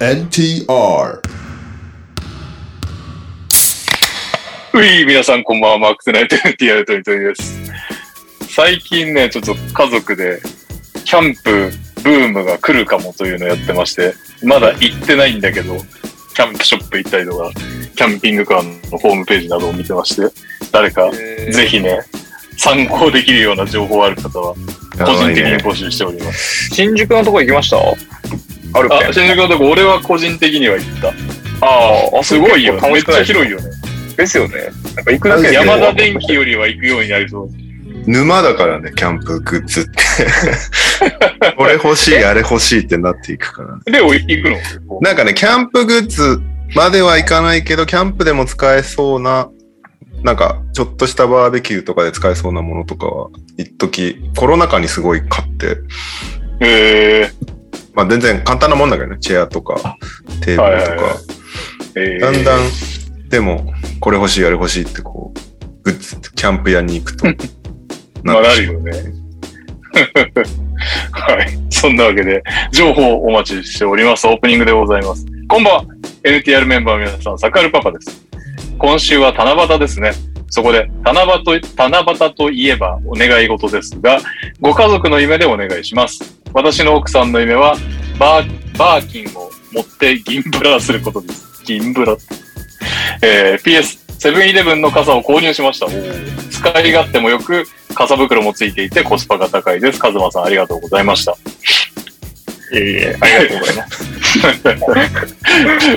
NTR うい、皆さんこんばんは、マークスナイト NTR トニトニです。最近ね、ちょっと家族で、キャンプブームが来るかもというのをやってまして、まだ行ってないんだけど、キャンプショップ行ったりとか、キャンピングカーのホームページなどを見てまして、誰か、ぜひね、参考できるような情報ある方は、個人的に募集しております。新宿のとこ行きましたあるあ、新宿のとこ、俺は個人的には行った。ああ、すごいよ、結構めっ楽しちくないゃ広いよね。ですよね。なんか行くだけで山田電機よりは行くようになりそう。沼だからね、キャンプグッズって。 これ欲しい、あれ欲しいってなっていくからね。レオ行くの結構なんかね、キャンプグッズまではいかないけど、キャンプでも使えそうな、なんか、ちょっとしたバーベキューとかで使えそうなものとかは、一時コロナ禍にすごい買って、へえまあ全然簡単なもんだけどね、チェアとか、テーブルとはいはいはか、えーだんだん、でも、これ欲しい、あれ欲しいってこう、グッズ、キャンプ屋に行くと、 まあなるよね。 はい。そんなわけで、情報をお待ちしております。オープニングでございます。こんばんは。NTR メンバーの皆さん、サカルパパです。今週は七夕ですね。そこで、七夕、七夕といえばお願い事ですが、ご家族の夢でお願いします。私の奥さんの夢は、バー、バーキンを持って銀ブラすることです。銀ブラって。えー PS、セブンイレブンの傘を購入しました。おー使い勝手もよく、傘袋もついていてコスパが高いです。カズマさん、ありがとうございました。いえいえ、ありがとうございます。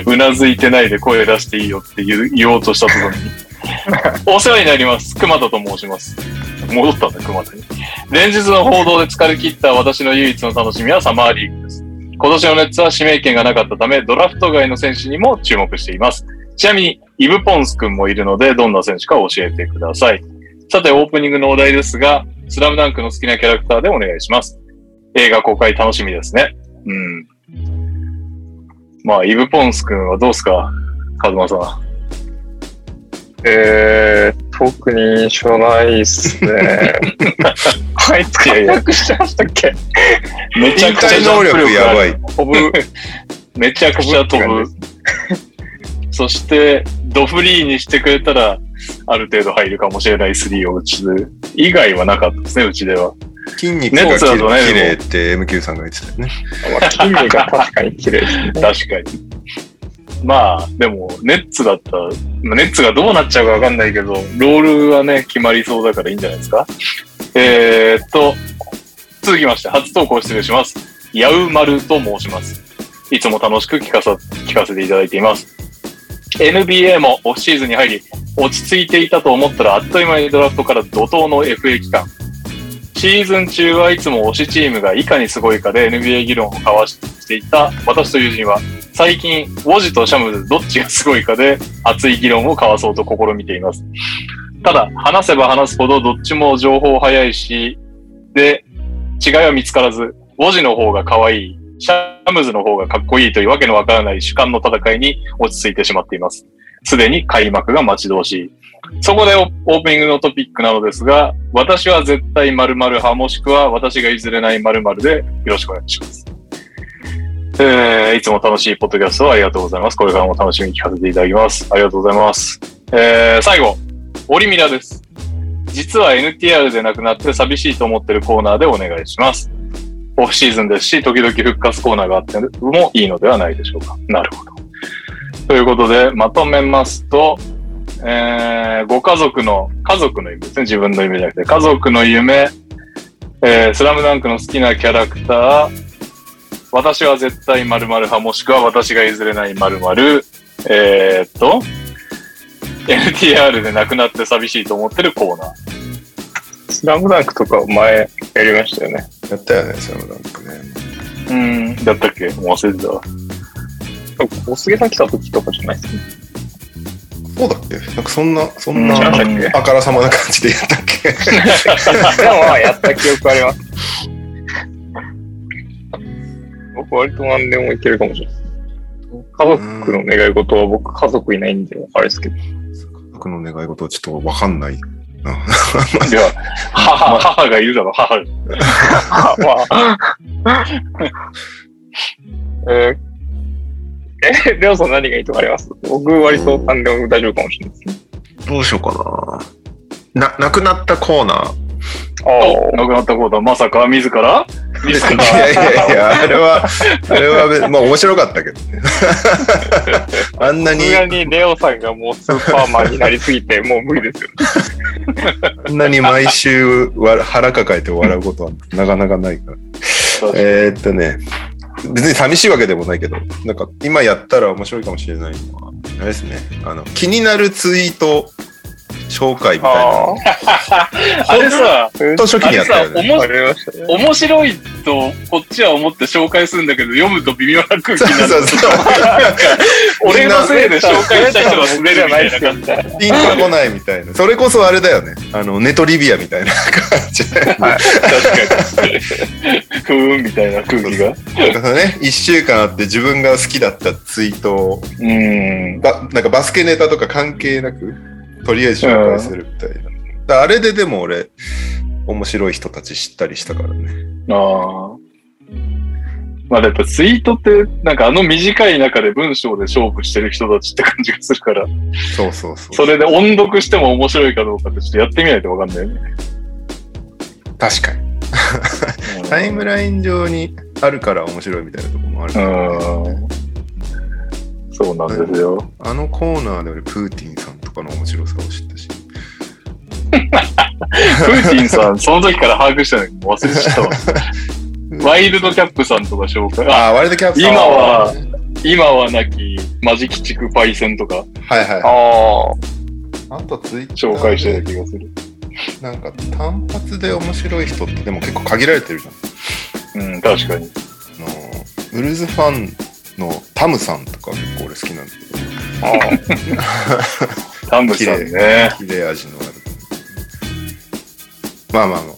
うなずいてないで声出していいよって言う言おうとしたところ に。お世話になります。熊田と申します。戻ったんだ、熊田に。連日の報道で疲れ切った私の唯一の楽しみはサマーリーグです。今年のネッツは指名権がなかったため、ドラフト外の選手にも注目しています。ちなみに、イブ・ポンス君もいるので、どんな選手か教えてください。さて、オープニングのお題ですが、スラムダンクの好きなキャラクターでお願いします。映画公開楽しみですね。うん。まあ、イブ・ポンス君はどうですかカズマさん。えー、特に印象ないっすね。あ いつ活躍してましたっけめちゃ身くちゃ体ジャ能ンプ力力やがあばる。い。飛ぶ。めちゃくちゃ飛ぶ。そして、ドフリーにしてくれたら、ある程度入るかもしれない3を打ちで、以外はなかったですね、うちでは。筋肉がネッツだとね綺麗って MQ さんが言ってたよね。まあ、筋肉が確かに綺麗ですね。確かに。まあ、でも、ネッツだったら、まあネッツがどうなっちゃうかわかんないけど、ロールはね、決まりそうだからいいんじゃないですか。えー、っと、続きまして、初投稿失礼します。ヤウマルと申します。いつも楽しく聞かさ、聞かせていただいています。NBA もオフシーズンに入り、落ち着いていたと思ったら、あっという間にドラフトから怒涛の FA 期間。シーズン中はいつも推しチームがいかにすごいかで NBA 議論を交わしていた私と友人は、最近、ウォジとシャムズどっちがすごいかで熱い議論を交わそうと試みています。ただ、話せば話すほどどっちも情報早いし、で、違いは見つからず、ウォジの方が可愛い、シャムズの方がかっこいいというわけのわからない主観の戦いに落ち着いてしまっています。すでに開幕が待ち遠しい。そこでオオープニングのトピックなのですが、私は絶対〇〇派、もしくは私が譲れない〇〇でよろしくお願いします。えー、いつも楽しいポッドキャストをありがとうございます。これからも楽しみに聞かせていただきます。ありがとうございます。えー、最後、オリミラです。実は NTR でなくなって寂しいと思ってるコーナーでお願いします。オフシーズンですし、時々復活コーナーがあってもいいのではないでしょうか。なるほど。ということで、まとめますと、えーご家族の、家族の夢ですね。自分の夢じゃなくて、家族の夢、えースラムダンクの好きなキャラクター、私は絶対〇〇派、もしくは私が譲れない〇〇、えーっと、NTR でなくなって寂しいと思ってるコーナー。スラムダンクとか前やりましたよね。やったよね、そのなんかね。うん、だったっけもう忘れてたわ。多分小杉さん来た時とかじゃない ですね。そうだっけなんかそんな、そうんんな、違いましたっうんけあからさまな感じでやったっけでもまあ、やった記憶あります。僕割と何でもいけるかもしれないです。家族の願い事は僕家族いないんで、あれですけど。僕の願い事はちょっとわかんない。では、母、母がいるだろ、母が。 まあ。えーえ、レオさん何がいいとかあります僕割と何でも大丈夫かもしれないですね。どうしようかな。な、なくなったコーナー。お亡くなったことはまさか自ら自いやいやいや、あれは、あれは別、まあ面白かったけどね。 あんなさに、すがにレオさんがもうスーパーマンになりすぎて、もう無理ですよ。あんなに毎週わ腹抱えて笑うことはなかなかないから。えーっとね、別に寂しいわけでもないけど、なんか今やったら面白いかもしれないのは、あれですね、あの、気になるツイート紹介みたいな。ああ。 あれさ、ほんと初期にやったよあれね。さわかりましたね。面白いとこっちは思って紹介するんだけど、読むと微妙な空気そうになる。そうそう。俺のせいで紹介した人が滑るみたいな感じ。たいな。ピンとこないみたいな。それこそあれだよね。あの、ネトリビアみたいな感じ。確かに。ふーんみたいな空気が。うだから ね、一週間あって自分が好きだったツイートを、ーん。ばなんかバスケネタとか関係なく、とりあえず紹介するみたいな。だからあれででも俺、面白い人たち知ったりしたからね。ああ。まあやっぱツイートって、なんかあの短い中で文章で勝負してる人たちって感じがするから、そうそうそう。それで音読しても面白いかどうかってちょっとやってみないとわかんないよね。確かに。タイムライン上にあるから面白いみたいなとこもあるうからね、ん。そうなんですよ。あのコーナーで俺、プーティンさんとかの面白さを知ったし。プーティンさん、その時から把握したのに忘れてたわ。ワイルドキャップさんとか紹介。あ、ああ、ワイルドキャップさん今は今はなきマジキチクパイセンとかはいはい。ああとツイッター紹介してた気がする。なんか単発で面白い人ってでも結構限られてるじゃん。うん、確かに。あのウルズファンのタムさんとか結構俺好きなんだけど、あ。ああ。タンブさんね。切れ味のある。まあまあまあ、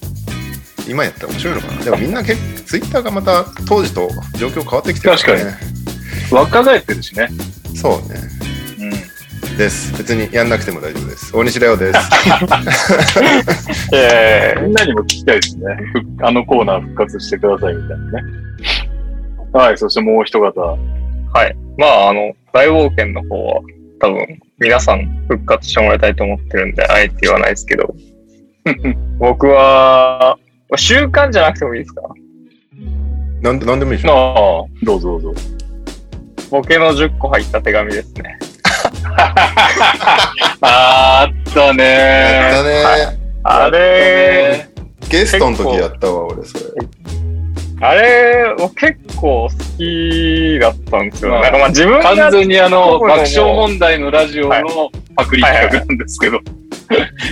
今やったら面白いのかな。でもみんな結構ツイッターがまた当時と状況変わってきてるからね。若返ってるしね。そうね。うん。です。別にやんなくても大丈夫です。大西レオです。えみんなにも聞きたいですね。ふあのコーナー復活してくださいみたいなね。はい、そしてもう一方。ーまあ、あの、大冒険の方は、多分、皆さん復活してもらいたいと思ってるんで、あえて言わないですけど、僕は、習慣じゃなくてもいいですかなんでなんでもいいでしあょ。あ、どうぞどうぞ。ボケの10個入った手紙ですね。あったねだね。あれ、ゲストの時やったわ、俺それ。あれ、結構好きだったんですよね。なんかまあ自分が、完全にあの、そう爆だね笑問題のラジオはいのパクリ企画なんですけど、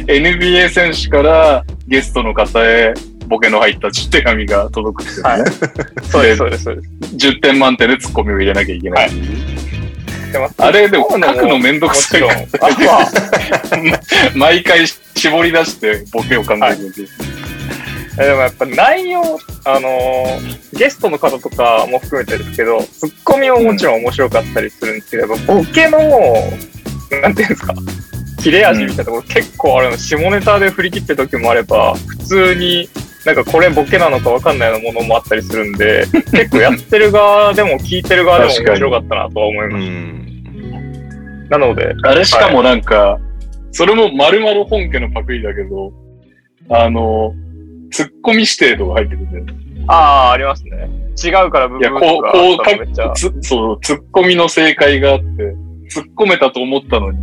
NBA 選手からゲストの方へボケの入った手紙が届くっていうね、はいそうです、そうです、そうです。 10点満点でツッコミを入れなきゃいけない。でもあれでも書そくうなののめんどもくさちいろん。かあら、まあ毎回絞り出してボケを考えてる、えでもやっぱ内容、あのーゲストの方とかも含めてですけど、ツッコミももちろん面白かったりするんですけど、やっぱボケの、なんていうんですか、切れ味みたいなところ、結構あれの、下ネタで振り切ってる時もあれば、普通に、なんかこれボケなのかわかんないようなものもあったりするんで、結構やってる側でも聞いてる側でも面白かったなとは思いうまん。す。なので、あれしかもなんか、それも丸々本家のパクリだけど、あの、ツッコミ指定とか入ってくるんだよねああ、ありますね。違うから部いや、分こう、こうがかめっちゃ、つ、そう、突っ込みの正解があって、突っ込めたと思ったのに、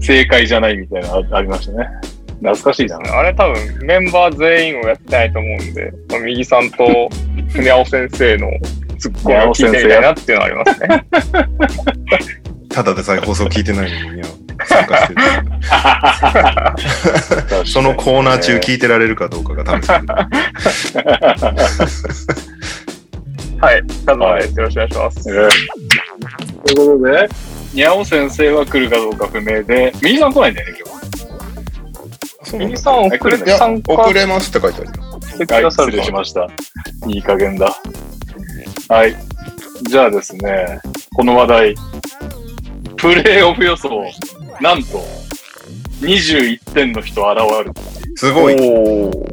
正解じゃないみたいなのあありましたね。懐かしいな。あれ多分メンバー全員をやってないと思うんで、まあ右さんとにゃお先生のツッコミを聞いてみたいなっていうのはありますね。ただでさえ放送聞いてないのに、いや参加してる。そのコーナー中聞いてられるかどうかが試される。はい。なので、よろしくお願いしま す。ええということで、にゃお先生は来るかどうか不明で、右さん来ないんだよね、今右さん遅れいやて参加遅れますって書いてあるよ。してく日。はい、ださ失る礼としました。いい加減だ。はい。じゃあですね、この話題、プレイオフ予想、なんと、21点の人現れる。すごい。おー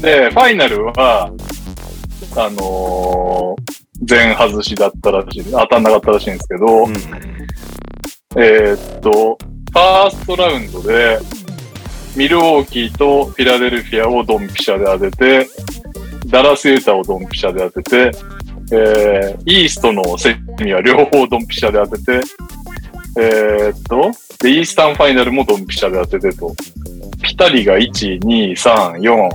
で、ファイナルは、あの全外しだったらしい、当たんなかったらしいんですけど、うんえーっと、ファーストラウンドで、ミルウォーキーとフィラデルフィアをドンピシャで当てて、ダラス・ユータをドンピシャで当てて、えーイーストのセミは両方ドンピシャで当てて、えーっと、で、イースタンファイナルもドンピシャで当ててと。ピタリが1、2、3、4、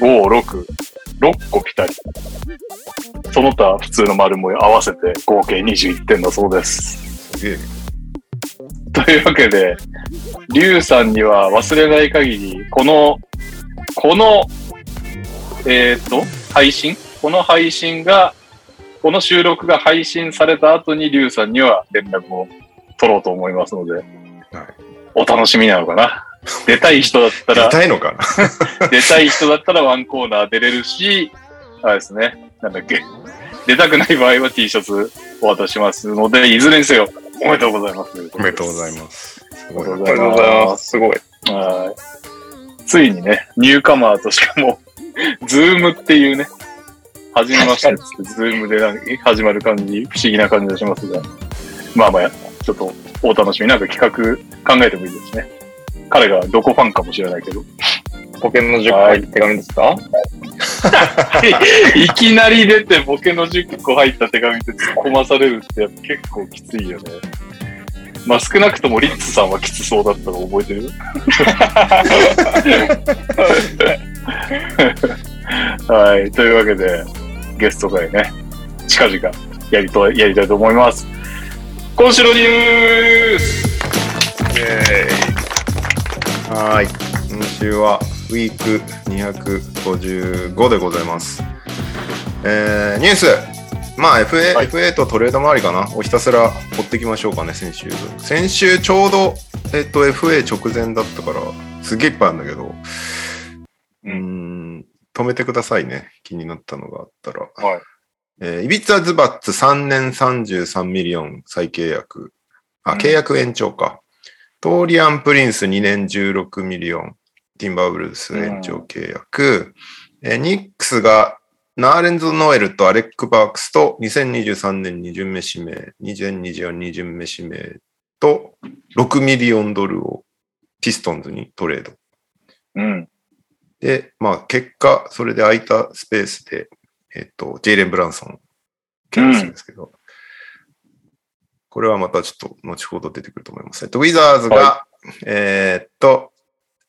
5、6、6個ピタリ。その他普通の丸も合わせて合計21点だそうです。すげえ。というわけで、リュウさんには忘れない限り、この、この、えっ、と、配信この配信が、この収録が配信された後にリュウさんには連絡を取ろうと思いますので、お楽しみなのかな。出たい人だったら出、たいのかな出たい人だったらワンコーナー出れるし、あれですね、なんだっけ、出たくない場合は T シャツお渡ししますので、いずれにせよ、おめでとうございます。おめでとうございます。すごいおめでとなうごありがとうございます。すごい。はい。ついにね、ニューカマーとしかも、 ズームっていうね、初めましてっつって、ズームでなんか始まる感じ、不思議な感じがしますが、まあまあ、ちょっとお楽しみ、なんか企画考えてもいいですね。彼がどこファンかもしれないけど。保険の10回って手紙ですかいき なり出てボケの10個入った手紙で突っ込まされるってやっぱ結構きついよね。まあ少なくともリッツさんはきつそうだったの覚えてる はい。というわけで、ゲスト会ね、近々やりとやりたいと思います。今週のニュースはーい。今週はウィーク255でございます。えー、ニュースまあ FA,、はい FA とトレード周りかなをひたすら追っていきましょうかね、先週。先週ちょうど、えっと、FA 直前だったから、すげえいっぱいあるんだけど、うーん、止めてくださいね。気になったのがあったら。はい。えーイビツァ・ズバッツ3年33ミリオン再契約。あ、うん契約延長か。トーリアン・プリンス2年16ミリオン。ティンバーブルース延長契約。えーニックスがナーレンズ・ノエルとアレック・バークスと2023年2巡目指名、2024 2巡目指名と6ミリオンドルをピストンズにトレード。うん。で、まあ結果、それで空いたスペースで、えっ、と、ジェイレン・ブランソン、ケアするんですけど、これはまたちょっと後ほど出てくると思います。えっと、ウィザーズが、はえーっと、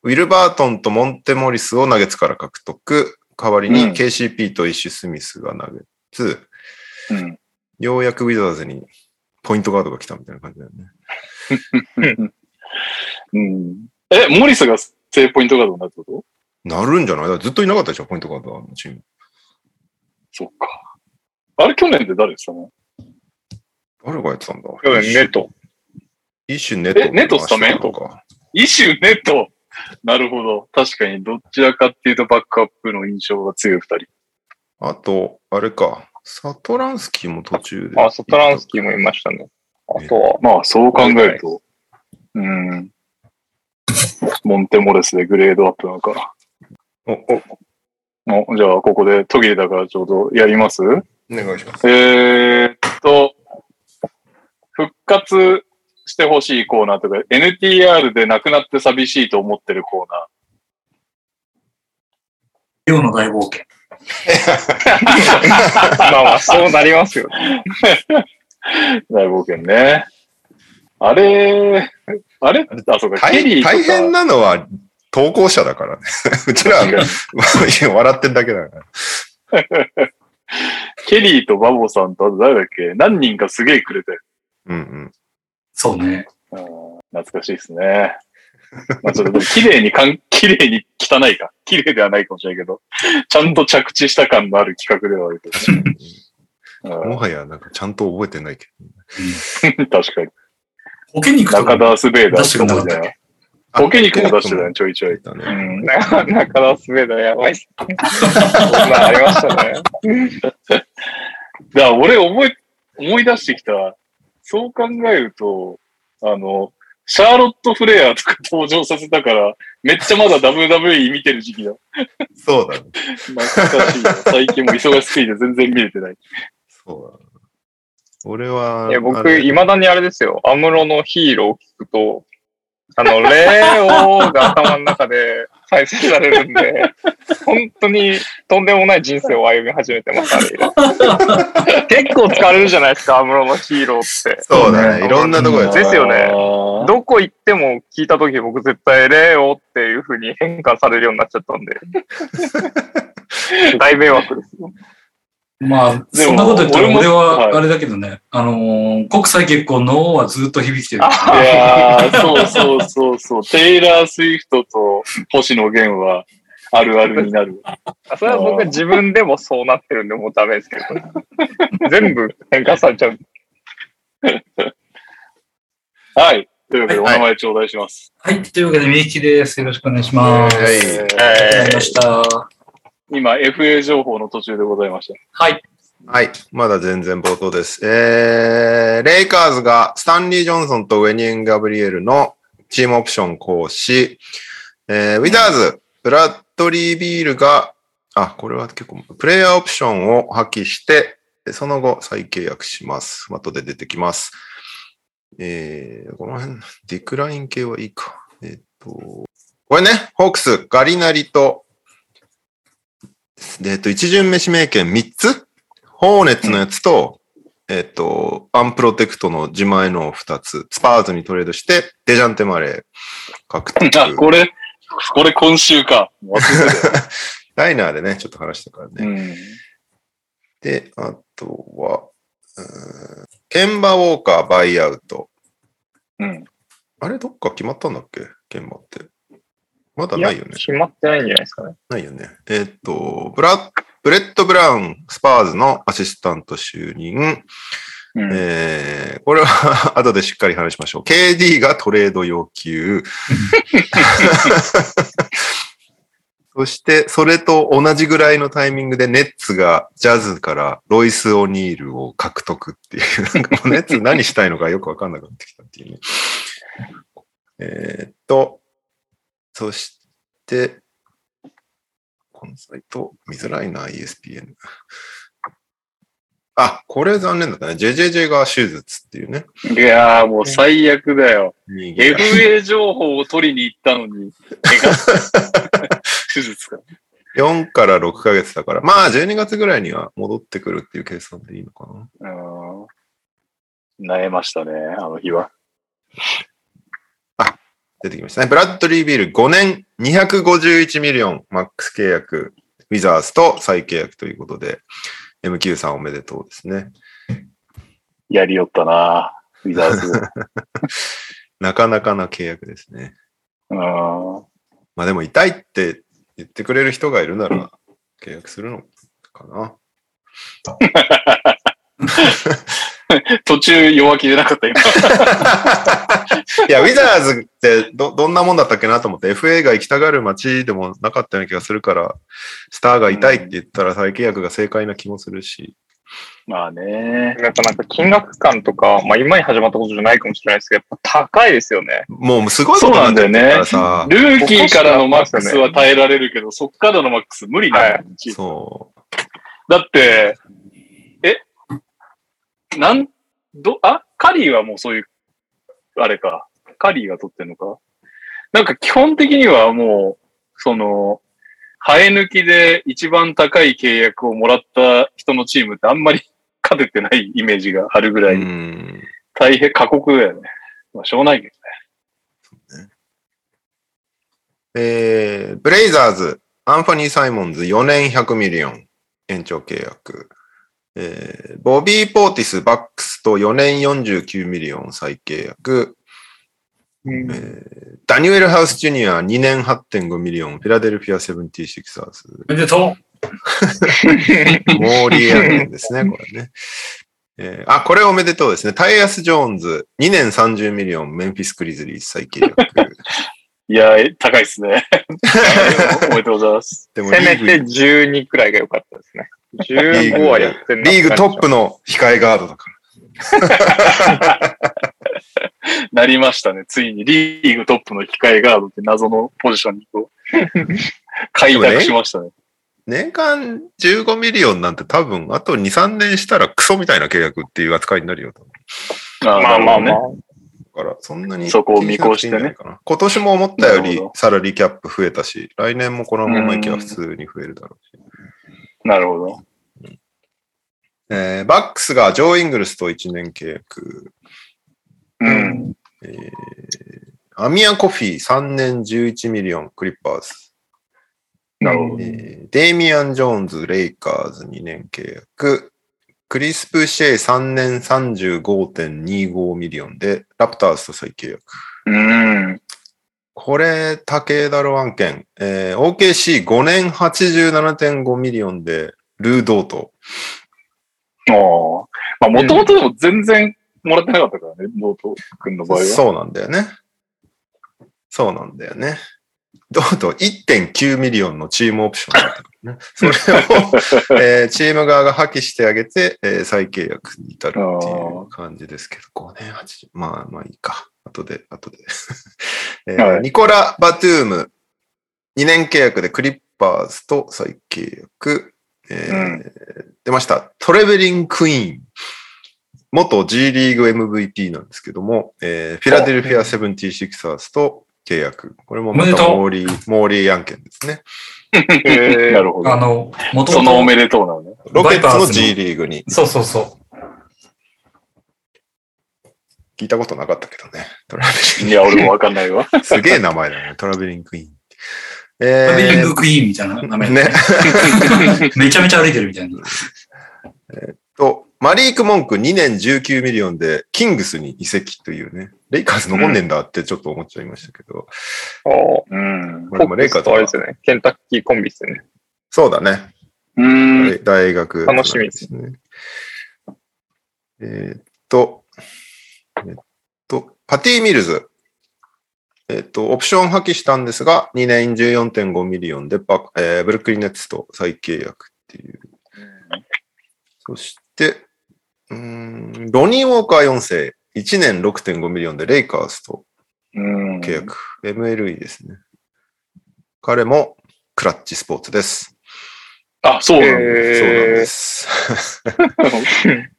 ウィルバートンとモンテモリスをナゲッツから獲得、代わりうんに KCP とイッシュ・スミスがナゲッツ、うん。ようやくウィザーズにポイントガードが来たみたいな感じだよね。うん、え、モリスが正ポイントガードになるってことなるんじゃないだからずっといなかったでしょ、ポイントガードはあのチーム。そっか。あれ去年って誰でしたの誰がやってたんだ去年ネット。イッシュ・ネット。えネトスタメンとか。イシュネと。なるほど。確かに、どちらかっていうとバックアップの印象が強い二人。あと、あれか、サトランスキーも途中で。あ、ソトランスキーもいましたね。あとは、まあ、そう考えると、うん。モンテモレスでグレードアップなのか。おおおじゃあ、ここで途切れたからちょうどやります願いします。えーっと、復活してほしいコーナーとか、NTR でなくなって寂しいと思ってるコーナー。今日の大冒険。まあまあ、そうなりますよね。大冒険ね。あれ、あれあ、そうか、ケリ大ーとか。大変なのは投稿者だからね。 うちらは 笑ってるだけだから。ケリーとバボさんと、あと誰だっけ何人かすげえくれてる。うんうん。そうね。懐かしいですね。まあちょっとでも綺麗にかん、綺麗に汚いか。綺麗ではないかもしれないけど、ちゃんと着地した感のある企画ではあるけど。うもんはやなんかちゃんと覚えてないけど。確かに。ボケに行くと中田スベーダー出してくんなかったっけボケ肉も出してたね、ちょいちょい。たうね。ん。な中田スベダやばいっす。そんなんありましたね。だから俺思い、思い出してきた。そう考えると、あの、シャーロット・フレアとか登場させたから、めっちゃまだ WWE 見てる時期だ。そうだね。懐かしいよ。最近も忙しすぎて全然見れてない。そうだな。俺は、いや、あ僕、れいまだにあれですよ。アムロのヒーローを聞くと、あの、 レオが頭の中で再生されるんで、本当にとんでもない人生を歩み始めてます、あ れ。結構疲れるじゃないですか、アムロのヒーローって。そうだね。いろんなとこやうですよねねどこ行っても聞いたとき僕絶対レオっていう風に変換されるようになっちゃった んで。大迷惑ですよ。まあ、でもそんなこと言ったら俺も俺はいはあれだけどね、あのー国際結婚の王はずっと響いてる。いやーそうそうそうそう。テイラー・スウィフトと星野源はあるあるになる。あそれは僕は自分でもそうなってるんでもうダメですけど。 全部変換されちゃう。はい。というわけで、おはい名前頂戴します。はい、というわけで、みゆきです。よろしくお願いします。はいありえーがとうござえいました。今、FA 情報の途中でございました。はい。はい。まだ全然冒頭です。えー、レイカーズがスタンリー・ジョンソンとウェニエン・ガブリエルのチームオプション行使。えー、ウィザーズ、ブラッドリー・ビールが、あ、これは結構、プレイヤーオプションを破棄して、その後再契約します。後で出てきます。えー、この辺、ディクライン系はいいか。えっと、これね、ホークス、ガリナリと、えっと、一巡目指名権3つホーネッツのやつと、えっと、アンプロテクトの自前のを2つ、スパーズにトレードして、デジャンテマレー獲得。あ、これ、これ今週か。忘れてライナーでね、ちょっと話したからね。たうんで、あとは、うーんケンバウォーカーバイアウト。うん。あれ、どっか決まったんだっけケンバって。まだー、いなや、いよね。決まってないんじゃないですかね。ないよね。えっと、ブラブレッド・ブラウン、スパーズのアシスタント就任。うんえー、これは 後でしっかり話しましょう。KD がトレード要求。そして、それと同じぐらいのタイミングでネッツがジャズからロイス・オニールを獲得っていう、なんかもうネッツ何したいのかよくわかんなくなってきたっていうね。 えーっと、そして、このサイト見づらいな、ESPN。あ、これ残念だったね。JJJ が手術っていうね。いやー、もう最悪だよ。右が FA 情報を取りに行ったのに、怪我した。手術か。 4から6ヶ月だから。まあ、12月ぐらいには戻ってくるっていう計算でいいのかな。うん。萎えましたね、あの日は。出てきましたね。ブラッドリー・ビール5年251ミリオンマックス契約、ウィザーズと再契約ということで、MQ さんおめでとうですね。やりよったなウィザーズ。 なかなかな契約ですね。うん。まあでも痛いって言ってくれる人がいるなら契約するのかな。 途中弱気でなかった今。いや、ウィザーズってど、どんなもんだったっけなと思って、FA が行きたがる街でもなかったような気がするから、スターが痛いって言ったら再契約が正解な気もするし、まあね。 やっぱなんか金額感とか、まあ今に始まったことじゃないかもしれないですけど、やっぱ高いですよね。もうすごいことになっちゃってるからさ、ルーキーからのマックスは耐えられるけど、そっからのマックス無理なはの、そう。だって、えなん、ど、あカリーはもうそういう、あれか。カリーが取ってんのかなんか基本的にはもう、その、生え抜きで一番高い契約をもらった人のチームってあんまり 勝ててないイメージがあるぐらい、うん。大変過酷だよね。まあ、しょうがないけど。えー、ブレイザーズ、アンファニー・サイモンズ4年100ミリオン、延長契約。えー、ボビー・ポーティス、バックスと4年49ミリオン再契約。えーダニエル・ハウス・ジュニア2年8.5ミリオン、フィラデルフィア・セブンティシクサーズ。おめでとモーリー・アレンですね、これね。えーあ、これおめでとうですね。タイアス・ジョーンズ、2年30ミリオン、メンフィス・クリズリーズ再契約。いやー、高いっ すね。おめでとうございます。でもリせめーグて12くらいが良かったですね。15はやってんなリーグトップの控えガードだから。なりましたね。ついにリーグトップの控えガードって謎のポジションにこう、開拓しましたね。年間15ミリオンなんて多分、あと2、3年したらクソみたいな契約っていう扱いになるよ。あまあまあまだあ。。から、そんなに。そこを見越してね。今年も思ったよなるりほどサラリーキャップ増えたし、来年もこのままいけば普通に増えるだろうし。なるほど。えーバックスがジョー・イングルスと1年契約。うん。えーアミア・コフィー3年11ミリオン、クリッパーズ。なるほど。えーデイミアン・ジョーンズ、レイカーズ2年契約。クリスプ・シェイ3年35.25ミリオンで、ラプターズと再契約。うん。これ、武田ロ案件。えー OKC5 年87.5ミリオンで、ルードート。ああ。まあ、もともとでも全然もらってなかったからね、ノート君の場合は。そうなんだよね。そうなんだよね。ドート1.9ミリオンのチームオプションだったからね。それ を、えーチーム側が破棄してあげて、えー再契約に至るっていう感じですけど、5年80、まあまあいいか。後で、後で。 えーはいニコラ・バトゥーム、2年契約でクリッパーズと再契約。えー出ました。トレベリン・クイーン。元 G リーグ MVP なんですけども、えーフィラデルフィア 76ers と契約。これもまおめたでとうモーリー、モーリー案件ですね。えなるほあど。の、元そのお々めでとうなのね。ロケッツバイパーのズの G リーグにそうそうそ聞いたことなかったけどね。トラベリンいや、俺もわかんないわ。 グ。すげえ名前だね。トラベリンクイーン。う。えラーベリングクイーンみたいな名前。ね。めちゃめちゃ歩いてるみたいな。と、マリーク・モンク2年19ミリオンで、キングスに移籍というね、レイカーズ残んねんだってちょっと思っちゃいましたけど、おうん。これもレイカーズあれはですよね。ケンタッキーコンビですよね。そうだね、うん。大学、楽しみですね。えーっと、えっと、パティ・ミルズ。えっと、オプション破棄したんですが、2年14.5ミリオンでバ、えーブルックリン・ネッツと再契約っていう。そして、うーん、ロニー・ウォーカー4世、1年6.5ミリオンでレイカーズとうん。契約。MLE ですね。彼もクラッチスポーツです。あ、そうなんだ。へーそうなんです。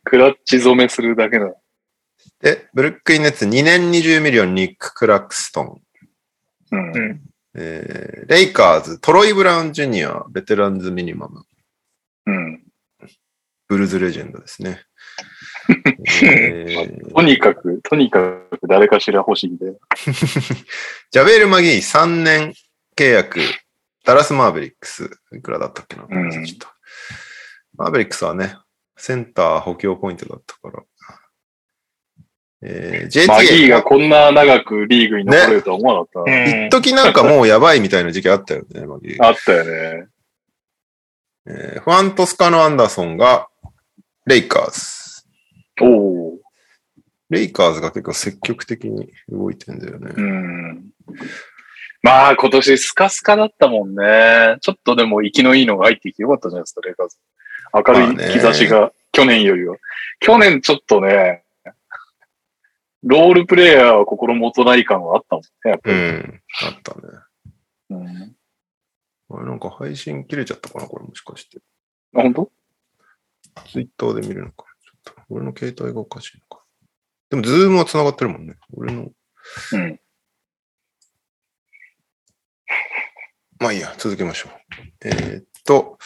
クラッチ染めするだけだ。で、ブルックリンネッツ2年20ミリオン、ニック・クラクストン。うんう。ん。えーレイカーズ、トロイ・ブラウン・ジュニア、ベテランズ・ミニマム、うん。ブルーズ・レジェンドですね。え ーとにかく、とにかく誰かしら欲しいんで。ジャベール・マギー、3年契約、ダラス・マーベリックス、いくらだったっけな、うんちょっとマーベリックスはね、センター補強ポイントだったから。えー、JTA、マギーがこんな長くリーグに残れるとは思わなかっ一時なんかもうやばいみたいな時期あったよね、マギーた。。あったよね。えーファン・トスカノ・アンダーソンが、レイカーズ。おお。レイカーズが結構積極的に動いてんだよね。うん。まあ、今年スカスカだったもんね。ちょっとでも生きのいいのが入ってきてよかったじゃないですか、レイカーズ。明まるあいね兆しが、去年よりは。去年ちょっとね、ロールプレイヤーは心もとない感はあったもんね、やっぱうり。ん。あったね。うん、あれなんか配信切れちゃったかなこれもしかして。あ本当ツイッターで見るのか。ちょっと俺の携帯がおかしいのか。でも、ズームは繋がってるもんね。俺の。うん。まあいいや、続けましょう。えーっと、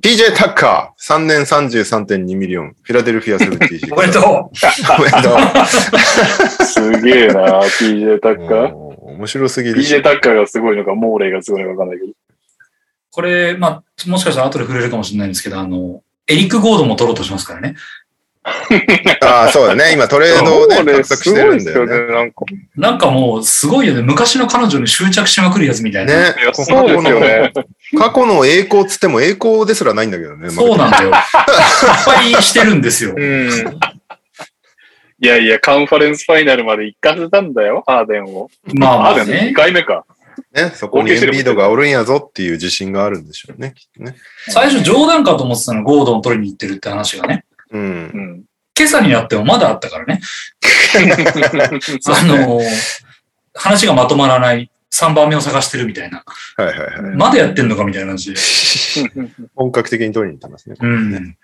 PJ タッカー、3年33.2ミリオン、フィラデルフィア76。 おめでとおめでとう。すげえな、PJ タッカー。もう面白すぎるし PJ タッカーがすごいのか、モーレイがすごいのかわかんないけど。うこれ、まあ、もしかしたら後で触れるかもしれないんですけど、あの、エリック・ゴードンも取ろうとしますからね。ああ、そうだね。今トレードをね、そうね獲得してるんだよすごいでね。すよね、なんか。なんかもう、すごいよね。昔の彼女に執着しまくるやつみたいな。ねいや、過そう去ですの、よね。過去の栄光っつっても栄光ですらないんだけどね。そうなんだよ。いっぱいしてるんですよ。うん。いやいや、カンファレンスファイナルまで行かせたんだよ、ハーデンを。まあまハーデあンの2ね。回目か。ね。そこにエンビードがおるんやぞっていう自信があるんでしょうね、きっとね。最初冗談かと思ってたの、ゴードン取りに行ってるって話がね。う。うんん。今朝になってもまだあったからね。あの、話がまとまらない。 3番目を探してるみたいな。はいはい はい。まだやってんのかみたいな感じで。本格的に取りに行ってますね。うん。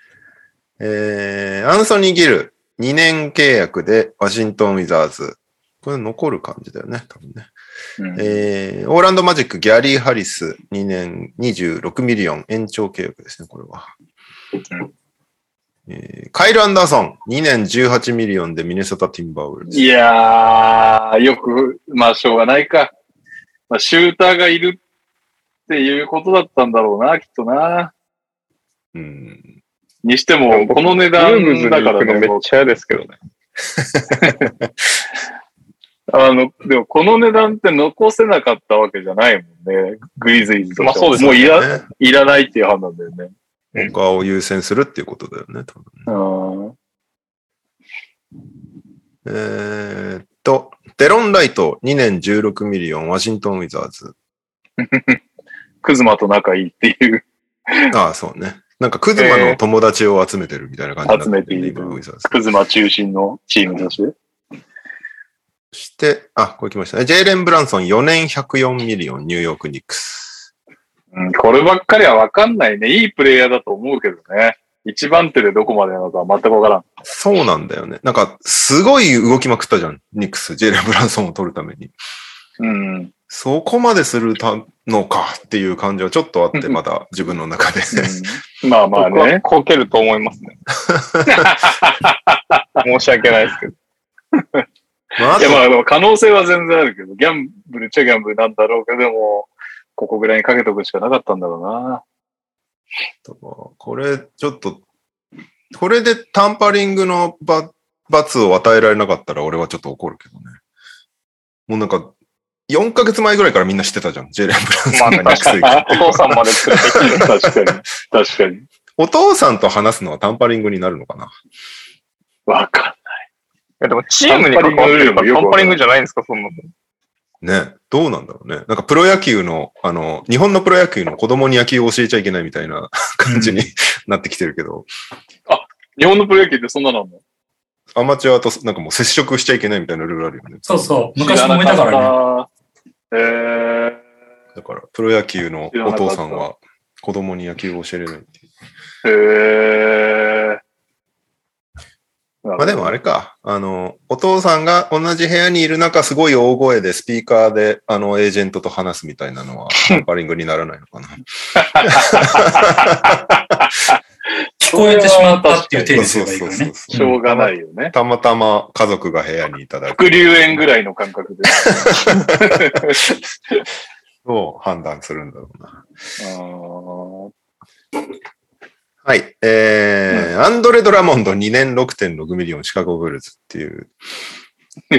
えー、アンソニー・ギル、2年契約でワシントン・ウィザーズ。これ残る感じだよね、多分ね。うんえー、オーランド・マジック、ギャリー・ハリス、2年26ミリオン、延長契約ですね、これは。えー、カイル・アンダーソン、2年18ミリオンでミネソタ・ティンバーウルブズいやー、よく、まあ、しょうがないか。まあ、シューターがいるっていうことだったんだろうな、きっとな。うん。にしてでも、も僕この値ル段ームズにだか行らくのめねっ、ちゃ嫌ですけどね。あの、でもこの値段って残せなかったわけじゃないもんね。グリズイズとしてはまあそうですもよういら、ね、いらないっていう判断だよね。他を優先するっていうことだよね、多分ねうん。えーっと、デロン・ライト、2年16ミリオン、ワシントン・ウィザーズ。クズマと仲いいっていう。ああ、そうね。なんか、クズマの友達を集めてるみたいな感じにな集めてるいねる今ウィザーズクズマ中心のチームとして。そして、あ、これ来ましたね。ジェイレン・ブランソン、4年104ミリオン、ニューヨーク・ニックス。うん、こればっかりはわかんないね。いいプレイヤーだと思うけどね。一番手でどこまでなのかは全くわからん。そうなんだよね。なんか、すごい動きまくったじゃん。ニックス、ジェイレン・ブランソンを取るために。 うん。そこまでするたのかっていう感じはちょっとあって、まだ自分の中で。まあまあ僕はね。こけると思いますね。申し訳ないですけど。まあ、あといやまあでも可能性は全然あるけど、ギャンブルっちゃギャンブルなんだろうけど、でも、ここぐらいにかけとくしかなかったんだろうな。とかこれ、ちょっと、これでタンパリングのば罰を与えられなかったら俺はちょっと怒るけどね。もうなんか、4ヶ月前ぐらいからみんな知ってたじゃん。ジェイレン・ブランソンがニックス行く お父さんまで作ってきて確かに。確かに。お父さんと話すのはタンパリングになるのかなわかいやでもチームに関わってるから、カンパリングじゃないんですか、そんなの。ね。どうなんだろうね。なんかプロ野球の、あの、日本のプロ野球の子供に野球を教えちゃいけないみたいな 感じになってきてるけど、んない。日本のプロ野球ってそんなのあんのアマチュアとなんかもう接触しちゃいけないみたいなルールあるよね。そうそう。昔揉めたからね。知らなかっただから、プロ野球のお父さんは子供に野球を教えれないっていう。えー、えー。ままあでもあれか、あの、お父さんが同じ部屋にいる中、すごい大声でスピーカーで、あの、エージェントと話すみたいなの は、タンパリングにならないのかな。聞こえてしまったっていう手にそすれうばいいそうからそねう。しょうがないよね。たまたま家族が部屋にいただく副流煙ぐらいの感覚で。と判断するんだろうな。 うんはい。えー、アンドレ・ドラモンド2年6.6ミリオンシカゴブルーズっていう。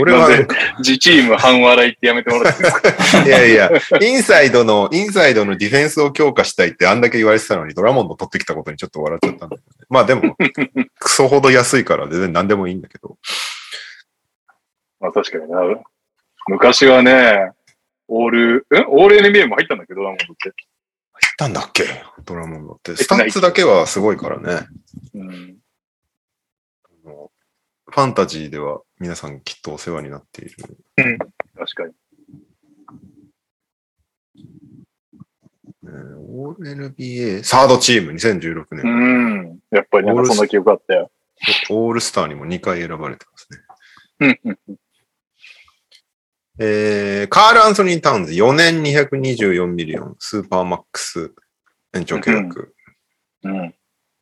俺はなんか、自チーム半笑いってやめてもらっていいですかいやいや、インサイドの、インサイドのディフェンスを強化したいってあんだけ言われてたのに、ドラモンド取ってきたことにちょっと笑っちゃったんだけど、ね、まあでも、クソほど安いから全然何でもいいんだけど。まあ確かにな。昔はね、オール、んオール NBA も入ったんだけど、ドラモンドって。ったんだっけドラモンドって。スタッツだけはすごいからね。うん、あのファンタジーでは皆さんきっとお世話になっている。確かに。えー、オール NBA、サードチーム2016う年、ん。やっぱりなんかそんな記憶あったよ。オールスターにも2回選ばれてますね。うんえー、カール・アンソニー・タウンズ4年224ミリオン、スーパーマックス延長契約。うん。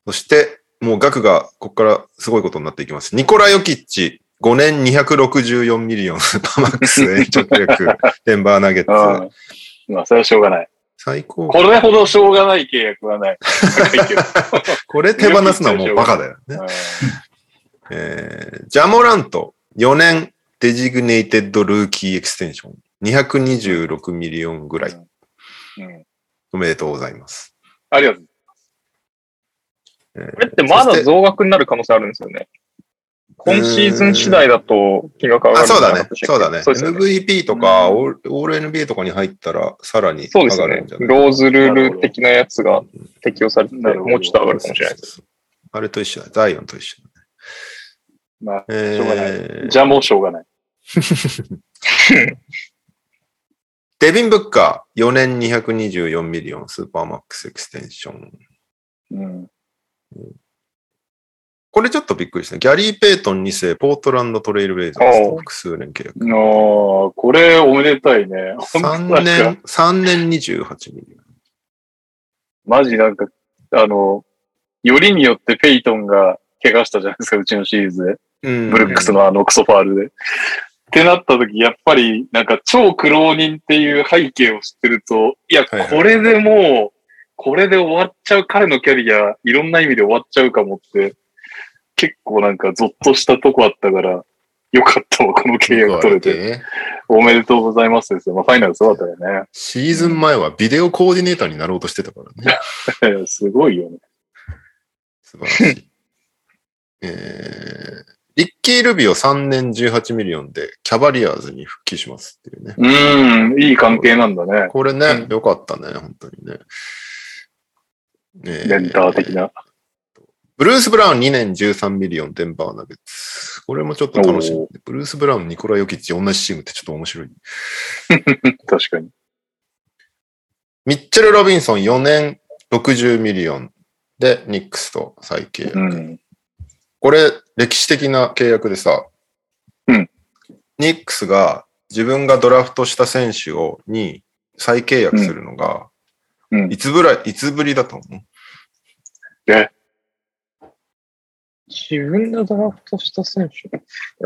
そして、もう額がここからすごいことになっていきます。ニコラ・ヨキッチ、5年264ミリオン、スーパーマック ス延長契約、デンバー・ナゲッツ。あまあ、それはしょうがない。最高これほどしょうがない契約は ない。ないけどこれ手放すのはもうバカだよね。えー、ジャモラント、4年デジグネイテッドルーキーエクステンション、226ミリオンぐらい。うんうんおめでとうございます。ありがとう。えーこれってまだ増額になる可能性あるんですよね。今シーズン次第だと金額上がるあ、んじそうゃなだねかったで。したっけそうだね。そうですよね。 MVP とか、うんオールオール NBA とかに入ったら、さらにそう上ですがよるねんじゃ。ないローズルール的なやつが適用されて、なるほどもうちょっと上がるかもしれないです。そうそうそうあれと一緒だ。ザイオンと一緒だ。まあ、えしょうがないーじゃあもうしょうがない。デビン・ブッカー、4年224ミリオン、スーパーマックスエクステンション。うん。これちょっとびっくりした。ギャリー・ペイトン2世、ポートランド・トレイル・ブレイザーズと複数年契約。あーこれおめでたいね。 3なん年か、 3年28ミリマジなんか、あの、よりによってペイトンが怪我したじゃないですか、うちのシリーズで。オン。うんブルックス。のあのクソファールで。ってなった時、やっぱり、なんか超苦労人っていう背景を知ってると、いや、はいはいこれでもう、これで終わっちゃう、彼のキャリア、いろんな意味で終わっちゃうかもって、結構なんかゾッとしたとこあったから、よかったわ、この契約取れて。おめでとうございますですよ。まあ、ファイナルそうだったよシーズン前はビデオコーディネーターになろうとしてたから ね。ね。すごいよね。素晴らしい。えー、リッキー・ルビオ3年18ミリオンでキャバリアーズに復帰しますっていうね。うん、いい関係なんだね。これねう、良かったね、本当にね。えレンター的な。ブルース・ブラウン2年13ミリオン、デンバーナゲッツ。これもちょっと楽しみ。ブルース・ブラウン、ニコラ・ヨキッチ、同じチームってちょっと面白い。確かに。ミッチェル・ロビンソン4年60ミリオンで、ニックスと再契約。うん。これ、歴史的な契約でさ、うんニックスが自分がドラフトした選手を、に再契約するのが、うんうんいつぶら、いつぶりだと思う自分でドラフトした選手。こ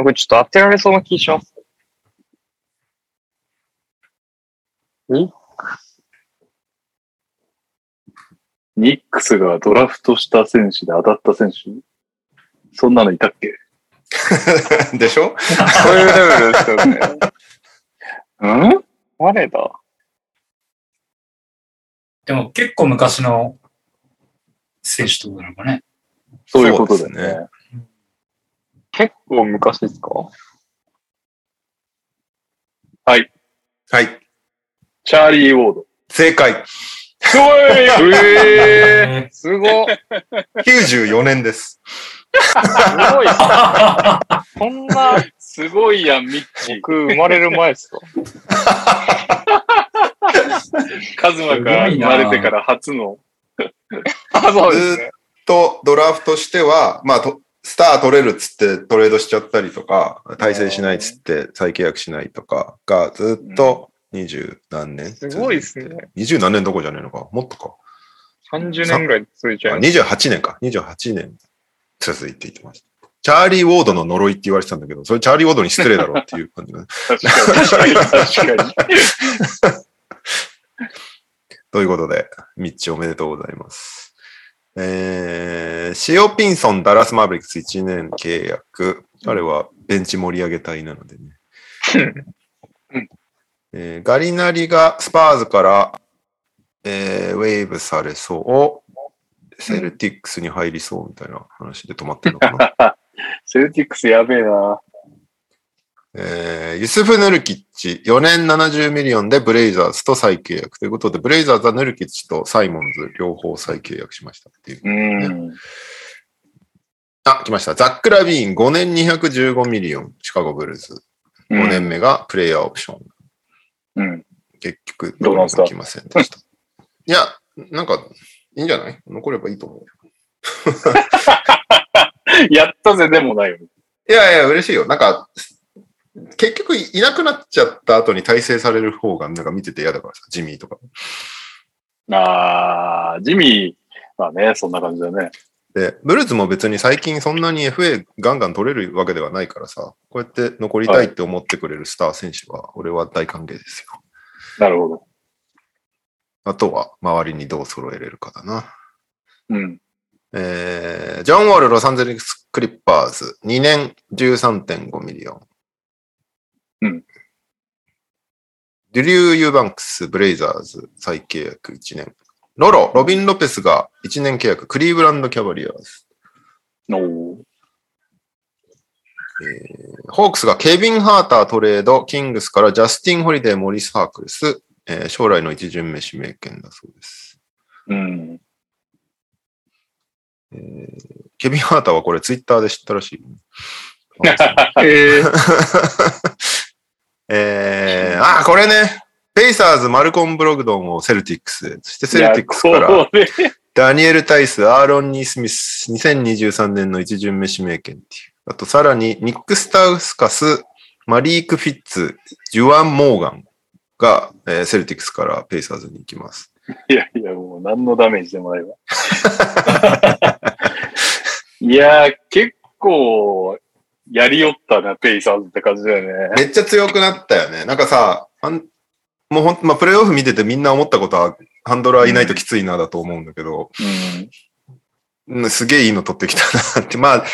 れちょっと当てられそうな気します。ニッニックスがドラフトした選手で当たった選手そんなのいたっけ でしょそういうレベルですよね。うん誰だでも結構昔の選手ってことなのかね。そういうことだよそうですね。結構昔ですかはい。チャーリー・ウォード。正解。すごい えー、えす ごす94年です。ごいーそんな、すごいやん、ミッチ。僕生まれる前ですかカズマが生まれてから初の。あ、そうですね。と、ドラフトしては、まあ、とスター取れるっつってトレードしちゃったりとか、対戦しないっつって再契約しないとかがずっと二十何年すごいですね。二十何年どころじゃねえのか。もっとか。 30年ぐらい続いちゃいあます。 28年か。28年続いていってました。チャーリー・ウォードの呪いって言われてたんだけど、それチャーリー・ウォードに失礼だろうっていう感じがね。確かに、確かに。ということで、ミッチおめでとうございます。えー、シオピンソン、ダラスマーベリックス1年契約。彼はベンチ盛り上げ隊なのでね。えーガリナリがスパーズから、えーウェーブされそう。セルティックスに入りそうみたいな話で止まってるのかな。セルティックスやべえな。えーユスフ・ヌルキッチ、4年70ミリオンでブレイザーズと再契約ということで、ブレイザーズはヌルキッチとサイモンズ両方再契約しましたっていう。うん。あ、来ました。ザック・ラビーン、5年215ミリオン、シカゴ・ブルーズ。5年目がプレイヤーオプション。うん。結局、どうなんすか来ませんでした。 いや、なんか、いいんじゃない残ればいいと思う。やったぜでもないよね。いやいや、嬉しいよ。なんか、結局いなくなっちゃった後に体制される方が、なんか見てて嫌だからさ、ジミーとか。あー、ジミー、まあね、そんな感じだね。で、ブルーズも別に最近そんなに FA ガンガン取れるわけではないからさ、こうやって残りたいって思ってくれるスター選手は、俺は大歓迎ですよ。なるほど。あとは、周りにどう揃えれるかだな。うん。えージョン・ウォール、ロサンゼルス・クリッパーズ、2年13.5ミリオン。うん。デュリュー・ユーバンクス、ブレイザーズ、再契約1年。ロロ、ロビン・ロペスが1年契約、クリーブランド・キャバリアーズ。おーホークスがケビン・ハータートレード、キングスからジャスティン・ホリデー、モリス・ハークルス、えー将来の一巡目指名権だそうです。うん。えーケビン・ハーターはこれツイッターで知ったら しい。えー、えー、あー、これね。ペイサーズ、マルコン・ブログドンをセルティックス、そしてセルティックスかいら、やこれダニエル・タイス、アーロン・ニー・スミス、2023年の一巡目指名権っていう。あと、さらに、ニック・スタウスカス、マリーク・フィッツ、ジュアン・モーガンが、えーセルティックスからペイサーズに行きます。いやいや、もう何のダメージでもない わ。いやー、結構、やりよったな、ペイサーズって感じだよね。めっちゃ強くなったよね。なんかさ、あんもうほん、まあ、プレイオフ見ててみんな思ったことは、ハンドラーいないときついなだと思うんだけど、うんすげえいいの取ってきたなって。まあ、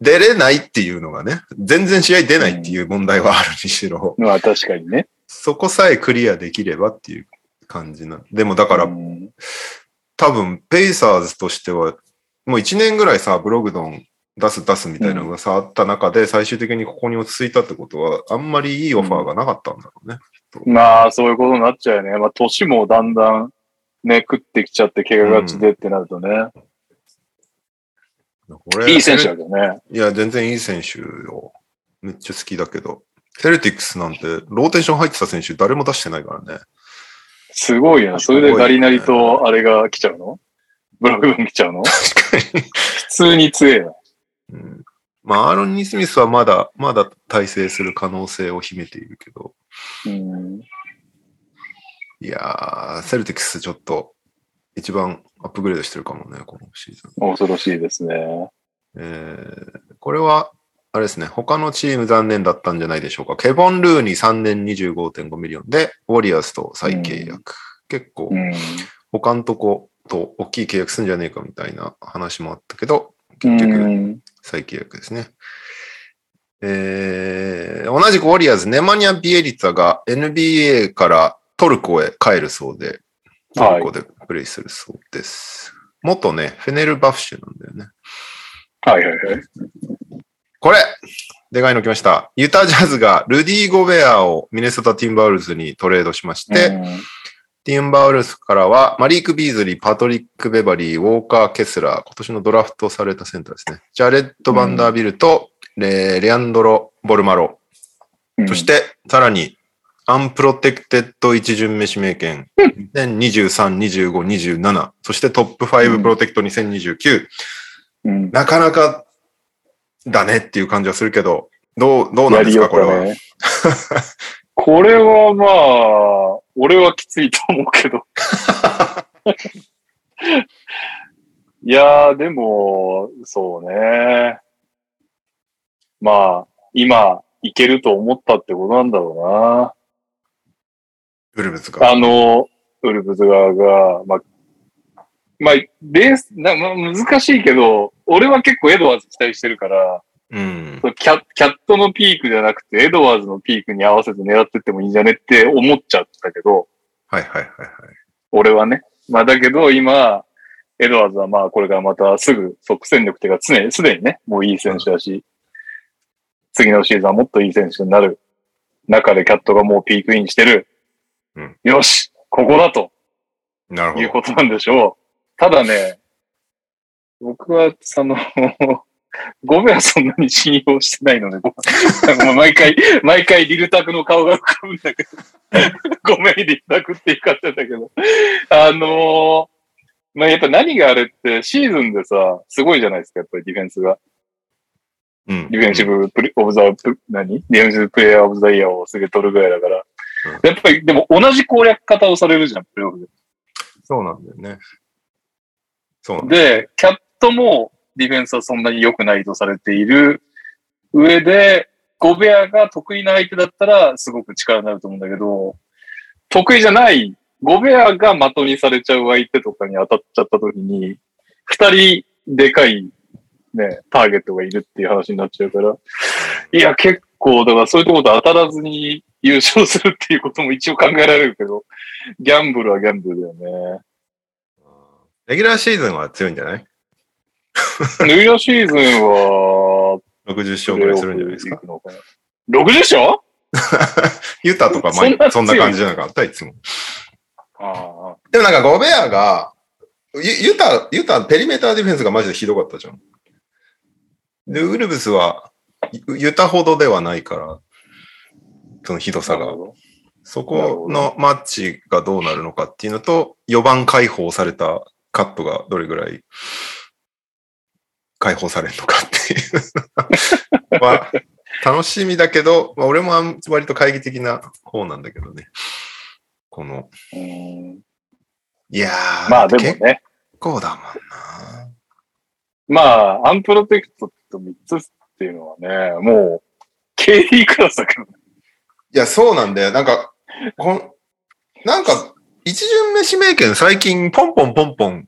出れないっていうのがね、全然試合出ないっていう問題はあるにしろ、うん。まあ確かにね。そこさえクリアできればっていう感じな。でもだかうら、ん多分、ペイサーズとしては、もう1年ぐらいさ、ブログドン出す出すみたいな噂あった中で、最終的にここに落ち着いたってことは、あんまりいいオファーがなかったんだろうね。まあそういうことになっちゃうよね。まあ年もだんだんね、食ってきちゃって怪我がちでってなるとね。これいい選手だけどね。いや、全然いい選手よ。めっちゃ好きだけど。セルティックスなんて、ローテーション入ってた選手誰も出してないからね。すごいよな。それでガリナリとあれが来ちゃうのブラグドン来ちゃうの普確かに。通に強えな。うん、まあ、アーロン・ニースミスはまだ、まだ体制する可能性を秘めているけど。うんいやー、セルティックスちょっと、一番アップグレードしてるかもね、このシーズン。恐ろしいですね。えーこれは、あれですね、他のチーム残念だったんじゃないでしょうか。ケボン・ルーに3年25.5ミリオンで、ウォリアーズと再契約。結構、うん。他のとこと大きい契約するんじゃねえかみたいな話もあったけど、結局再契約ですね。えー同じくウォリアーズ、ネマニア・ビエリツァが NBA からトルコへ帰るそうで、トはルいコ。でプレイするそうです。元ね、フェネルバフシュなんだよね。はいはいはい。これでかいの来ました。ユタジャズがルディ・ゴベアをミネソタ・ティンバウルズにトレードしまして、ティンバウルスからは、マリーク・ビーズリー、パトリック・ベバリー、ウォーカー・ケスラー、今年のドラフトされたセンターですね。ジャレット・バンダービルと、レレアンドロ・ボルマロ。うん、そして、さらに、アンプロテクテッド一巡目指名権、2023、25、27、そしてトップう5んプロテクト2029、うん、なかなかだねっていう感じはするけど、どう、どうなんですか、これは。ね。 これはまあ、俺はきついと思うけど。 いやー、でも、そうね。まあ、今、いけると思ったってことなんだろウルブズうな。が。あの、ウルブズ側が、まあ、まあ、レース、なまあ難しいけど、俺は結構エドワーズ期待してるから、うん。そうキャキャットのピークじゃなくて、エドワーズのピークに合わせて狙ってってもいいんじゃねって思っちゃったけど、はいはいはいはい。俺はね。まあだけど今、エドワーズはまあこれからまたすぐ即戦力っていうか常に、すでにね、もういい選手だし、次のシーズンはもっといい選手になる中でキャットがもうピークインしてる。うんよしここだとなるほいうど。ことなんでしょう。ただね、僕は、その、 ゴベはそんなに信用してないので、ごめんなんかもう毎回、毎回リルタクの顔が浮かぶんだけ ど、ごめん、リルタクって言い方だけど、あのーまあ、やっぱ何があれって、シーズンでさ、すごいじゃないですか、やっぱりディフェンスが。うんディフェンシブプレオブザプ、何ディフェンシブプレイヤーオブザイヤーをすげえ取るぐらいだからうん。やっぱり、でも同じ攻略方をされるじゃん、プレイオフで。そうなんだよね。そうなんだよで、キャットもディフェンスはそんなに良くないとされている上で、ゴベアが得意な相手だったらすごく力になると思うんだけど、得意じゃない、ゴベアが的にされちゃう相手とかに当たっちゃった時に、二人でかいね、ターゲットがいるっていう話になっちゃうから、いや、結構、だからそういうところで当たらずに優勝するっていうことも一応考えられるけど、ギャンブルはギャンブルだよね。レギュラーシーズンは強いんじゃないニューヨーシーズンは、 ?60 勝ぐらいするんじゃないですか。プレーオフ行くのかな60勝ユタとかそんな強前、いそんな感じじゃなかった、いつも。あでもなんかゴベアが、ユユタ、ユタ、ペリメーターディフェンスがマジでひどかったじゃん。で、ウルブスは、ユユタほどではないから、そのひどあ、なさるがほ。ど。そこのマッチがどうなるのかっていうのと、4番解放されたカットがどれぐらい解放されるのかって いうのは、楽しみだけど、まあ、俺もあん割と懐疑的な方なんだけどね。この、うんいやー、まあでも結ね、構だもんな。まあ、アンプロテクトと3つっていうのはね、もう、KD クラスだからね。いや、そうなんだよ。なんか、こん、なんか、一巡目指名権最近ポンポンポンポン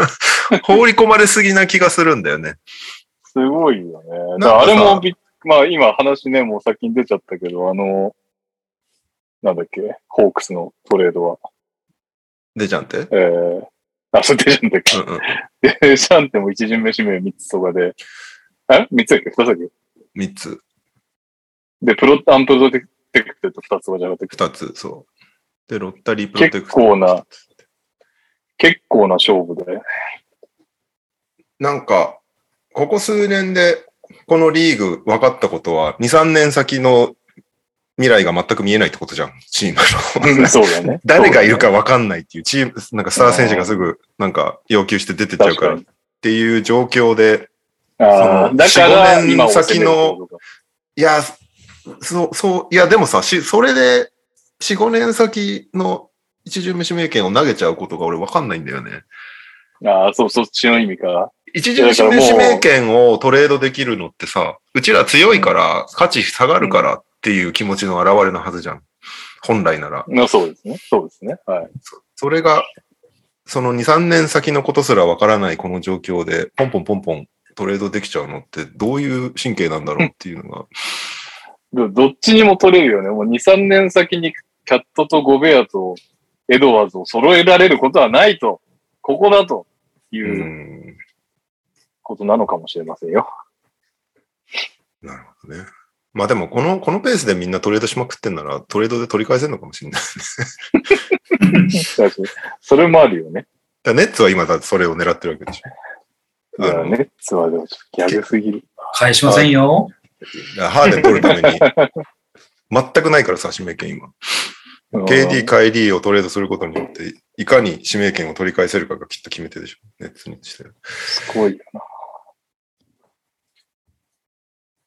放り込まれすぎな気がするんだよね。すごいよね。んだかさからあれもびっ、まあ今話ね、もう先に出ちゃったけど、あの、なんだっけ、ホークスのトレードは。でちゃんって。えー、あ、それデジャンテうか。んうん。デジャンテも一巡目指名3つとかで、え ?3 つだっけ ?2 つだっけ三つ、で、プロ、アンプロテクトと2つとかじゃなくて、二つ、そう。で、ロッタリープロテ結クト。構な、結構な勝負 で。なんか、ここ数年で、このリーグ分かったことは、2、3年先の未来が全く見えないってことじゃん、チームの。そうだね。 誰がいるか分かんないっていう、チーム、なんかスター選手がすぐ、なんか要求して出てっちゃうからっ確ていう状況で、あそーのだから、 4-5今年先のを攻めるってことかいや、そう、そう、いや、でもさ、し、それで、4、5年先の一巡目指名権を投げちゃうことが俺分かんないんだよね。ああ、そう、そっちの意味か。一巡目指名権をトレードできるのってさ、うちら強いから、価値下がるからっていう気持ちの表れのはずじゃん。本来なら。なそうですね。そうですね。はい。それが、その2、3年先のことすらわからないこの状況で、ポンポンポンポントレードできちゃうのって、どういう神経なんだろうっていうのが。。どどっちにも取れるよね。もう2、3年先にキャットとゴベアとエドワーズを揃えられることはないと、ここだといううんことなのかもしれませんよ。なるほどね。まあでも、この、このペースでみんなトレードしまくってんなら、トレードで取り返せるのかもしれない。だしそれもあるよね。だからネッツは今だってそれを狙ってるわけで しょ。だからネッツはでもちょっとギャグすぎる。返しませんよ。だからハーデン取るために、全くないからさ、指名権今。KD、カイリーをトレードすることによって、いかに指名権を取り返せるかがきっと決め手でしょ。ネッツにして。すごいよな。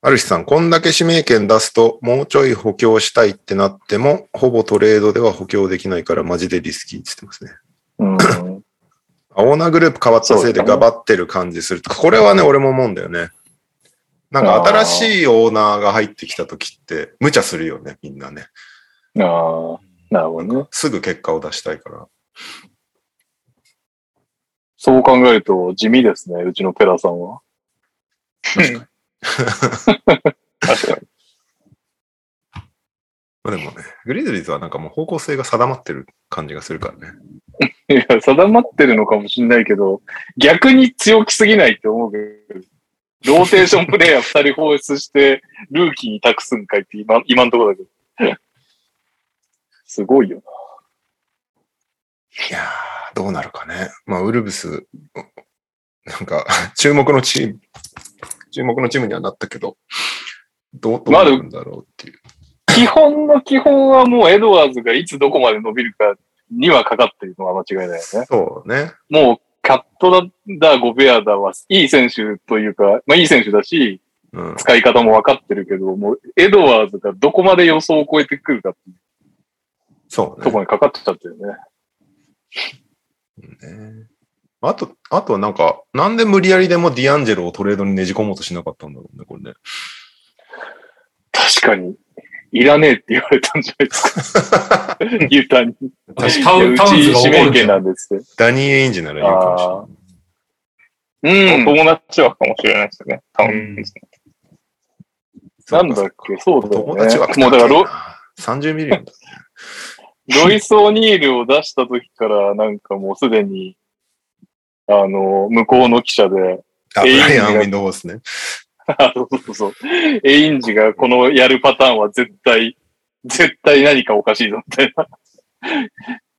ある日さん、こんだけ指名権出すと、もうちょい補強したいってなっても、ほぼトレードでは補強できないから、マジでリスキーって言ってますね。うん。あオーナーグループ変わったせいでがばってる感じする。これはね、俺も思うんだよね。なんか新しいオーナーが入ってきた時って、無茶するよね、みんなね。ああ、なるほどね。すぐ結果を出したいから。そう考えると地味ですね、うちのペラさんは。 確かに。まあでもね、グリズリーズはなんかもう方向性が定まってる感じがするからね。いや、定まってるのかもしれないけど、逆に強気すぎないって思うけど、ローテーションプレイヤー2人放出して、ルーキーに託すんかいって今、今のところだけど。 すごいよいやー、どうなるかね。まあ、ウルブス、なんか、 注目のチーム、注目のチームにはなったけど、どう、どうなるんだろうっていう。な。基本の基本はもうエドワーズがいつどこまで伸びるかにはかかってるのは間違いないよね。そうね。もう、カットだ、ゴベアだは、いい選手というか、まあいい選手だし、うん。使い方もわかってるけど、もう、エドワーズがどこまで予想を超えてくるかっていうそうねとこ。ろにかかっちゃってるね。ねあと、あとはなんか、なんで無理やりでもディアンジェロをトレードにねじ込もうとしなかったんだろうね、これね。確かに、いらねえって言われたんじゃないです か。ユータに。私タウンいやタウンズうがち怒指る名んじ権ゃんなんですって。ダニー・エインジなら言うかもしれない。うん。友達はかもしれないですね。多分ですね。なんだっけ、そうだよね。友達はもうだからロ、 30ミリオンだ。ロイス・オニールを出した時から、なんかもうすでに、あの、向こうの記者で、あ、ブエインジがライアン・ウィンドウォースね。あそうそうそう。エインジがこのやるパターンは絶対、絶対何かおかしいぞ、みたいな。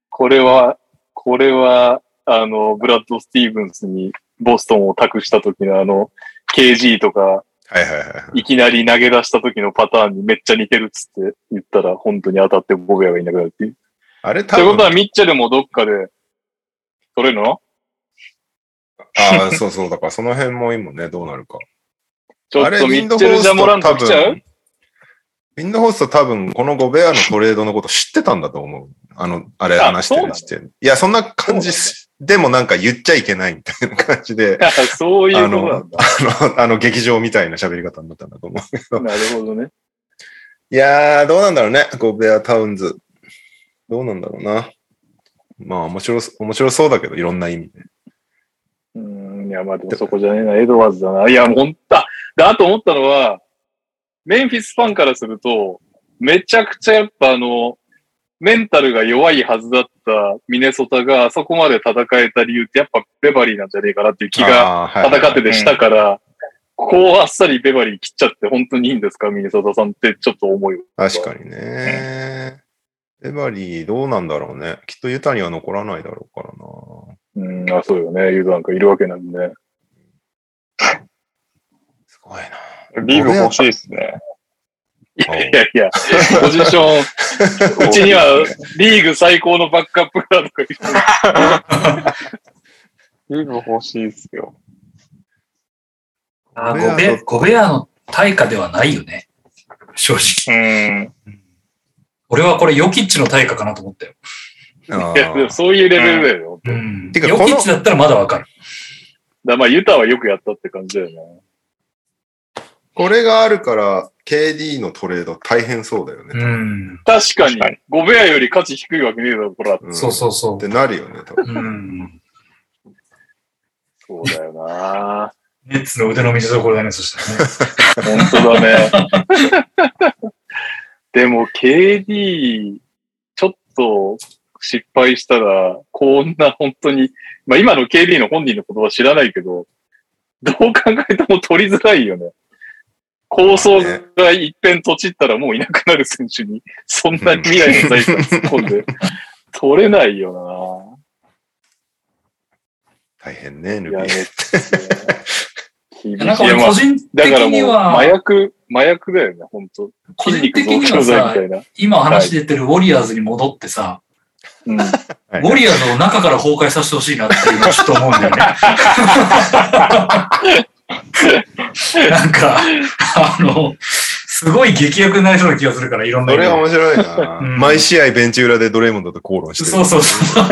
これは、これは、あの、ブラッド・スティーブンスにボストンを託した時のあの、KG とか、はいはいはい。いきなり投げ出した時のパターンにめっちゃ似てるっつって言ったら、本当に当たって僕らがいなくなるっていう。あれ多ということ分、は、ミッチェルもどっかで、取れるのああ、そうそう、だからその辺も今ね、どうなるか。ちょあっれとミッチェル・ジャモラント来ちゃう、ウィンドホースト多分、このゴベアのトレードのこと知ってたんだと思う。あの、あれあ話してそるうなの時点で。いや、そんな感じし、でもなんか言っちゃいけないみたいな感じ で、そういうことなんだ。あの、あの劇場みたいな喋り方になったんだと思う。なるほどね。いやー、どうなんだろうね、ゴベア・タウンズ。どうなんだろうな。まあ、面白そ、面白そうだけど、いろんな意味で。うーん、いや、まあでもそこじゃねえな、エドワーズだな。いや、もうほんと、あだと思ったのは、メンフィスファンからすると、めちゃくちゃやっぱあの、メンタルが弱いはずだったミネソタがあそこまで戦えた理由ってやっぱベバリーなんじゃねえかなっていう気がが戦っててしたから、こうあっさりベバリー切っちゃって本当にいいんですかミネソタさんってちょっと思いを。確かにね。エバリーどうなんだろうね。きっとユタには残らないだろうからな。うん、あ、そうよね。ユーザーなんかいるわけなんでね。すごいな。リーグ欲しいですね。いやいやいや、ポジション、 うちにはリーグ最高のバックアップカードがいる。リーグ欲しいですよ。あーゴベ、ゴベアの対価ではないよね。正直。うん。俺はこれ、ヨキッチの対価かなと思ったよ。あいや、でもーそういうレベルだよ。うだかん。てかヨこのキッチだったらまだわかる。らまあ、ユタはよくやったって感じだよね。これがあるから、KD のトレード大変そうだよね。うん。確かに確かに、ゴベアより価値低いわけねえだろ、こら。うんそうそうっそてなるよね、多分。う。うん。そうだよなネッツの腕の見せ所だね、そしたらね。本当だね。でも、KD、ちょっと失敗したら、こんな本当に、まあ今の KD の本人の言葉知らないけど、どう考えても取りづらいよね。構想が一遍とちったらもういなくなる選手に、そんなに未来の財産突っ込んで、取れないよな大変ね、いや、め NBA っ。ちゃ。なんかいや俺まあ個人的だからもにう、は麻、薬、麻薬だよね、本当個筋人肉的増に強剤はみさた、いな。今話出てるウォリアーズに戻ってさ、うん。はいウォリアーズを中から崩壊させてほしいなっていうのはちょっと思うんだよね。 なんか、あの、すごい激悪になりそうな気がするから、いろんなそ意味れでは面白いな。 うん毎試合ベンチ裏でドレイモンドと口論してる。そうそうそう。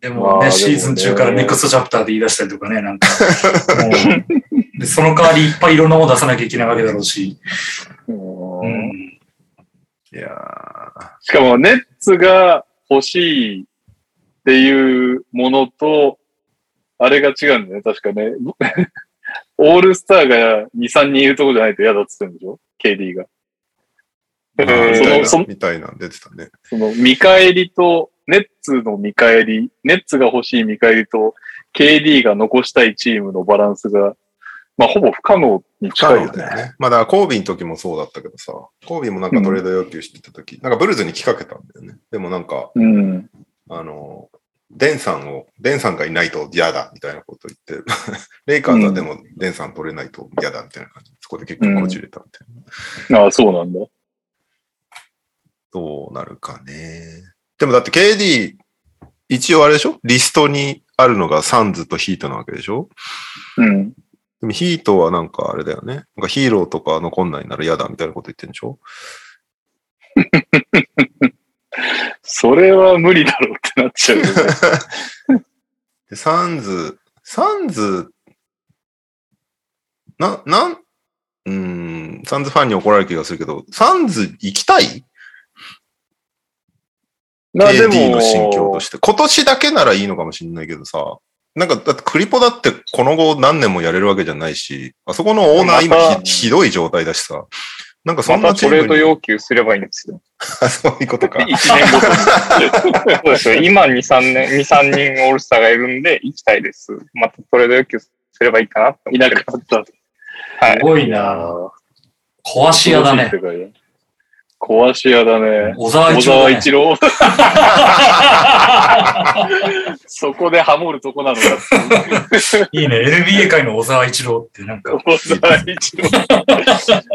でまあもでもね、ねシーズン中からネクストチャプターで言い出したりとかね、なんか、もう、でその代わりいっぱいいろんなもの出さなきゃいけないわけだろうし、ううんん、いやしかも、ネッツが欲しいっていうものと、あれが違うんだよね、確かね。 オールスターが2、3人いるとこじゃないと嫌だって言ってるんでしょ ?KD が。ーうんみたいなそのそのみたいなの出てたね。その見返りと、ネッツの見返り、ネッツが欲しい見返りと、KD が残したいチームのバランスが、まあ、ほぼ不可能に不可近い能よね。だよね。まあだからコービーの時もそうだったけどさ、コービーもなんかトレード要求してた時、なんかブルーズに来かけたんだよね。でもなんか、うん。あの、デンさんを、デンさんがいないと嫌だみたいなこと言って、 レイカーズはでもデンさん取れないと嫌だみたいな感じ。そこで結局こじれたみたいな。ああ、そうなんだ。どうなるかね。でもだって KD、一応あれでしょリストにあるのがサンズとヒートなわけでしょうん。でもヒートはなんかあれだよね。なんかヒーローとか残んないなら嫌だみたいなこと言ってんでしょそれは無理だろうってなっちゃうよ ね。で、サンズ、サンズ、な、なん、うーん、サンズファンに怒られる気がするけど、サンズ行きたいまあでも ?KD の心境として。今年だけならいいのかもしれないけどさ、なんか、だってクリポだってこの後何年もやれるわけじゃないし、あそこのオーナー今またひひどい状態だしさ、なんかそまんたなチトームレにード要求すればいいんですよ。 そういうことか。一年ごとに。そうですよ。今2、3年、2、3人オールスターがいるんで、行きたいです。またトレード要求すればいいかなって思いってなるくなった。はいす。ごいな壊し屋だ恐ろしいね。世界だ。壊し屋だね。小沢小一郎だ沢ね。一郎。そこでハモるとこなのかっていう。いいね。NBA 界の小沢一郎ってなんか、小沢一郎。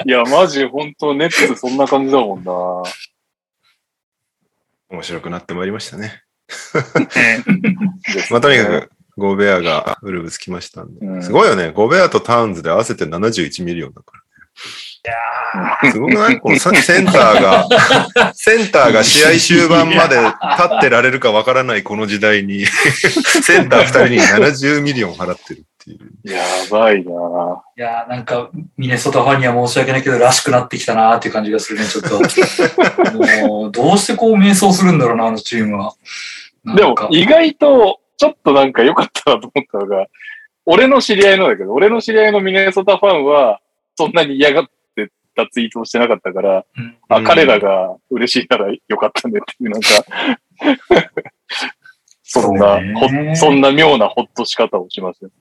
いや、マジ、本当ネッツそんな感じだもんな。面白くなってまいりましたね。です まあ、とにかく、ゴベアがウルブつきましたんで。うんすごいよね。ゴベアとターンズで合わせて71ミリオンだから、ね。すごくないこのさセンター が、センターが試合終盤まで立ってられるかわからないこの時代 に、センター2人に70ミリオン払ってるっていう。やばいな。いやーなんか、ミネソタファンには申し訳ないけど、らしくなってきたなーっていう感じがするね、ちょっと。もう、どうしてこう迷走するんだろうな、あのチームは。なんでもか、意外と、ちょっとなんか良かったなと思ったのが、俺の知り合いのだけど、俺の知り合いのミネソタファンは、そんなに嫌がってたツイートをしてなかったから、うんあ、彼らが嬉しいなら良かったねっていう、なんか、そんなそうほね、そんな妙なほっとし方をしますね。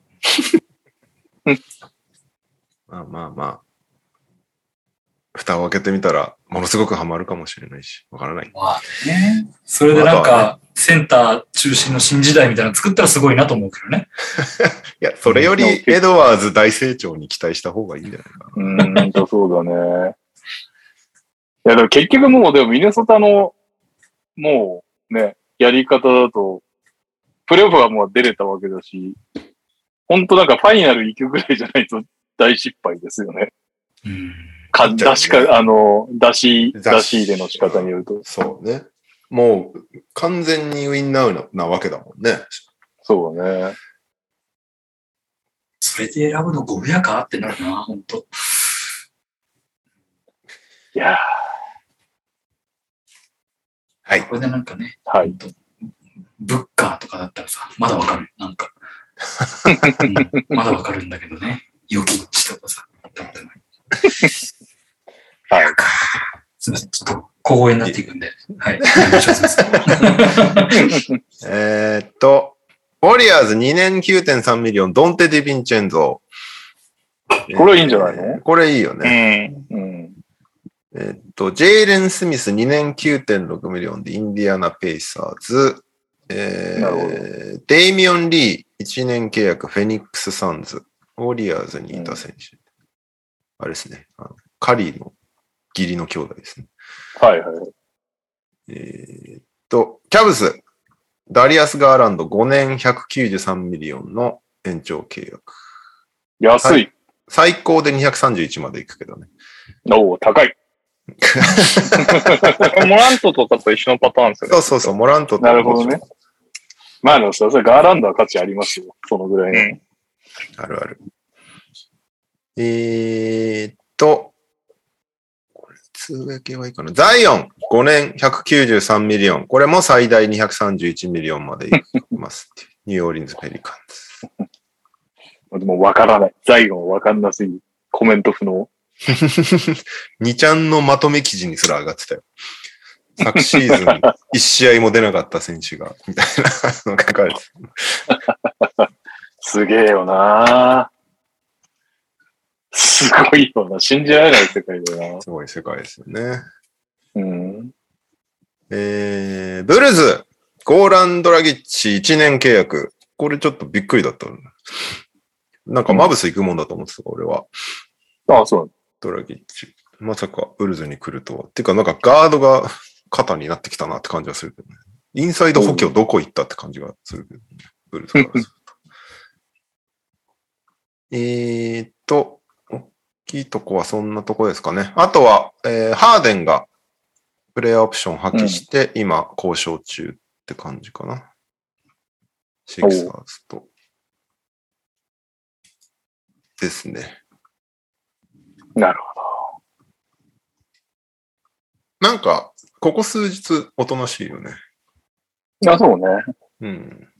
まあまあまあ。蓋を開けてみたら、ものすごくハマるかもしれないし、わからない。まあね。それでなんか、センター中心の新時代みたいなの作ったらすごいなと思うけどね。いや、それよりエドワーズ大成長に期待した方がいいんじゃないかな。うーん、本当そうだね。いや、でも結局もう、でもミネソタの、もうね、やり方だと、プレオフはもう出れたわけだし、本当なんかファイナル行くぐらいじゃないと大失敗ですよね。うん。か勝っちゃうよ出ねしか、あの、出し、出し出し入れの仕方によると。そうね。もう完全にウィンナウななわけだもんね。そうだね。それで選ぶの5部屋かってなるな、本当いやはい。これでなんかね、ーはい。ブッカーとかだったらさ、まだわかる。なんか。うんまだわかるんだけどね。ヨキッチとかさ。だったらはい。すみません。ちょっと、小声になっていくんで。 はい。お願いしますえーっと、ウォリアーズ2年9.3ミリオン、ドンテ・ディヴィンチェンゾ。これいいんじゃないのこれいいよね。うん。うん。えーっと、ジェイレン・スミス2年9.6ミリオンでインディアナ・ペイサーズ。えなるー、デイミオン・リー1年契約フェニックス・サンズ。ウォリアーズにいた選手。あれですね。あのカリーの義理の兄弟ですね。はいはい。えーっと、キャブス、ダリアス・ガーランド5年193ミリオンの延長契約。安い。最高で231までいくけどね。おお高 い。モラントとかと一緒のパターンですよね。そうそうそう、モラントとなるほどね。まあでもさ、それガーランドは価値ありますよ。そのぐらいの。うんあるある。えーっと、これ、通訳系はいいかな。ザイオン、5年193ミリオン。これも最大231ミリオンまでいきます っていう。ニューオーリンズ・ペリカンズ。でもわからない。ザイゴンわかんなすぎ。コメント不能。 2ちゃんのまとめ記事にすら上がってたよ。昨シーズン1試合も出なかった選手が、みたいなのが書かれてすげえよなすごいよな。信じられない世界だよなた。。すごい世界ですよね。うん。えー、ブルーズ、ゴーランドラギッチ1年契約。これちょっとびっくりだったな。なんかマブス行くもんだと思ってた、俺は。ああ、そう。ドラギッチ。まさかブルーズに来るとは。てか、なんかガードが肩になってきたなって感じがするけどね。インサイド補強どこ行ったって感じがするけどね。ブルーズからすると。えーっと、大きいとこはそんなとこですかね。あとは、えーハーデンがプレイヤーオプション破棄して、今交渉中って感じかな。シクサーズと。ですね。なるほなんか、ここ数日、おとなしいよね。ど。あそうね。うん。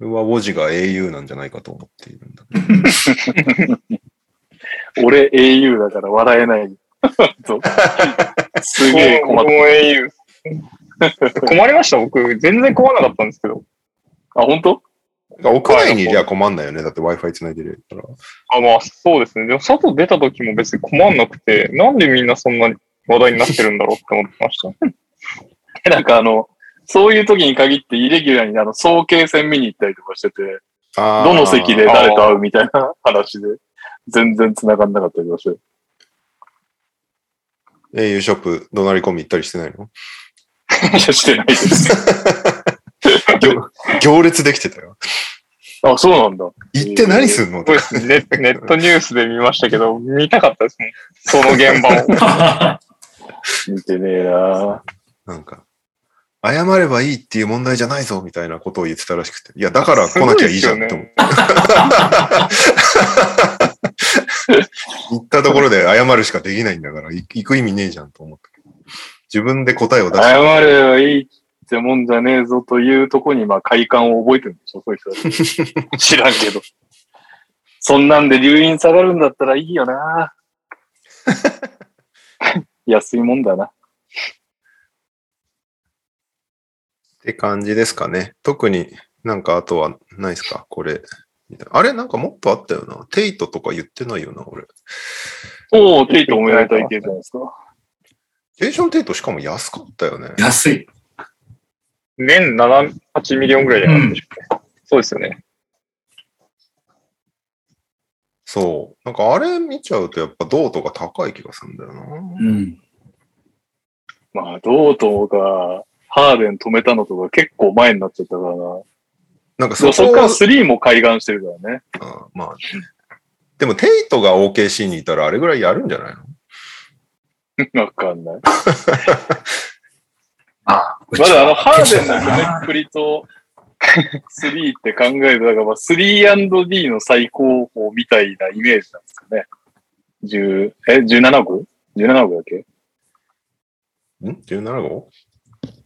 うわ、ウォジが au なんじゃないかと思っているんだ。俺 au だから笑えない。 そうすげえ困っ僕た。も au 困りました、僕。全然困らなかったんですけど。あ、本当？屋内にいりゃ困んないよね。だって Wi-Fi 繋いでるから。あ、まあ、そうですね。でも、外出た時も別に困んなくて、なんでみんなそんなに話題になってるんだろうって思ってました。なんかあの、そういう時に限ってイレギュラーにあの、総慶戦見に行ったりとかしてて、あーどの席で誰と会うみたいな 話で、全然繋がんなかったりとかして。 au ショップ、怒鳴り込み行ったりしてないのいやして ないです。行行列できてたよ。あ、そうなんだ。行って何すんのそうですね ネネットニュースで見ましたけど、見たかったですもん。その現場 を。見てねえななんか、謝ればいいっていう問題じゃないぞみたいなことを言ってたらしくて。いや、だから来なきゃいいじゃんって思って。行ったところで謝るしかできないんだから、い行く意味ねえじゃんと思ったけど。自分で答えを出して、謝ればいいってもんじゃねえぞというとこに、まあ、快感を覚えてるんでしょ、そういう人た ち知らんけど。そんなんで留飲下がるんだったらいいよ な安いもんだな。って感じですかね。特になんかあとはないですかこれ。みたいなあれなんかもっとあったよな。テイトとか言ってないよな、俺。おお、テイトおめでたい系じゃないですか。ジェイソン・テイトしかも安かったよね。安い。年7、8ミリオンぐらいじゃなかったでしょうかそうですよね。そう。なんかあれ見ちゃうとやっぱ銅とか高い気がするんだよな。うん。まあ、どうとか、ハーデン止めたのとか結構前になっちゃったからな。なんかそそここからは3も開眼してるからね。 あまあね。でも、テイトが OKC にいたらあれぐらいやるんじゃないのわかんない。あ、まだあの、ハーデンのな胸っぷりと、3って考えると、だからまあ 3&D の最高峰みたいなイメージなんですかね。10、え、17億 ?17 億だっけん ?17 号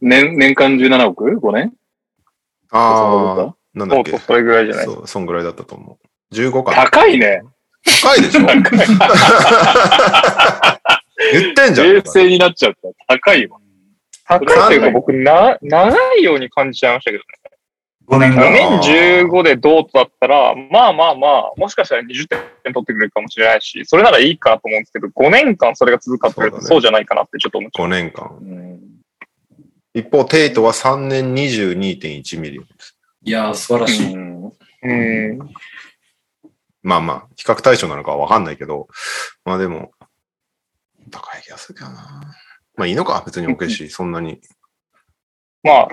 年、年間17億 ?5 年そんなあこあ、なんだっもうけとそれぐらいじゃないそう、そんぐらいだったと思う。15かな。高いね。高いでし ょ言高い。ってんじゃん。冷静になっちゃった。高いわ。高いというか僕な、長いように感じちゃいましたけど、 5年あが。ね、年15でどうだったら、まあまあまあ、もしかしたら20点取ってくれるかもしれないし、それならいいかと思うんですけど、5年間それが続かってくるそとうだねそうじゃないかなってちょっと思っちゃう。 5年間う。ん一方、テイトは3年22.1ミリ。いやー、素晴らしい。うんうん。まあまあ、比較対象なのかはわかんないけど、まあでも、高い気がするけどな。まあいいのか、別に OKC、そんなに。まあ、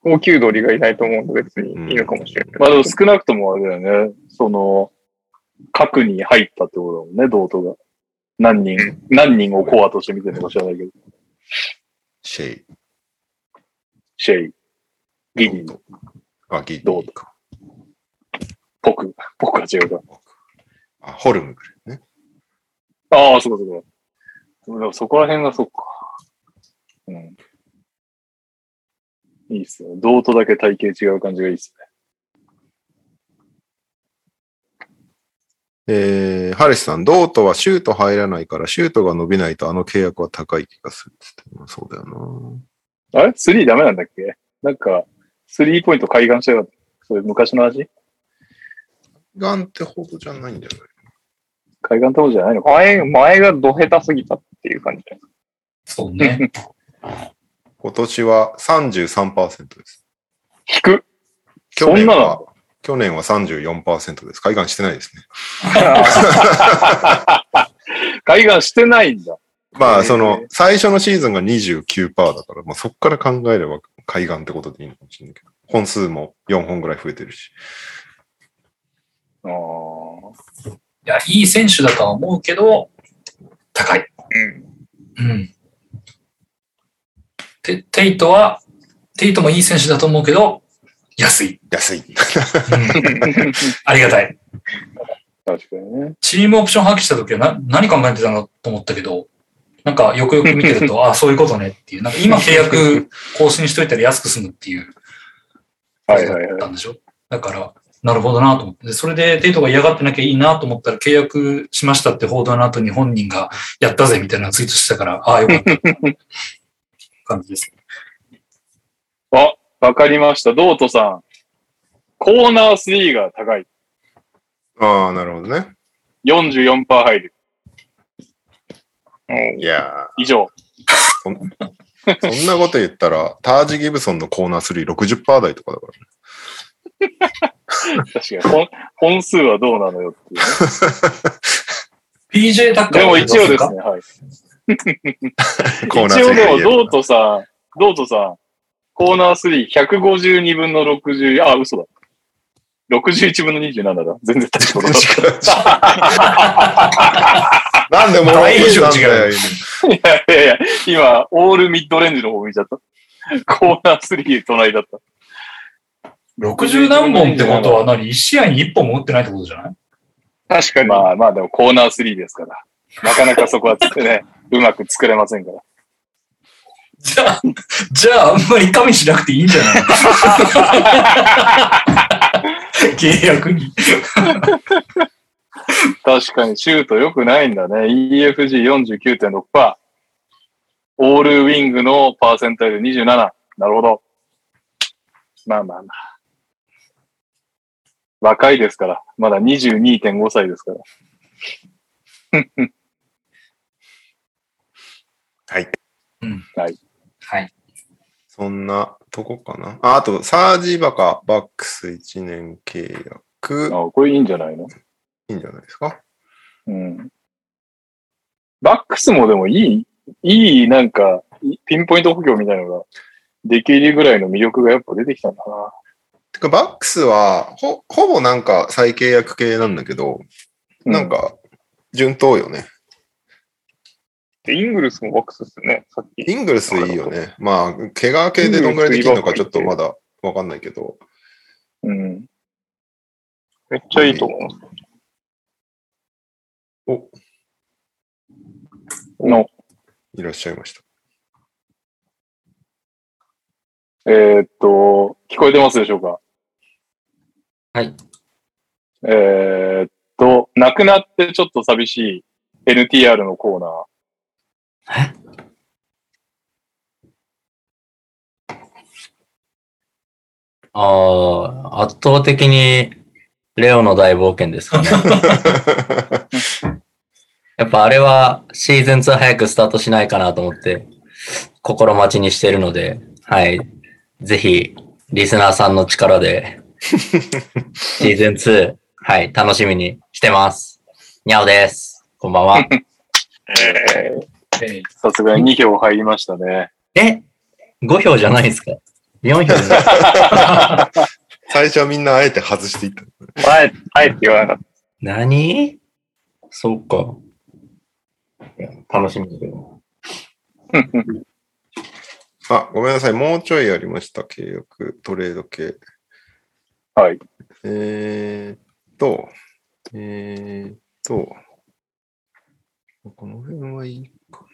高級鳥がいないと思うので別にいいのかもしれない。まあでも少なくともあれだよね。その、核に入ったってことだもんね、道東が。何人、何人をコアとして見てるのか知らないけど。シェイ、シェイ、ギリギド。あ、ギどドうか。ポク、ポクは違うか。あ、ホルムくらいね。ああ、そうかそうか。でもそこら辺がそっか。うん。いいっすね。道東だけ体型違う感じがいいっすえー、ハレスさん、ドートはシュート入らないから、シュートが伸びないとあの契約は高い気がするっつって。まあそうだよな。ね。あれスリーダメなんだっけなんか、スリーポイント開眼したよ。それ昔の味ガンってほどじゃないんじゃない開眼ってことじゃないのか。前、前がど下手すぎたっていう感じじゃないそうね。今年は33%です。引く。去年そんななは、去年は34%です。開眼してないですね。開眼してないんだ。まえあ、ーその、最初のシーズンが29%だから、まあそっから考えれば開眼ってことでいいのかもしれないけど。本数も4本ぐらい増えてるし。あーいや、いい選手だとは思うけど、高い。うん。うん。テテイトは、テイトもいい選手だと思うけど、安い。安い。 うんありがたい。確かにね。チームオプション破棄した時はな何考えてたのと思ったけど、なんかよくよく見てる と、あそういうことねっていう。なんか今契約更新しといたら安く済むっていうはいはいだっはたんでしょだから、なるほどなと思って。でそれでテイトが嫌がってなきゃいいなと思ったら契約しましたって報道の後に本人がやったぜみたいなツイートしてたから、ああ、よかった。 感じです。い。あ、わかりました。道トさん。コーナー3が高い。ああ、なるほどね。 44%入る。おういや以上。そんそんなこと言ったら、タージ・ギブソンのコーナー360%台とかだからね。確かに。本本数はどうなのよっていう、ね。 PJ だからでも一応ですね、はい。コーナー一応でも、 3ドートさん、ドートさん、コーナー3、152分の60、あ、嘘だ。61分の27だ。全然大丈夫だ。なんでもらえなんだよ。いやいやいや、今、オールミッドレンジの方見ちゃった。コーナー3隣だった。 60何本ってことは何 ?1 試合に1本も打ってないってことじゃない 確かに。まあまあでもコーナー3ですから。なかなかそこはつってね、うまく作れませんから。じゃあ、じゃああんまり加味しなくていいんじゃない 契約に。確かにシュート良くないんだね。EFG49.6%。オールウィングのパーセンタイル27。なるほど。まあまあまあ。若いですから。まだ22.5歳ですから。はい。はい。そんなとこかな。あ、あと、サージバカ、バックス1年契約、あこれいいんじゃないのいいんじゃないですか。うん。バックスもでもいい、いいなんか、いピンポイント補強みたいなのができるぐらいの魅力がやっぱ出てきたんだな。てか、バックスは、ほ、ほぼなんか再契約系なんだけど、うなん、か、順当よね。でイングルスもボックスですよね、さっき。イングルスいいよね。まあ、怪我系でどんぐらいできるのかちょっとまだわかんないけど。うん。めっちゃいいと思います。の、いらっしゃいました。えーっと、聞こえてますでしょうかはい。えーっと、亡くなってちょっと寂しい NTR のコーナー。ああ、圧倒的に、レオの大冒険です かね。やっぱあれはシーズン2早くスタートしないかなと思って、心待ちにしてるので、はい。ぜひ、リスナーさんの力 で、シーズン2、はい、楽しみにしてます。にゃおです。こんばん は。えーえさすがに2票入りましたね。え ?5 票じゃないですか ?4 票じゃない 最初はみんなあえて外していった。前、あえて言わなかっ何そうか。いや楽しみだけど。あ、ごめんなさい。もうちょいやりました。契約、トレード系。はい。えー、っと、えー、っと、この辺はいいかな。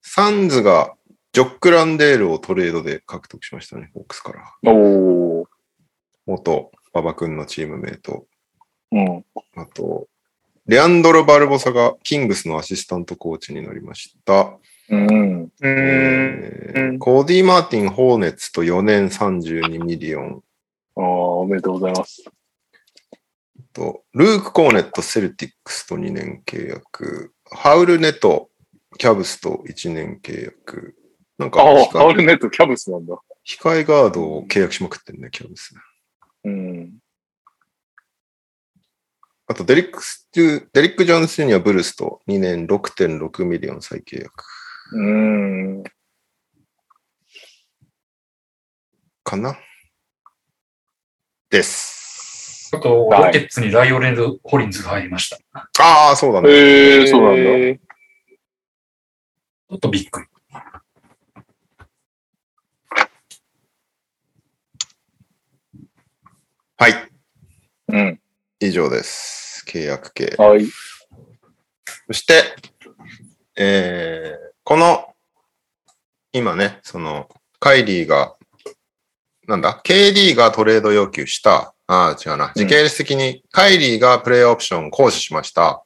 サンズがジョック・ランデールをトレードで獲得しましたね、ホークスから。おー。元馬場君のチームメイト。うん。あと、レアンドロ・バルボサがキングスのアシスタントコーチになりました。うん。た。うーん。えうーコーディ・マーティン・ホーネッツと4年32ミリオンあーおめでとうございます。と、ルーク・コーネット、セルティックスと2年契約、ハウル・ネト、キャブスと1年契約。なんあかあ、ハウ控え、ルネットキャブスなんだ。控えガードを契約しまくってんね、キャブス。うん。あとデリックス、デリック・ジョーンズ・ジュニア・ブルースと2年6.6ミリオン再契約うん。かなです。ーあと、はいロケッツにライオレンズ・ホリンズが入りました。ちああ、そうだね。ええそうなんだ。えょっとびっくり。はい。うん。以上です。契約系。はい。そして、えーこの、今ね、その、カイリーが、なんだ、KD がトレード要求した、ああ、違うな、時系列的に、カイリーがプレイオプション行使しました。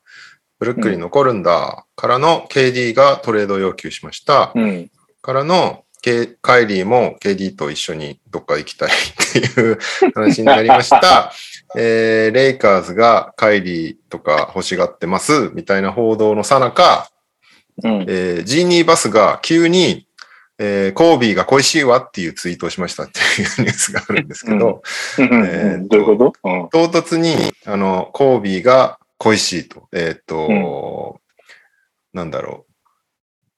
ブルックリン残るんだ、からの KD がトレード要求しました、うん。からの、K- カイリーも KD と一緒にどっか行きたいっていう話になりま した。えーレイカーズがカイリーとか欲しがってますみたいな報道のさなか、うん。えージーニーバスが急に、えーコービーが恋しいわっていうツイートをしましたっていうニュースがあるんですけど、えーどういうことうん。唐突に、あの、コービーが恋しいと。えーっと、なんだろう。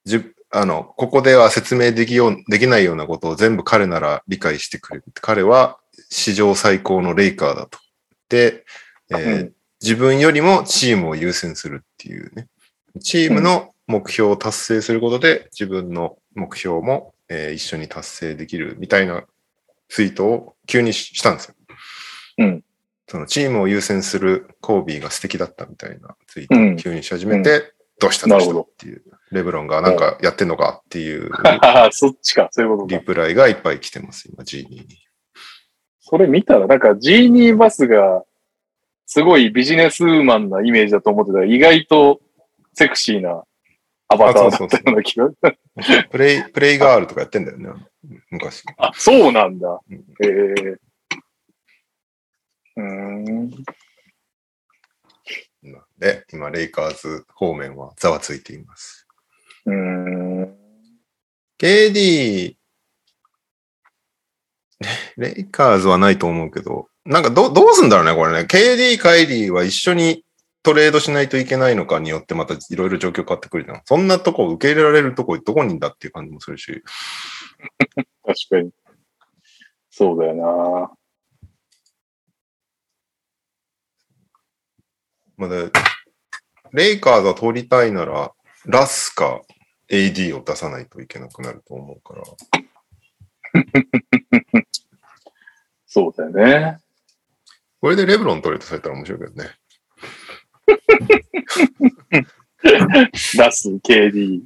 じゅあの、ここでは説明できよう、できないようなことを全部彼なら理解してくれる。彼は史上最高のレイカーだと。で、えーうん自分よりもチームを優先するっていうね。チームの目標を達成することで、自分の目標も、えー一緒に達成できるみたいなツイートを急にししたんですよ。うんそのチームを優先するコービーが素敵だったみたいなツイートうんを急にし始めて、どうしたどうしなるほたどっていう、レブロンがなんかやってんのかっていうああ、そっちか。そういうことリか。プライがいっぱい来てます、今、G2 に。それ見たら、なんか、ジーニーバスが、すごいビジネスウーマンなイメージだと思ってたら、意外とセクシーなアバターだったような気が。プレイ、プレイガールとかやってんだよね、昔。あ、そうなんだうん。へえうーん。なんで、今、レイカーズ方面はざわついています。うーん。 KD、レ イカーズはないと思うけど、なんかどどうすんだろうね、これね。KD、カイリーは一緒にトレードしないといけないのかによってまたいろいろ状況変わってくるじゃん。そんなとこ受け入れられるとこどこにいんだっていう感じもするし。確かに。そうだよまあでレイカーズは取りたいなら、ラスか AD を出さないといけなくなると思うから。な。そうだよね。これでレブロントレードされたら面白いけどね。ラス、KD。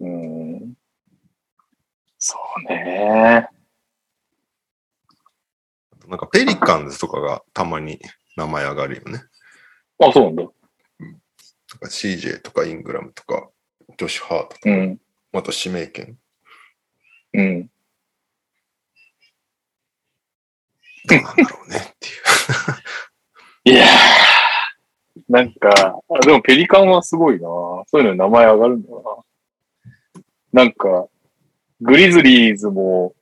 うーん。そうね。なんかペリカンズとかがたまに名前上がるよね。あ、そうなんだ。とか CJ とかイングラムとか、ジョシュ・ハートとかうん。あと指名権。うん。どうなんだろうねっていう。いやー。なんか、あでもペリカンはすごいな。そういうのに名前上がるんだな。なんか、グリズリーズも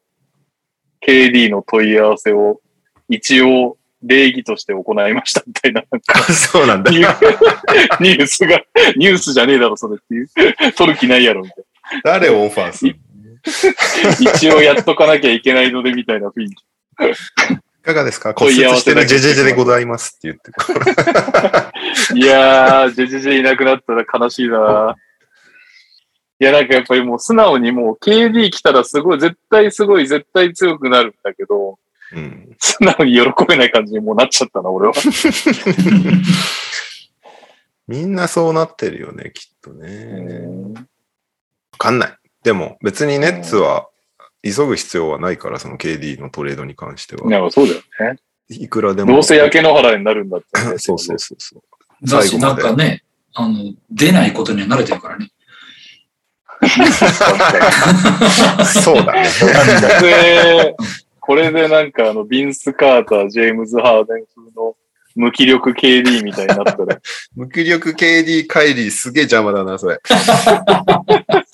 KD の問い合わせを一応礼儀として行いましたみたいな。 そうなんだニューニュースが、ニュースじゃねえだろ、それっていう。取る気ないやろ、みたい誰をオファーするな。一応やっとかなきゃいけないので、みたいな雰囲気。いかがですか骨問い合折わしせてだるけジェジェジェでございますって言って。いやー、ジェジェジェいなくなったら悲しいな。いや、なんかやっぱりもう素直にもう KD 来たらすごい、絶対すごい、絶対強くなるんだけど、うん。素直に喜べない感じにもうなっちゃったな、俺は。みんなそうなってるよね、きっとね。わかんない。でも別にネッツは急ぐ必要はないから、その KD のトレードに関しては。なんかそうだよね。いくらでも。どうせ焼け野原になるんだったらね、そうそうそうそう。だし、最後なまんでかね、あの、出ないことには慣れてるからね。確かにそうだね。で、これでなんかあの、ビンス・カーター、ジェームズ・ハーデン風の無気力 KD みたいになったら、無気力 KD カイリーすげえ邪魔だな、そ れ。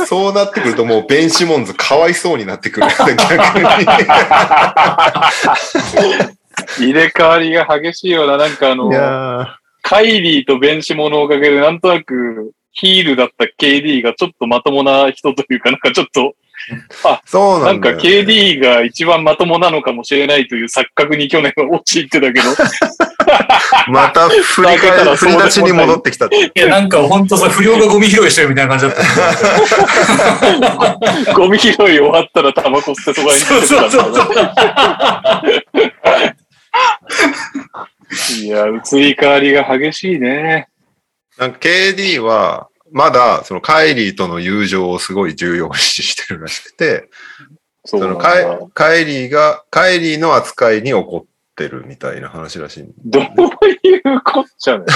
そうなってくるともうベンシモンズかわいそうにな ってくる。逆に。入れ替わりが激しいような、なんかあのい、やーカイリーとベンシモのおかげでなんとなくヒールだった KD がちょっとまともな人というか、なんかちょっと、そうななんんだよ、かね。 KD が一番まともなのかもしれないという錯覚に去年は陥ってたけど、また振りだ返から振り出しにそうでもない戻ってきた って。いや、なんか本当さ、不良がゴミ拾いしてるみたいな感じだった。 ゴミ拾い終わったらタバコ捨てそばにそう行そうってたそんうだそう。いや、移り変わりが激しいね。なんか KD は、まだ、そのカイリーとの友情をすごい重要視してるらしくて、そそうなんのだカイカイリーが、カイリーの扱いに怒ってるみたいな話らしい。どういうこっちゃね。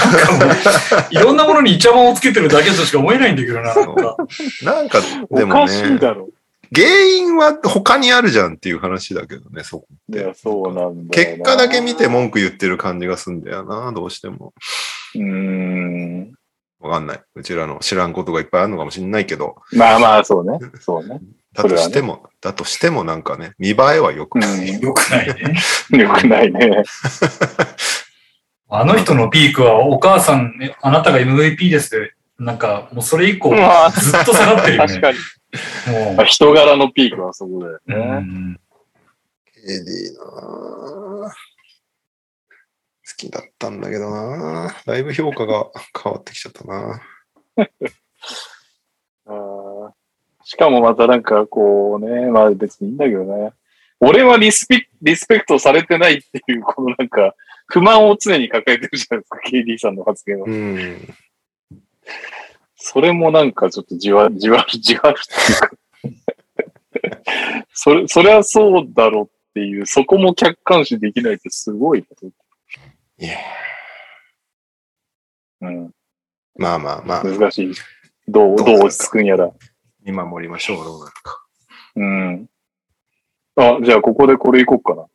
いろんなものにイチャモンをつけてるだけとしか思えないんだけどな。なんかなんか、でおもかしいね、だろ。原因は他にあるじゃんっていう話だけどね、そこっいてや、。そうなんだよな。結果だけ見て文句言ってる感じがすんだよな、どうしても。うーん。わかんない。うちらの知らんことがいっぱいあるのかもしれないけど、まあまあ、そうね。そうね。だとしても、だとしてもなんかね、見栄えは良くない。うよくないね。ん。よくないね。あの人のピークは、お母さん、えあなたが MVP ですよなんか、もうそれ以降、ずまあ、っと下がってるよ確ね。かに。も人柄のピークはそこだよう、うね。AD ん、なぁ好きだったんだけどなぁだいぶ評価が変わってきちゃったなぁあーしかもまたなんかこうね、まあ別にいいんだけどね。俺はリスピリスペクトされてないっていう、このなんか、不満を常に抱えてるじゃないですか、KD さんの発言は。うん。それもなんかちょっとじわ、じわ、じわっていうか。それ、そりゃそうだろっていう、そこも客観視できないってすごいこと。いやうん、まあまあまあ、難しい。どう、どうどう落ち着くんやら。見守りましょう、どうなるか。うん。あ、じゃあここでこれいこうかな。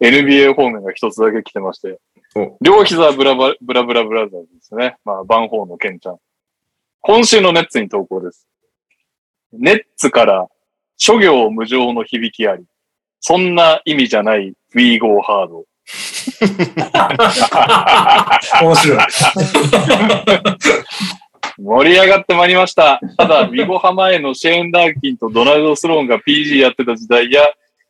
NBA 方面が一つだけ来てましてお。両膝ブラブラブラブラブラザーズですね。まあ、バンホーのケンちゃん。今週のネッツに投稿です。ネッツから、諸行無常の響きあり。そんな意味じゃない、We Go Hard。面白い。盛り上がってまいりました。ただ、ビゴハマへのシェーン・ダーキンとドナルド・スローンが PG やってた時代や、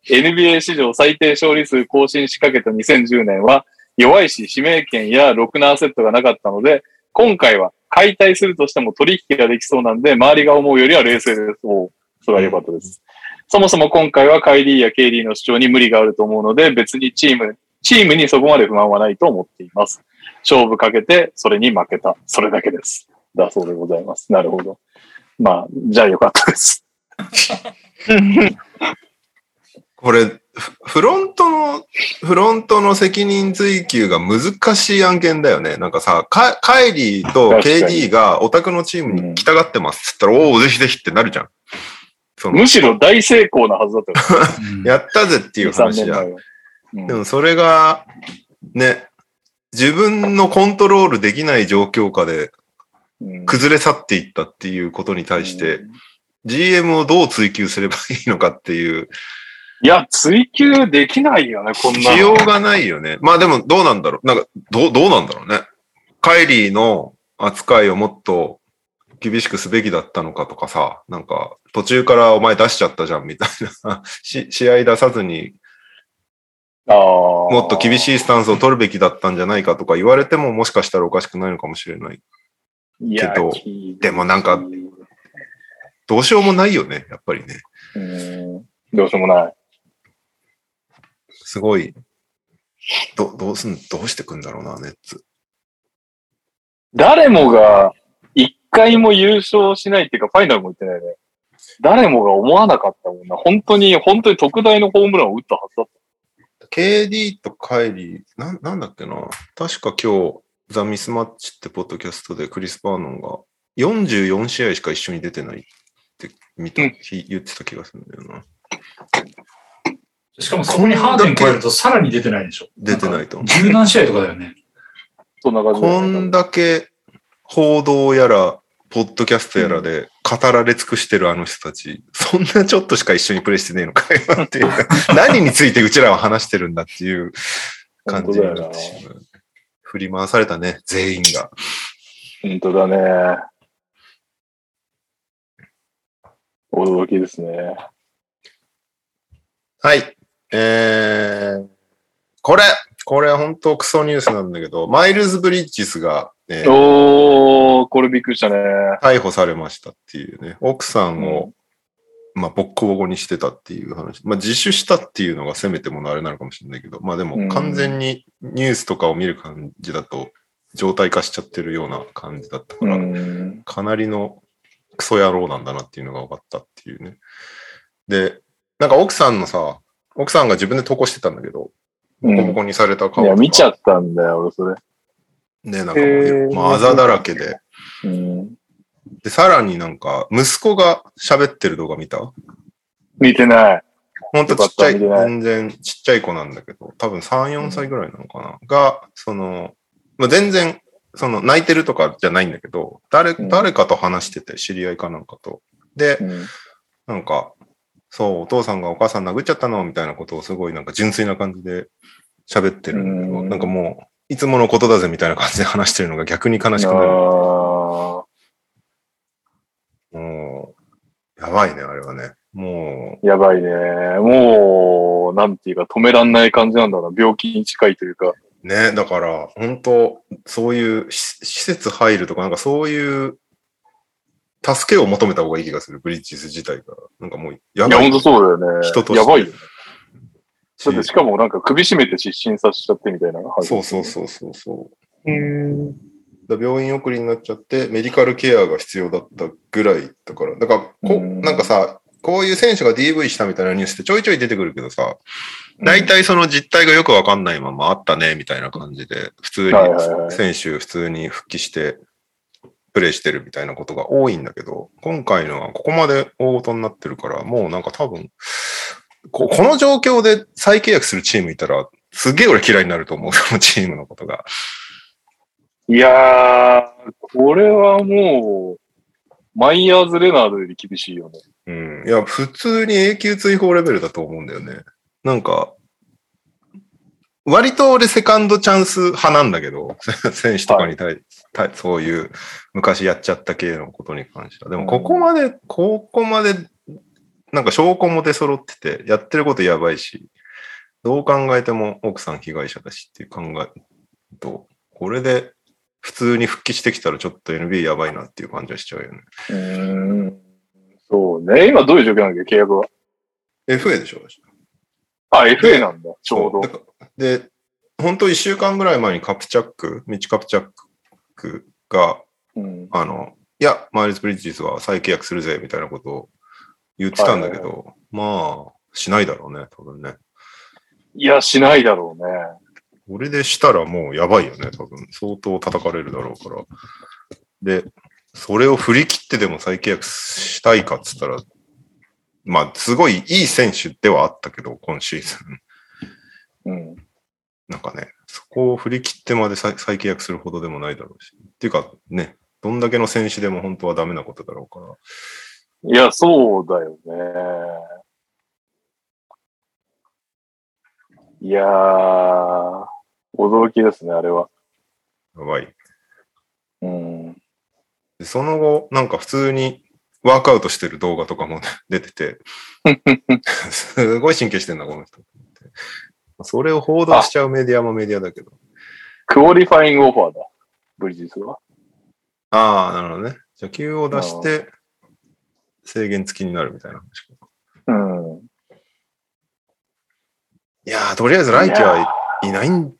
NBA 史上最低勝利数更新しかけた2010年は、弱いし指名権やロクナーセットがなかったので、今回は解体するとしても取引ができそうなんで、周りが思うよりは冷静です。おうそれは良かったです。そもそも今回はカイリーやケイリーの主張に無理があると思うので、別にチーム、チームにそこまで不満はないと思っています。勝負かけて、それに負けた。それだけです。だそうでございます。なるほど。まあ、じゃあよかったです。 これ、フフロントの、フロントの責任追及が難しい案件だよね。なんかさ、カカイリーと確かに KD がオタクのチームに来たがってますって言ったら、おお、ぜひぜひってなるじゃん。その、むしろ大成功なはずだったよ。やったぜっていう3話じ年ゃん前。は。うんでもそれが、ね、自分のコントロールできない状況下でうん崩れ去っていったっていうことに対して、うん GM をどう追求すればいいのかっていう、いや、追求できないよね、こんなの。需要がないよね。まあでもどうなんだろう。なんか、どう、どうなんだろうね。カイリーの扱いをもっと厳しくすべきだったのかとかさ、なんか、途中からお前出しちゃったじゃんみたいな、 し試合出さずにももっと厳しい。いスタンスを取るべきだったんじゃないかとか言われてももしかしたらおかしくないのかもしれない。いやけどきでもなんかうどうしようもないよね、やっぱりね。んどうしようもない。すごい。ど、どうすん、どうしてくんだろうな、ネッツ。誰もが、一回も優勝しないっていうか、ファイナルも行ってないね。誰もが思わなかったもんな。本当に、本当に特大のホームランを打ったはずだっ KD とカイリー、なん、なんだっけな。確か今日、ザ・ミスマッチってポッドキャストでクリス・バーノンが44試合しか一緒に出てないって見た、うひ言ってた気がするんだよな。しかもそこにハーデン加えるとさらに出てないでしょ。出てい。ないと思う。十何試合とかだよね。た。そんな感じだこったんだけ報道やら、ポッドキャストやらで語られ尽くしてるあの人たち、そんなちょっとしか一緒にプレイしてねえのかよっていう か、何についてうちらは話してるんだっていう感じになってしまう。振り回されたね、全員が。本当だね。驚きですね。はい。えー、これこれ本当クソニュースなんだけど、マイルズ・ブリッジスが、えーおー、これびっくりしたね。逮捕されましたっていうね、奥さんを、まあ、ボッコボコにしてたっていう話。まあ、自首したっていうのがせめてものあれなのかもしれないけど、まあでうんも完全にニュースとかを見る感じだと、状態化しちゃってるような感じだったかうら、ん。かなりのクソ野郎なんだなっていうのが分かったっていうね。で、なんか奥さんのさ、奥さんが自分で投稿してたんだけど、うボんコボコにされたい顔とや、か、見ちゃったんだよ、俺、それ。ね、なんかもへうー、まあ、あざだらけで。うん。で、さらになんか、息子が喋ってる動画見た見てない。ほんとちっちゃい、よかった全然ちっちゃい子なんだけど、多分3、4歳ぐらいなのかな、が、その、まあ、全然、その泣いてるとかじゃないんだけど、誰、うん誰かと話してて、知り合いかなんかと。で、なんか、そう、お父さんがお母さん殴っちゃったの、みたいなことをすごいなんか純粋な感じで喋ってるんだけど、うんなんかもう、いつものことだぜみたいな感じで話してるのが逆に悲しくなる。あもう、やばいね、あれはね。もーやばいね。もう、なんていうか止めらんない感じなんだな。病気に近いというか。う、ね、だから、本当そういうし施設入るとか、なんかそういう、助けを求めた方がいい気がする、ブリッジス自体が。なんかもう、やいや、ばほいんとそうだよね。人として。やばいよ。だってししかもなんか首絞めて失神させちゃってみたいな感じ。そうそうそうそうそう。うん。だから病院送りになっちゃって、メディカルケアが必要だったぐらいだから、だからこう、うんなんかさ、こういう選手が DV したみたいなニュースってちょいちょい出てくるけどさ、大体その実態がよくわかんないままあったね、みたいな感じで、普通にはいはいはい選手普通に復帰して、プレーしてるみたいなことが多いんだけど、今回のはここまで大事になってるから、もうなんか多分、ここの状況で再契約するチームいたら、すげえ俺嫌いになると思う、このチームのことが。いやー、これはもう、マイヤーズ・レナードより厳しいよね。うん。いや、普通に永久追放レベルだと思うんだよね。なんか、割と俺セカンドチャンス派なんだけど、 選手とかに対、対そういう昔やっちゃった系のことに関しては。でもここまで、ここまで、なんか証拠も出揃ってて、やってることやばいし、どう考えても奥さん被害者だしっていう考えと、これで普通に復帰してきたらちょっと NBA やばいなっていう感じはしちゃうよね。うん。そうね。今どういう状況なんだっけ、契約は。 FA でしょあ、FA なんだ、ちょそううどだ。からで、本当1週間ぐらい前にカプチャック、ミッチ・カプチャックが、うん。あの、いや、マイルズ・ブリッジスは再契約するぜ、みたいなことを言ってたんだけど、はまあ、しないだろうね、多分ね。いや、しないだろうね。これでしたらもうやばいよね、多分。相当叩かれるだろうから。で、それを振り切ってでも再契約したいかっつったら、まあ、すごいいい選手ではあったけど、今シーズン。うん。なんかね、そこを振り切ってまで再再契約するほどでもないだろうし。っていうかね、どんだけの選手でも本当はダメなことだろうから。いや、そうだよね。いやー、驚きですね、あれは。やばい。うん。でその後、なんか普通にワークアウトしてる動画とかも 出てて、すごい神経してんな、この人。それを報道しちゃうメディアもメディアだけど。クオリファイングオファーだ。ブリヂスは。ああ、なるほどね。じゃあ、球を出して、制限付きになるみたいな話か。うん。いやー、とりあえず来季はいないん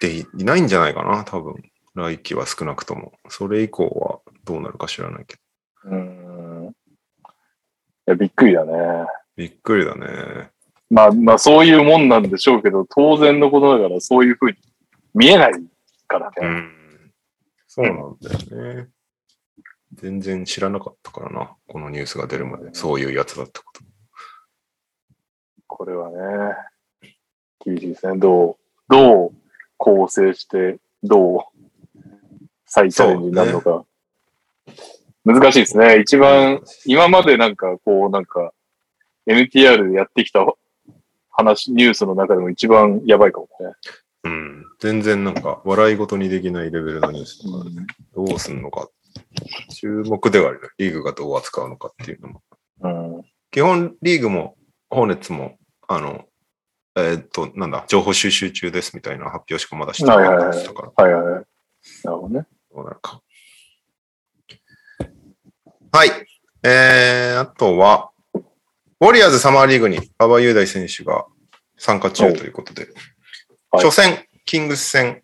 で、いないんじゃないかな、多分。来季は少なくとも。それ以降はどうなるか知らないけど。うん。いや、びっくりだね。びっくりだね。まあ、まあ、そういうもんなんでしょうけど、当然のことながら、そういうふうに見えないからうね。ん。そうなんだよね。全然知らなかったからな、このニュースが出るまで。そういうやつだったこと。これはね、厳しいですね。どう、どう構成して、どう再チャレンジになるのか。難しいですね。一番、今までなんか、こう、なんか、NTR でやってきた話、ニュースの中でも一番やばいかもね。うん。全然なんか、笑い事にできないレベルのニュースだからね。どうすんのか。注目ではあるね。リーグがどう扱うのかっていうのも。うん。基本リーグもホーネッツも、あの、えーっと、なんだ、情報収集中ですみたいな発表しかまだしてなかったですだから、はいはいはい。なるほどね。どうなるか。はい。えー、あとは、ウォリアーズサマーリーグに馬場雄大選手が参加中ということで、はい初戦、キングス戦、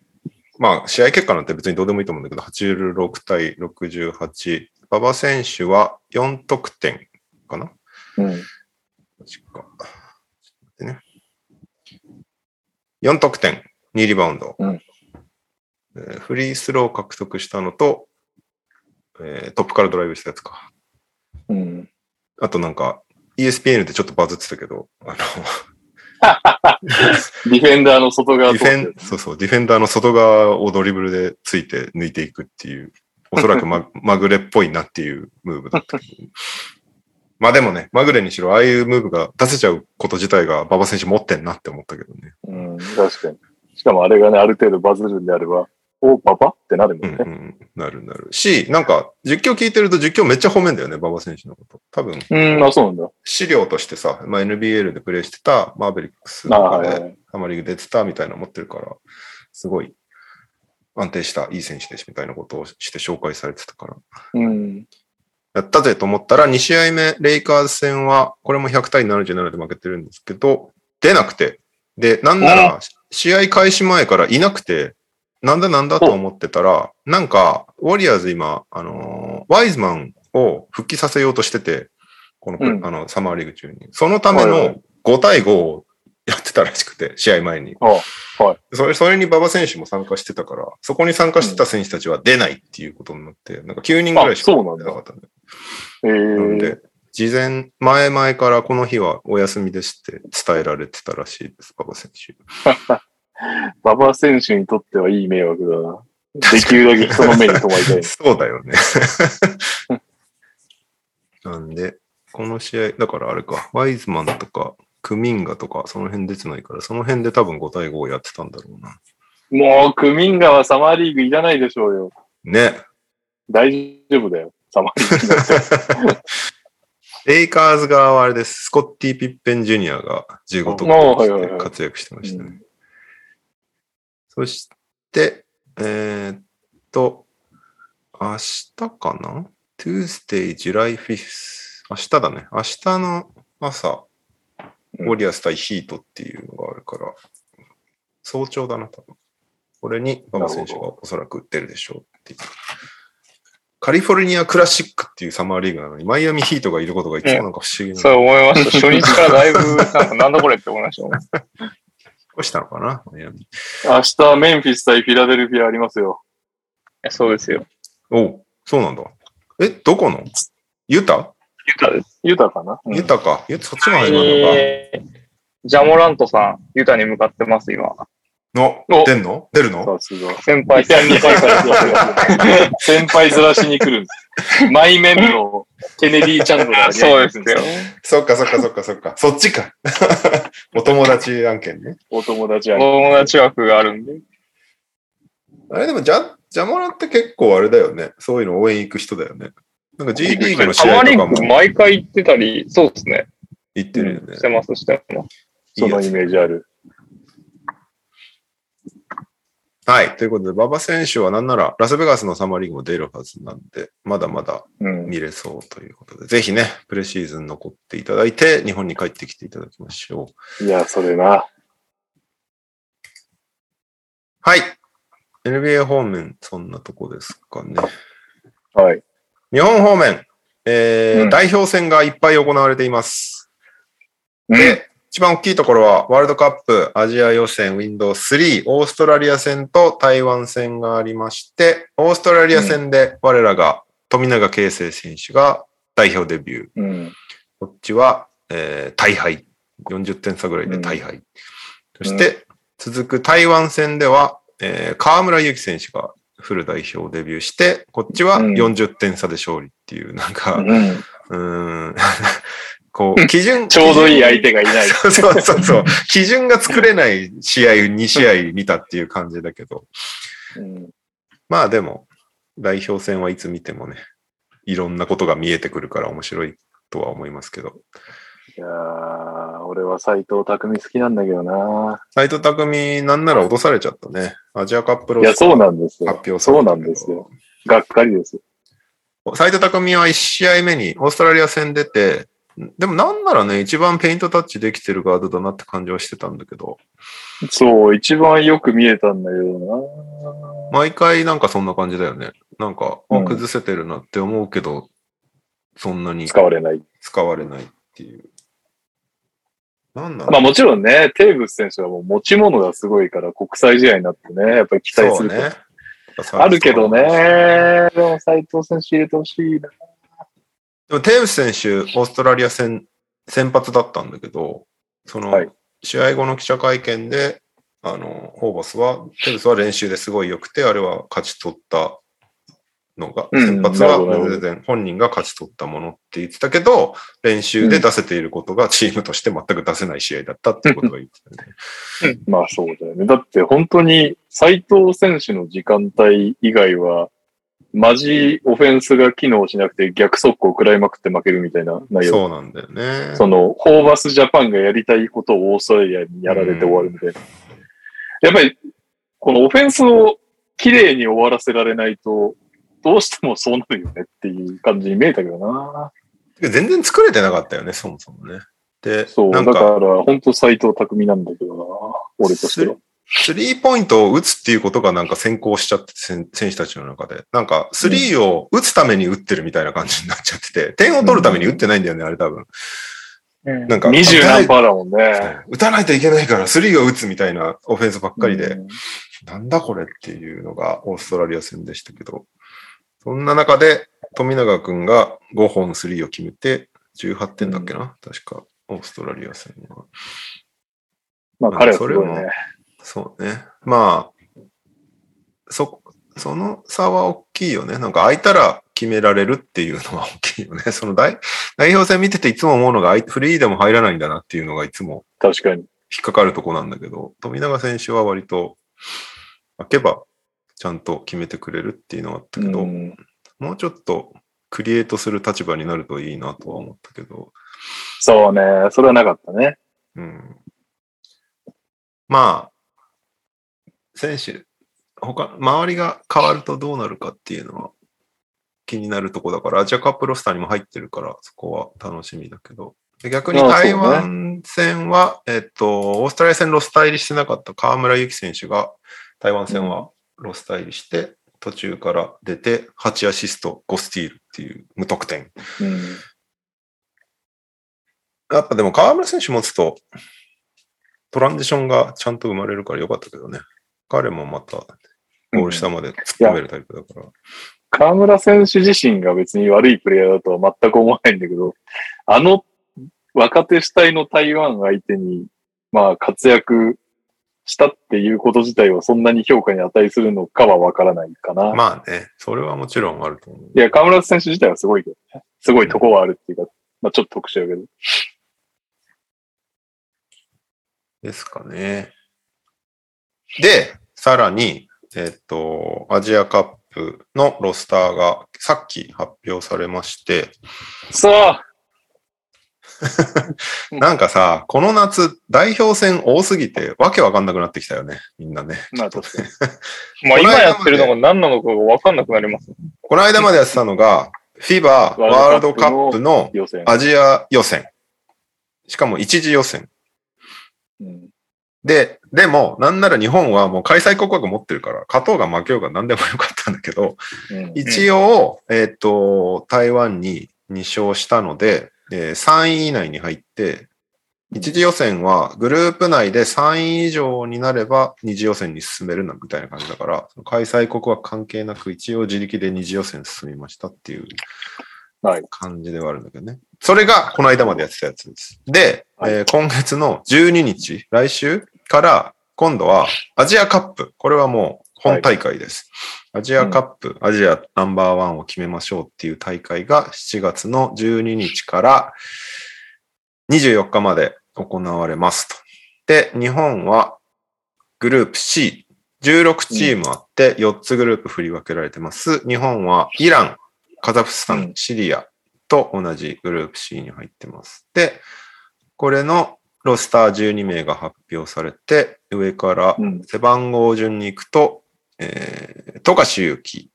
まあ、試合結果なんて別にどうでもいいと思うんだけど、86対68、馬場選手は4得点かなうん。確か。ちょっと待ってね。4得点、2リバウンド。うんえーフリースローを獲得したのと、えートップからドライブしたやつか。うん。あとなんか、ESPN でちょっとバズってたけど、あの、ディフェンダーの外側ディフェン、そうそう、ディフェンダーの外側をドリブルでついて抜いていくっていう、おそらく ままぐれっぽいなっていうムーブだったけど。まあでもね、まぐれにしろ、ああいうムーブが出せちゃうこと自体が馬場選手持ってんなって思ったけどね。うん、確かに。しかもあれがね、ある程度バズるんであれば、お、パパってなるもうんんね。うん、なるなる。し、なんか、実況聞いてると実況めっちゃ褒めんだよね、馬場選手のこと。多分、うん、あ、そうなんだ。資料としてさ、まあ、NBL でプレイしてた、マーベリックスとああかー、はいで、はい。ハマリング出てたみたいなの持ってるから、すごい安定したいい選手ですみたいなことをして紹介されてたから。うん。やったぜと思ったら、2試合目、レイカーズ戦は、これも100対77で負けてるんですけど、出なくて。で、なんなら、試合開始前からいなくて、なんだなんだと思ってたら、なんか、ウォリアーズ今、あのーワイズマンを復帰させようとしてて、このプレ、うんあの、サマーリーグ中に。そのためはいはの5対5をやってたらしくて、試合前に。あそれそれに馬場選手も参加してたから、そこに参加してた選手たちは出ないっていうことになって、なんか9人ぐらいしかあそうなんだ出なかったんだよえなんー、で、事前、前々からこの日はお休みですって伝えられてたらしいです、馬場選手。。馬場選手にとってはいい迷惑だな。できるだけ人の目に留まりた いそうだよね。 なんで、この試合、だからあれか、ワイズマンとか、クミンガとか、その辺出てないから、その辺で多分5対5をやってたんだろうな。もう、クミンガはサマーリーグいらないでしょうよ。ね。大丈夫だよ。サマーリーグいらない。レイカーズ側はあれです。スコッティ・ピッペン・ジュニアが15得点あはいはいしはてい活躍してましたうね。そして、えーっと、明日かな ?Tuesday, July 5th。明日だね。明日の朝、ウうんォリアス対ヒートっていうのがあるから、早朝だな、多分。これに馬場選手がおそらく打ってるでしょうっていう。カリフォルニアクラシックっていうサマーリーグなのに、マイアミヒートがいることがいつもなんか不思議な。そう思いました。初日からだいぶ、なんかなんだこれって思いましたもん。引っ越したのかなマイアミ明日、メンフィス対フィラデルフィアありますよ。そうですよ。おうそうなんだ。え、どこのユタユタです。ユタかな、うんユタか。ユタ、そっちが始まるのか。えージャモラントさん、ユタに向かってます、今。の、お出んの出るのさすが。先輩さんに。先輩ずらしに来るんです。マイメンのケネディチャンネルがそうですよ。そっかそっかそっかそっ か。そっちか。 お友達案件ね。お友達おあり。友達枠があるんで。あれでもジャ、ジャモラって結構あれだよね。そういうの応援行く人だよね。なんか G リーグのあ試ま合りとかも毎回行ってたり、そうですね。行ってるよねし。てます、してます。そのイメージある。はい。ということで、馬場選手はなんならラスベガスのサマーリーグも出るはずなんで、まだまだうん。見れそうということで、ぜひね、プレシーズン残っていただいて、日本に帰ってきていただきましょう。いや、それな。はい。NBA 方面、そんなとこですかね。はい。日本方面、えーうん代表戦がいっぱい行われています。で、一番大きいところは、ワールドカップアジア予選ウィンドウ3、オーストラリア戦と台湾戦がありまして、オーストラリア戦で我らが富永啓生選手が代表デビュー。うん。こっちは、えー大敗。40点差ぐらいで大敗。そして、続く台湾戦では、えー河村勇輝選手がフル代表デビューして、こっちはうん40点差で勝利っていう、なんうか、ん。うーん、 こ う、基準、ちょうどいい相手がいない。そう そうそうそう。基準が作れない試合、2試合見たっていう感じだけど、うんまあでも、代表戦はいつ見てもね、いろんなことが見えてくるから面白いとは思いますけど。いやー俺は斎藤匠好きなんだけどな。斎藤匠、なんなら落とされちゃったね。アジアカップロいや、そうなんですよ。発表されそうたなけんどですよ。。がっかりです。斎藤匠は1試合目にオーストラリア戦出て、でもなんならね、一番ペイントタッチできてるガードだなって感じはしてたんだけど、そう、一番よく見えたんだけど毎回なんかそんな感じだよね。なんか、あうん崩せてるなって思うけど、そんなにな。使われない。使われないっていう。なんなのまあもちろんね、テーブス選手はもう持ち物がすごいから国際試合になってね、やっぱり期待すそうると。ね。あるけどね、でも斎藤選手入れてほしいな。でも、テーブス選手、オーストラリア戦、先発だったんだけど、その、はい試合後の記者会見で、あの、ホーバスは、テブスは練習ですごい良くて、あれは勝ち取ったのが、うん先発なるほどなるほはど全然本人が勝ち取ったものって言ってたけど、練習で出せていることがチームとして全く出せない試合だったっていうことが言ってたね。まあそうだよね。だって本当に斎藤選手の時間帯以外は、マジオフェンスが機能しなくて逆速攻食らいまくって負けるみたいな内容。そうなんだよね。その、ホーバスジャパンがやりたいことをオーストラリアにやられて終わるみたいな。やっぱり、このオフェンスを綺麗に終わらせられないと、どうしてもそうなるよねっていう感じに見えたけどな。全然作れてなかったよね、そもそもね。で、そう、なだんかから本当斎藤匠なんだけどな。俺としては。スリーポイントを打つっていうことがなんか先行しちゃって、選選手たちの中で。なんか、スリーを打つために打ってるみたいな感じになっちゃってて、点を取るために打ってないんだよね、あれ多分。うんなんか、二十何打パーだもんたね。ない打たないといけないから、スリーを打つみたいなオフェンスばっかりで、うんなんだこれっていうのがオーストラリア戦でしたけど、そんな中で、富永くんが5本スリーを決めて、18点だっけな、確か、オーストラリア戦は。まあ彼はすごいそれねも。そうね。まあ、そ、その差は大きいよね。なんか空いたら決められるっていうのは大きいよね。 その代代表戦見てていつも思うのが、あいフリーでも入らないんだなっていうのがいつも確かに。引っかかるとこなんだけど、富永選手は割と、開けばちゃんと決めてくれるっていうのはあったけど、うんもうちょっとクリエイトする立場になるといいなとは思ったけど、そうね。それはなかったね。うんまあ、選手、他、周りが変わるとどうなるかっていうのは気になるとこだから、アジアカップロスターにも入ってるから、そこは楽しみだけど。で逆にああそうね台湾戦は、えっと、オーストラリア戦ロスター入りしてなかった河村勇輝選手が、台湾戦はロスター入りして、途中から出て、8アシスト、5スティールっていう無得点。うんやっぱでも河村選手持つと、トランジションがちゃんと生まれるからよかったけどね。彼もまた、ゴール下まで突っ込めるタイプだから。河村選手自身が別に悪いプレイヤーだとは全く思わないんだけど、あの若手主体の台湾相手に、まあ活躍したっていうこと自体はそんなに評価に値するのかはわからないかな。まあね、それはもちろんあると思う。いや、河村選手自体はすごいけどね。すごいとこはあるっていうか、まあちょっと特殊だけど。ですかね。で、さらに、えっと、アジアカップのロスターがさっき発表されまして、そうなんかさ、この夏、代表戦多すぎて、わけわかんなくなってきたよね、みんなね。まあ確かに。まあ今やってるのが何なのかが分かんなくなります。この間までやってたのが、FIBA ワールドカップの予選。アジア予選。しかも一次予選。うんで、でも、なんなら日本はもう開催国枠持ってるから、勝とうが負けようが何でもよかったんだけど、うん一応、えっ、と、台湾に2勝したので、えー3位以内に入って、一次予選はグループ内で3位以上になれば二次予選に進めるなみたいな感じだから、その開催国は関係なく一応自力で二次予選進みましたっていうはい。感じではあるんだけどね。それがこの間までやってたやつです。で、はいえー今月の12日、来週から今度はアジアカップ。これはもう本大会です。アジアカップ、アジアナンバーワンを決めましょうっていう大会が7月の12日から24日まで行われますと。で、日本はグループ C、16チームあって4つグループ振り分けられてます。日本はイラン、カザフスタうン、シリアと同じグループ C に入ってます。で、これのロスター12名が発表されて、上からうん。背番号順に行くと、えー、富樫勇樹、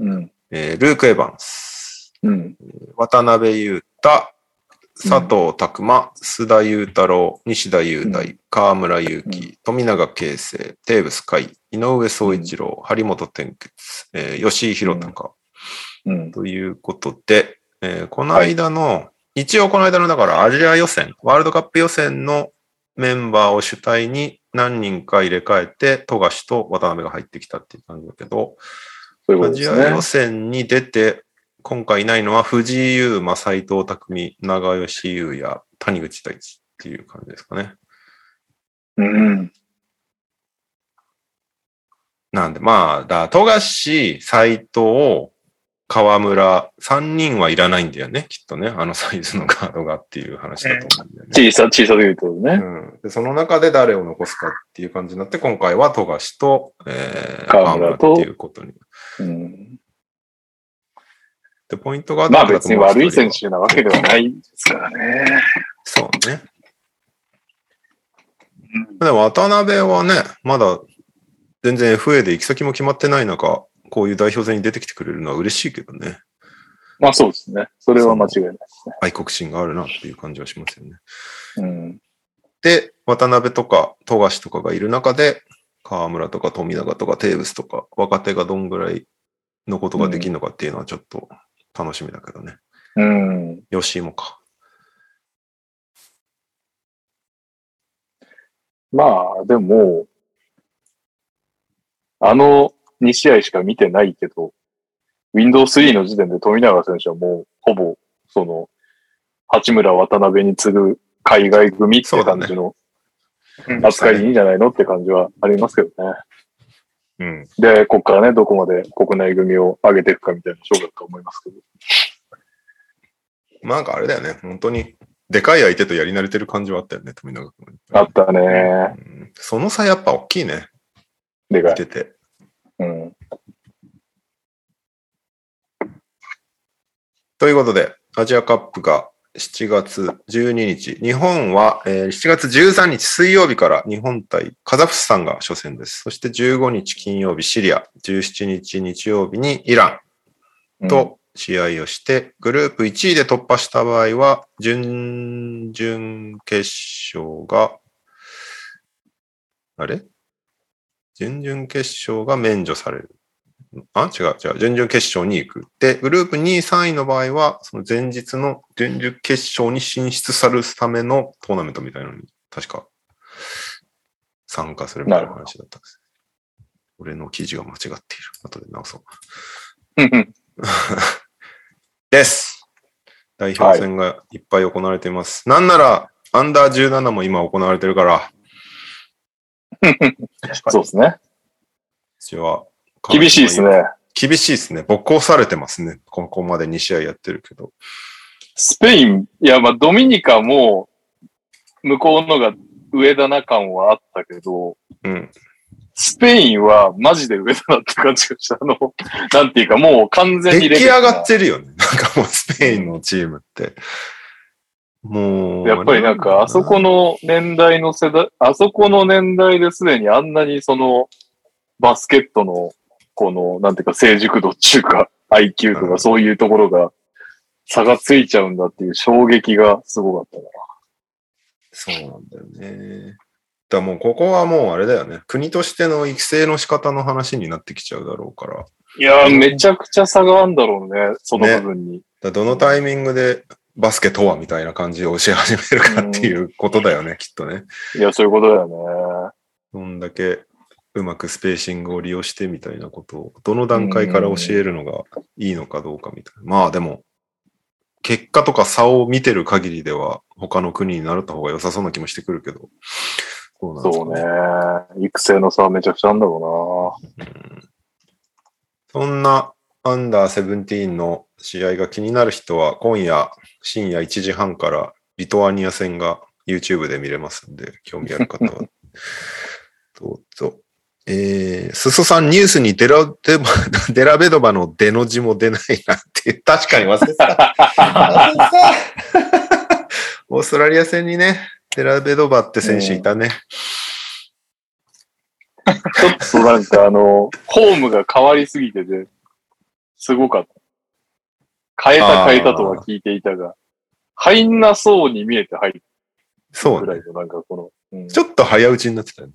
うん。えールーク・エヴァンス、うん。渡辺裕太、佐藤拓磨、須田裕太郎、西田裕う大、河村勇輝、富永啓生、テーブス海、井上総一郎、張本天傑、えー吉井宏隆、うん。ということで、えーこの間の、一応この間のだからアジア予選、ワールドカップ予選のメンバーを主体に何人か入れ替えて、富樫と渡辺が入ってきたっていう感じだけど、そういうこアとでジすアね予。選に出て、今回いないのは藤井優馬、斎藤匠、長吉優也、谷口大地っていう感じですかね。うん。なんで、まあ、だ、富樫、斎藤、河村、3人はいらないんだよね、きっとね。あのサイズのカードがっていう話だと思うんだよね。小さ、小さということね。うん、でその中で誰を残すかっていう感じになって、今回は富樫と、えー、河村と河っていうことに。うん。で、ポイントがあまあ別に悪い選選手手なわけではないですからね。そうね。でも渡辺はね、まだ全然 FA で行き先も決まってない中、こういう代表戦に出てきてくれるのは嬉しいけどね。まあそうですね。それは間違いないですね。愛国心があるなっていう感じはしますよね。うん。で、渡辺とか富樫とかがいる中で、河村とか富永とかテーブスとか、若手がどんぐらいのことができるのかっていうのはちょっと楽しみだけどね。うん。吉井もか。まあでも、あの2試合しか見てないけど、Windows 3の時点で富永選手はもうほぼ、その、八村渡辺に次ぐ海外組って感じのうん扱いでいいんじゃないのって感じはありますけどね。うん。で、ここからね、どこまで国内組を上げていくかみたいな勝負だと思いますけど。まあなんかあれだよね。本当に、でかい相手とやり慣れてる感じはあったよね、富永君は。あったね。うんその差やっぱ大きいね。でか見い。てて。うん。ということで、アジアカップが7月12日、日本は、えー7月13日水曜日から日本対カザフスタンが初戦です。そして15日金曜日シリア、17日日曜日にイランと試合をして、グループ1位で突破した場合は、準々決勝が、あれ準々決勝が免除される。あ、違う違う。準々決勝に行く。で、グループ2位、3位の場合は、その前日の準々決勝に進出されるためのトーナメントみたいなのに、確か、参加するみたいな話だったんです。俺の記事が間違っている。後で直そう。うん。です。代表戦がいっぱい行われています。なんなら、アンダー17も今行われてるから、そうですね。私は。厳しいです。ね。厳しいですね。勃興されてますね。ここまで2試合やってるけど。スペイン、いや、まあ、ドミニカも、向こうのが上だな感はあったけど、うん。スペインはマジで上だなって感じがした。あの、 なんていうか、もう完全に出来レベ上ルがってるよね。 なんかもうスペインのチームって。もう。やっぱりなんか、あそこの年代の世代、あそこの年代ですでにあんなにその、バスケットの、この、なんていうか、成熟度っていうか、IQ とうんかそういうところが、差がついちゃうんだっていう衝撃がすごかったな。そうなんだよね。だからもうここはもうあれだよね。国としての育成の仕方の話になってきちゃうだろうから。だかいやー、めちゃくちゃ差があるんだろうね、その部分に。らどのタイミングでバスケとはみたいな感じを教え始めるかっていうことだよね、きっとね。いや、そういうことだよどんだけうまくスペーシングを利用してみたいなことを、どの段階から教えるのがいいのかどうかみたいな。まあでも、結果とか差を見てる限りでは、他の国になった方が良さそうな気もしてくるけど、そうなんでね。すかそうね。ね。育成の差はめちゃくちゃあるんだろうんそんなアンダーセブンティーンの試合が気になる人は、今夜深夜1時半からリトアニア戦が YouTube で見れますんで、興味ある方はどうぞ。えー、すそさんニュースにデラデバ デラベドバの出の字も出ないなって、 確かに忘れてた。 忘れてたオーストラリア戦にね、デラベドバって選手いたね。うな。ちょっとなんかあの、 ホームが変わりすぎてて、すごかった。変えあたー変えたとは聞いていたが、入んなそうに見えて入るそうぐね。らいのなんかこの、うんちょっと早打ちになってたよね。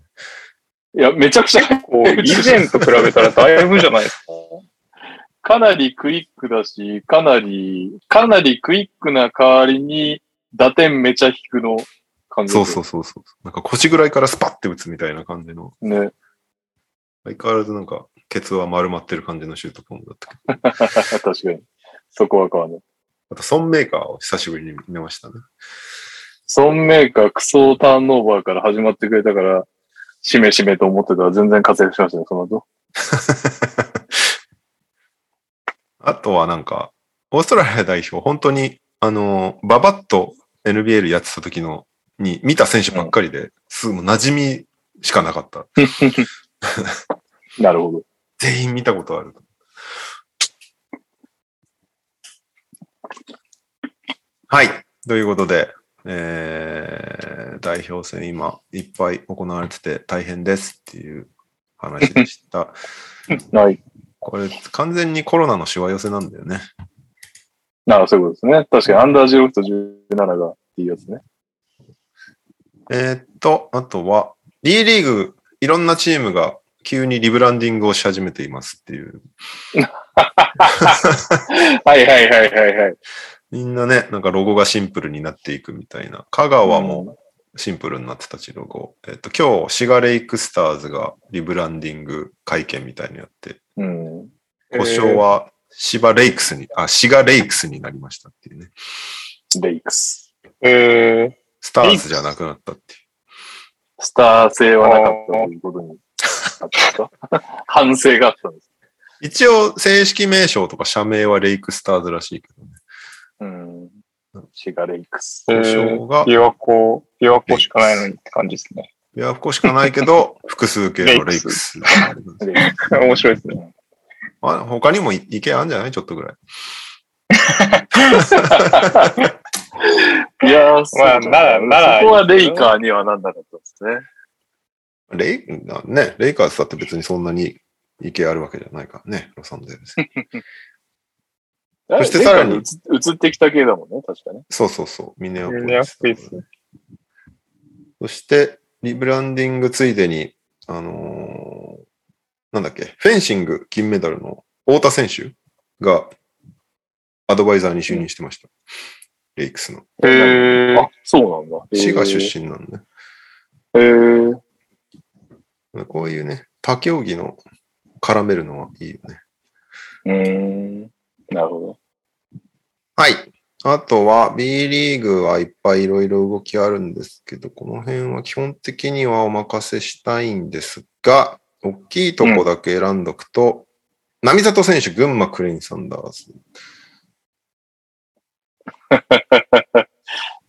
いや、めちゃくちゃこう、以前と比べたらだいぶじ ゃないですか。かなりクイックだし、かなり、かなりクイックな代わりに、打点めちゃ引くの感じそでうすそうよ。そうそう。なんか腰ぐらいからスパッて打つみたいな感じの、ね。相変わらずなんか、ケツは丸まってる感じのシュートフォームだったけど。確かに。そこは変わんない。あと、ソンメーカーを久しぶりに見ましたね。孫メーカークソターンオーバーから始まってくれたから、しめしめと思ってたら全然活躍しましたね、その後。あとはなんか、オーストラリア代表、本当に、あの、ババッと NBL やってた時の、に見た選手ばっかりで、すぐ馴染みしかなかった。なるほど。全員見たことある。はい。ということで、えー、代表戦今いっぱい行われてて大変ですっていう話でした。はい。これ完全にコロナのしわ寄せなんだよね。なあ、そういうことですね。確かにアンダー16と17がいいやつね。えーっと、あとは、D リーグ、いろんなチームが急にリブランディングをし始めていますっていう。はいはいはいはいはい。みんなね、なんかロゴがシンプルになっていくみたいな。香川もシンプルになってたし、ロゴ。えっと、今日、シガレイクスターズがリブランディング会見みたいにやって、うん。うん。故障はシバレイクスに、あ、シガレイクスになりましたっていうね。レイクス。えー、スターズじゃなくなったっていう。スター性はなかったということになったんですか 反省があったんです。一応、正式名称とか社名はレイクスターズらしいけどね。うん。シガレイクス。故障が、琵琶湖、琵琶湖しかないのにって感じですね。 いや、こしかないけど、複数形のレイクス。レイクス面白いですね。あ他にもい意見あるんじゃないちょっとぐらい。いやー、そうまあならならそこはレイカーにはなんなかったですね。レイ、なね、レイカーズだって別にそんなに意見あるわけじゃないからね、ロサンゼルス。そしてさらにレイカーに移移ってきた系だもんね、確かね。そうそうそう、ミネアポミネアリスス。ペース。そして、リブランディングついでに、あのーなんだっけ、フェンシング金メダルの太田選手がアドバイザーに就任してました。レイクスの。えー、あ、そうなんだ。滋賀出身なんで、身。へーこういうね、他競技の絡めるのはいいよね。うーん。なるほはい。あとは B リーグはいっぱいいろいろ動きあるんですけど、この辺は基本的にはお任せしたいんですが、大きいとこだけ選んどくと、並里選手、群馬クレインサンダース。ど。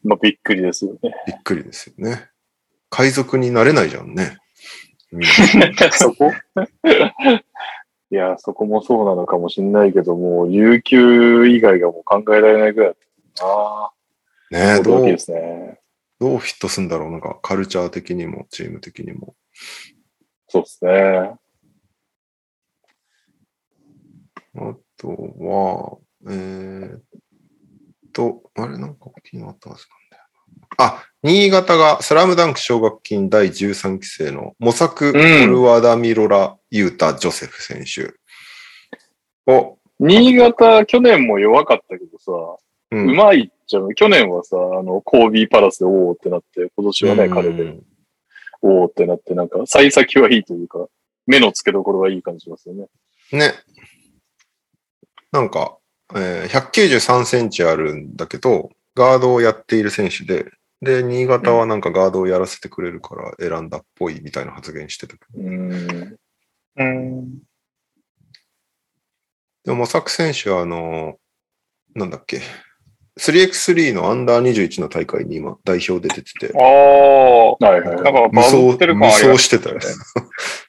まあ、びっくりで すよね。びっくりですよね。海賊になれないじゃんね。みんそこ いやー、そこもそうなのかもしれないけど、もう、琉球以外がもう考えられないぐらいだったな。 なねど驚きうで、すね。どうフィットするんだろう。なんかカルチャー的にも、チーム的にも。そうですね。あとは、えー、っと、あれなんか気になったはずなんだよな。あ、新潟がスラムダンク奨学金第13期生の模索・オうんルワダ・ミロラ・ユータ・ジョセフ選手を、新潟、去年も弱かったけどさ、ううまいっちゃう。去年はさ、あの、コービーパラスでおおってなって、今年はね、彼うでんおおってなって、なんか、幸先はいいというか、目の付けどころはいい感じしますよね。ね。なんか、えー193センチあるんだけど、ガードをやっている選手で、で、新潟はなんかガードをやらせてくれるから選んだっぽいみたいな発言してたけどうーん。うん。でも、サク選手は、あの、なんだっけ、3x3 のアンダー21の大会に今、代表で出てて、あはいはいあ、は。ないんか無バズ双、ってる無感ありま双すしてたよね。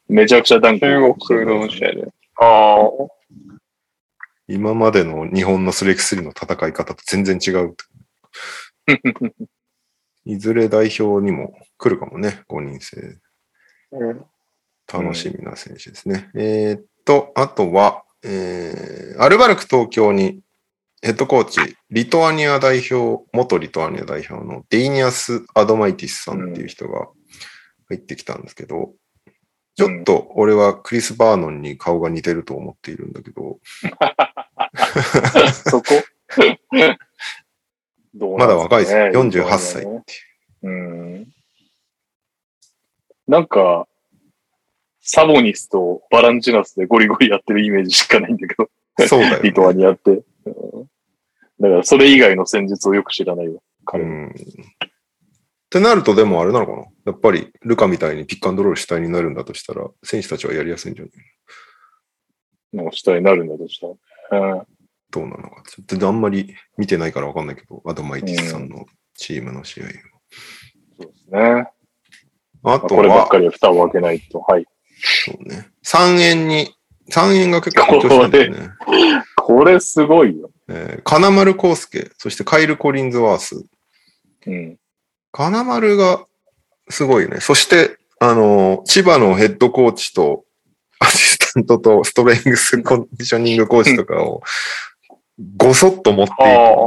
めちゃくちゃダンク。中国の試合で。ああ、今までの日本の 3x3 の戦い方と全然違 う。いずれ代表にも来るかもね、5人制。うん楽しみな選手ですね。えーっと、あとは、えー、アルバルク東京にヘッドコーチ、リトアニア代表、元リトアニア代表のデイニアス・アドマイティスさんっていう人が入ってきたんですけど、ちょっと俺はクリス・バーノンに顔が似てると思っているんだけど、そこ どうまなだん若いすですかよ。ね48歳っていう。うん。なんか、サボニスとバランチュナスでゴリゴリやってるイメージしかないんだけど、そうだよ、 リトアニアって。うんだから、それ以外の戦術をよく知らないわ、う彼は。ん。ってなると、でもあれなのかなやっぱり、ルカみたいにピックアンドロール主体になるんだとしたら、選手たちはやりやすいんじゃないの下になるんだとしたら。うん。どうなのか。ちょっとあんまり見てないからわかんないけど、アドマイティスさんのチームの試合そうですね。を。まああとこればっかは、りは蓋を開けないと。はい。そうね。3円に、3円が結構緊張したんだよね。これすごいよ。えー、金丸康介、そしてカイル・コリンズワース。うん。金丸がすごいよね。そして、あのー、千葉のヘッドコーチと、アシスタントとストレングスコンディショニングコーチとかを、ごそっと持っていく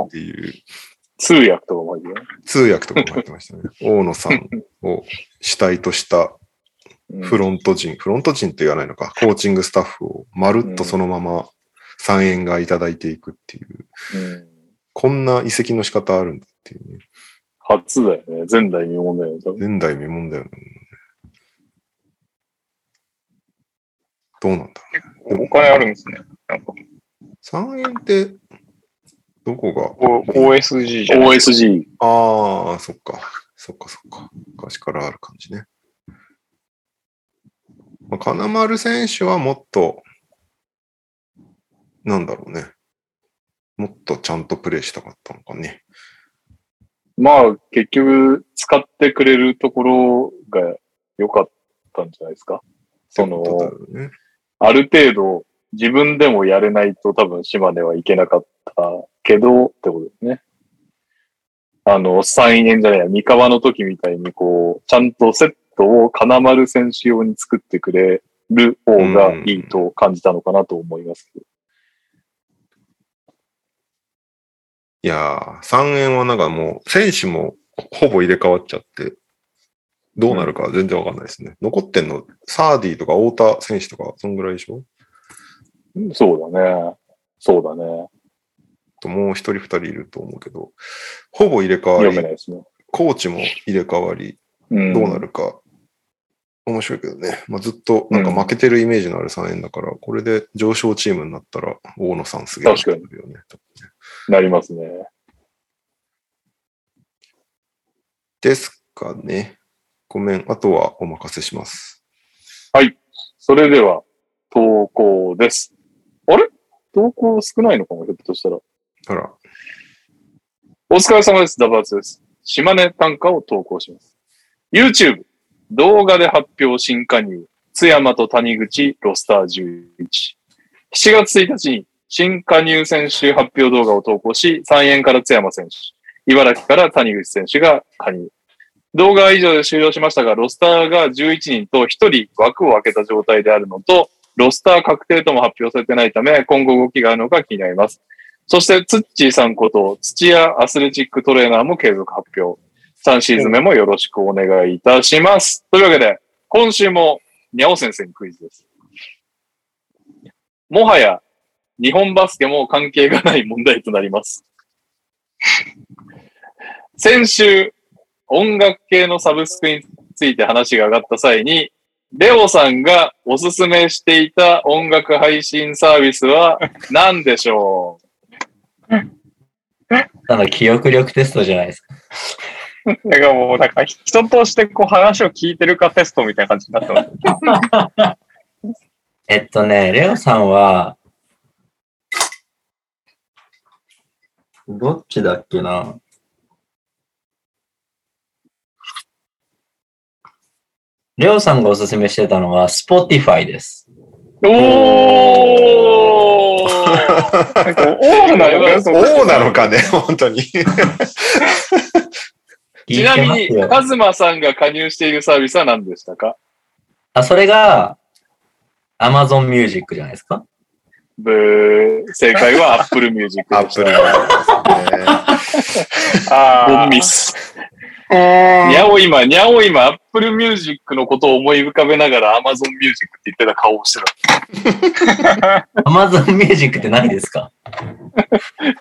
っていう。通訳とかも入るよ。通訳とかも入ってましたね。大野さんを主体としたうんフロント陣、フロント陣って言わないのか、コーチングスタッフをまるっとそのまま3円がいただいていくっていう、うんこんな移籍の仕方あるんだっていうね。初だよね。前代未聞だよね。多分前代未聞だよね。どうなんだろうね。お金あるんですね。なんか、 3円って、どこがお OSG じゃない OSG。ああ、そっか。そっかそっか。昔からある感じね。まあ、金丸選手はもっと、なんだろうね。もっとちゃんとプレーしたかったのかね。まあ、結局、使ってくれるところが良かったんじゃないですか。そのってことだよね、ある程度、自分でもやれないと多分島根はいけなかったけど、ってことですね。あの、三円じゃないや、三河の時みたいにこう、ちゃんとセットを金丸選手用に作ってくれる方がいいと感じたのかなと思いますけど。いやー、3円はなんかもう、選手もほぼ入れ替わっちゃって、どうなるか全然わかんないですね。残ってんの、サーディとか太田選手とか、そんぐらいでしょそうだね。そうだね。あともう一人二人いると思うけど、ほぼ入れ替わ読めりないですね。コーチも入れ替わり、うんどうなるか、面白いけどね。まあ、ずっとなんかうん負けてるイメージのある3円だから、これで上昇チームになったら、大野さんすげえ確かになるよね。なりますね。ですかね。ごめん、あとはお任せします。それでは、投稿です。あれ投稿少ないのかも、ひょっとしたら。あら、お疲れ様です。ダバーツです。島根短歌を投稿します。YouTube、動画で発表新加入、津山と谷口、ロスター11。7月1日に新加入選手発表動画を投稿し、3円から津山選手、茨城から谷口選手が加入。動画は以上で終了しましたが、ロスターが11人と1人枠を空けた状態であるのと、ロスター確定とも発表されてないため、今後動きがあるのか気になります。そして、ツッチーさんこと、土屋アスレチックトレーナーも継続発表。3シーズン目もよろしくお願いいたします。というわけで、今週も、にゃお先生にクイズです。もはや、日本バスケも関係がない問題となります。先週、音楽系のサブスクについて話が上がった際に、レオさんがおすすめしていた音楽配信サービスは何でしょうなんだ、記憶力テストじゃないですか。だからもう、なんか人としてこう話を聞いてるかテストみたいな感じになって ます。えっとね、レオさんは、どっちだっけなレオさんがおすすめしてたのは Spotify です。おーなんかオールなのかよその大なのかね、本当に。ちなみ聞いてに、ますよカズマさんが加入しているサービスは何でしたかあ、それが Amazon Music じゃないですかブー。正解は Apple Music アでッしプた。ルが。あボーンミス。うんにゃお今、にゃお今、Apple Music のことを思い浮かべながら Amazon Music って言ってた顔をして ?Amazon Music って何ですか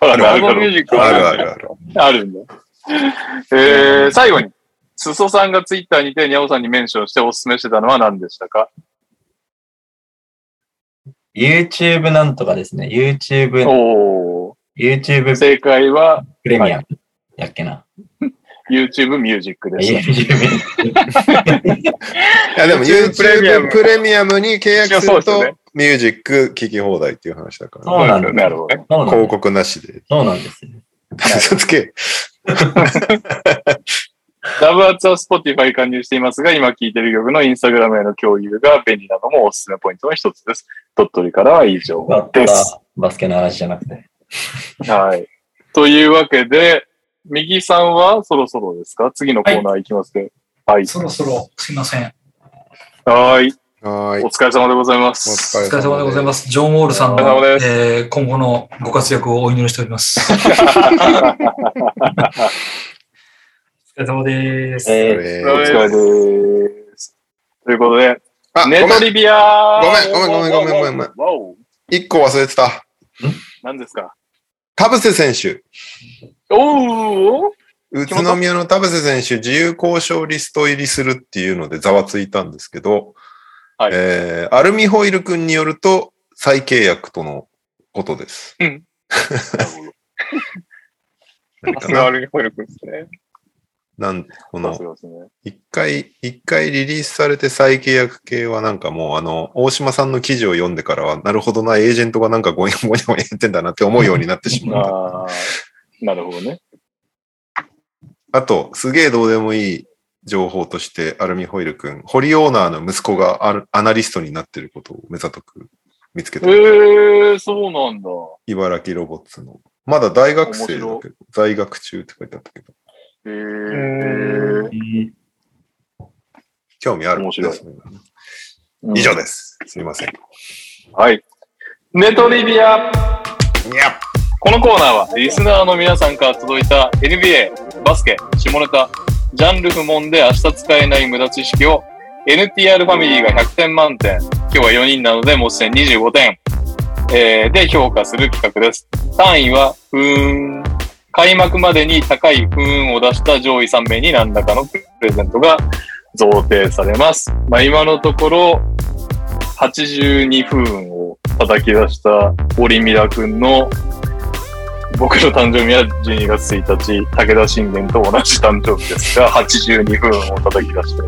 た。わかるわか Amazon る Music あはるあるある。あるんだ。えー、最後に、すそさんがツイッターにて、にゃおさんにメンションしておすすめしてたのは何でしたか ?YouTube なんとかですね。YouTube、おー。 YouTube 正解は、プレミアムだっけな。 YouTube ミュージックです。 YouTube いや、でも YouTube YouTube ププレレミミアアムムに契約すそうるですと、ねミュージック聞き放題っていう話だから、そうなんだ。なるほどね。そうなん広だ。告なしで。そうなんですね。嘘つけ。ラブアツは Spotify 加入していますが、今聴いてる曲の Instagram への共有が便利なのもおすすめポイントの一つです。鳥取からは以上バッでタす。バスケの話じゃなくて。はい。というわけで、右さんはそろそろですか次のコーナーいきますね。はい。そろそろ、すいません。はーい。はーい。お疲れ様でございまおす。お疲れ様でございす。ます。ジョン・ウォールさんのお疲れ様、えー今後のご活躍をお祈りしております。お疲れ様です。おえお疲疲れれです。ということで、あ、ごめネんト。リビアごめんごめんごめんごめんごめんわお一個忘れてた。何で すか田臥選手。おー宇都宮の田臥選手、自由交渉リスト入りするっていうのでざわついたんですけど、はいえーアルミホイル君によると再契約とのことです。何さかすがなアルミホイル君ですね。なんこさのすがですね。一回、一回リリースされて再契約系はなんかもうあの、大島さんの記事を読んでからは、なるほどな、エージェントがなんかごにょごにょ言ってんだなって思うようになってしまう。あーなるほどね。あと、すげえどうでもいい情報として、アルミホイル君、堀オーナーの息子がアルアナリストになってることを目ざとく見つけえた。ー、そうなんだ。茨城ロボッツの。まだ大学生だけど、在学中って書いてあったけど、えうー、うん興味ある面白いですね以上です。すいません。はい。ネトリビアにゃっこのコーナーはリスナーの皆さんから届いた NBA、バスケ、下ネタ、ジャンル不問で明日使えない無駄知識を NTR ファミリーが100点満点、今日は4人なので持ち点25点、えーで評価する企画です。単位は、ふーん。開幕までに高い不運を出した上位3名に何らかのプレゼントが贈呈されます。まあ今のところ、82不運を叩き出したオリミラ君の僕の誕生日は12月1日、武田信玄と同じ誕生日ですが、82分を叩き出して、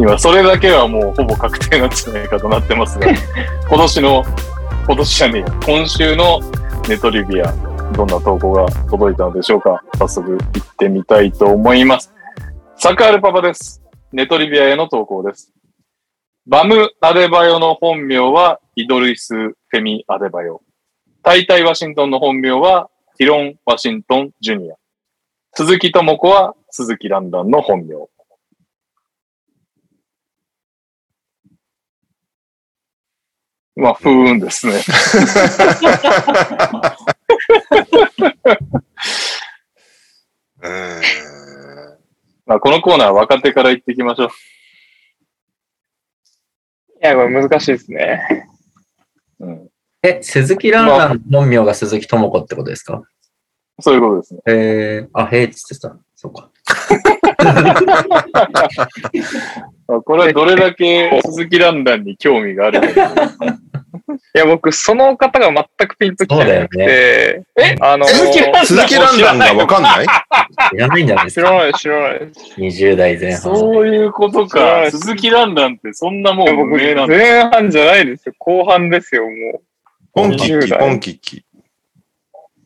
今、それだけはもうほぼ確定なんじゃないかとなってますが、今年の、今年じゃねえや今週のネトリビア、どんな投稿が届いたのでしょうか。早速行ってみたいと思います。サクアルパパです。ネトリビアへの投稿です。バム・アデバヨの本名はイドリス・フェミ・アデバヨ。大体ワシントンの本名は、ティロン・ワシントン・ジュニア。鈴木智子は、鈴木蘭蘭の本名。まあ、不運です ね。うーん。まあ、このコーナーは若手から言っていきましょう。いや、これ難しいですね。うん、ー、え、鈴木蘭蘭の本名が鈴木智子ってことですかそういうことですね。えー、あ、平地ってさ、そうか。まあこれはどれだけ鈴木蘭蘭に興味があるか。いや、僕、その方が全くピンときてなくて、えあの、鈴木知鈴木ランランがわかんないいらないんじゃないですらか。ない、知らない。 20代前半。そういうことか。鈴木蘭蘭ってそんなもん無僕、名なんだ。前半じゃないですよ。後半ですよ、もポンキッ20キ、代ポンキッキ。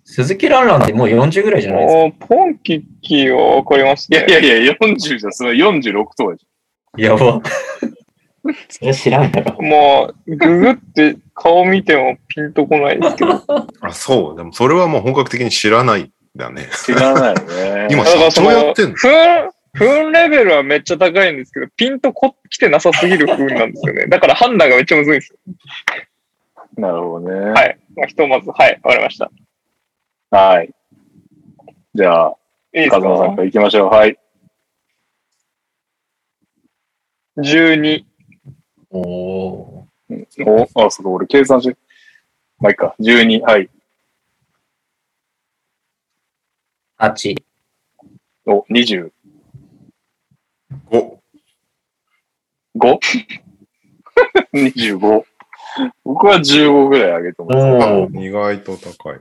鈴木蘭蘭ってもう40ぐらいじう。ゃないですもう、ポンキッキーを怒りましいたやいやいや、40じゃ、それ46とかじか。やば。それ知らんやろ。もう、ググって顔見てもピンとこないですけど。だあ、そう。でもそれはもう本格的に知らないんだね。ゃ。知らないね今、から社そ長の、やってんのふん、ふんレベルはめっちゃ高いんですけど、ピンとこ来てなさすぎる風なんですよね。だから判断がめっちゃむずいんですよ。なるほどね。はい。まあ、ひとまず、はい、わかりました。はい。じゃあ、いいですカズマさんかから行きましょう。はい。 ?12。おおお、あ、そこ俺計算して。まあ、いいか。12。はい。ー。8。お、25。お 25。僕は15ぐらい上げてもらうお意外と高い。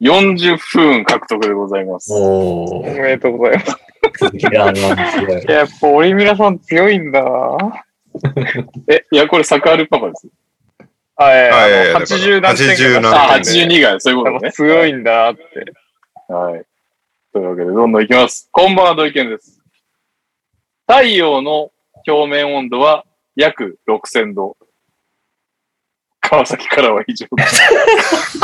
40分獲得でございます。おおー。めでとうございます。いや、なんかすごいい。ややっぱ、オリミラさん強いんだな。え、いや、これサカールパパです。あ、えはいはいはいあの80何点80かあ、何点82がそういうこやとっぱね。強いんだって。はい。というわけで、どんどんいきます。こんばんは、土井健です。太陽の表面温度は約6000度。川崎からは以上です。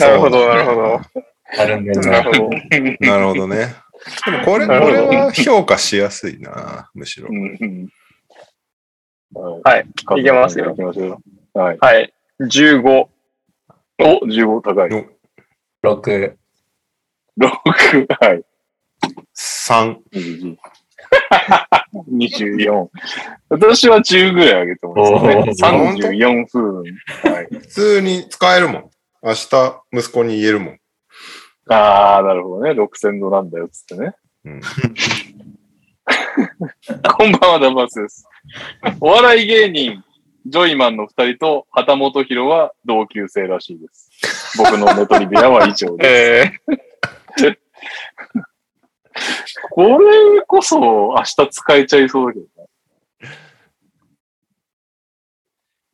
なるほど、なるほど。あるんでなるほなど。るほど ね。でもこれ、こなるほれどは評価しやすいな、むしろう。んうんはいはいけますよいきましょう。はい。はい。15。お、15高い。 6。 6、はい。 3。 22 24。私は10ぐらい上げてますね。おー34分。はい。普通に使えるもん。明日、息子に言えるも ん。ああ、なるほどね。6000度なんだよ、つってね。うん、 こんばんは、ダバースです。お笑い芸人、ジョイマンの二人と旗本博は同級生らしいです。僕のネトリビアは以上 です。えこれこそ明日使えちゃいそうだけどね。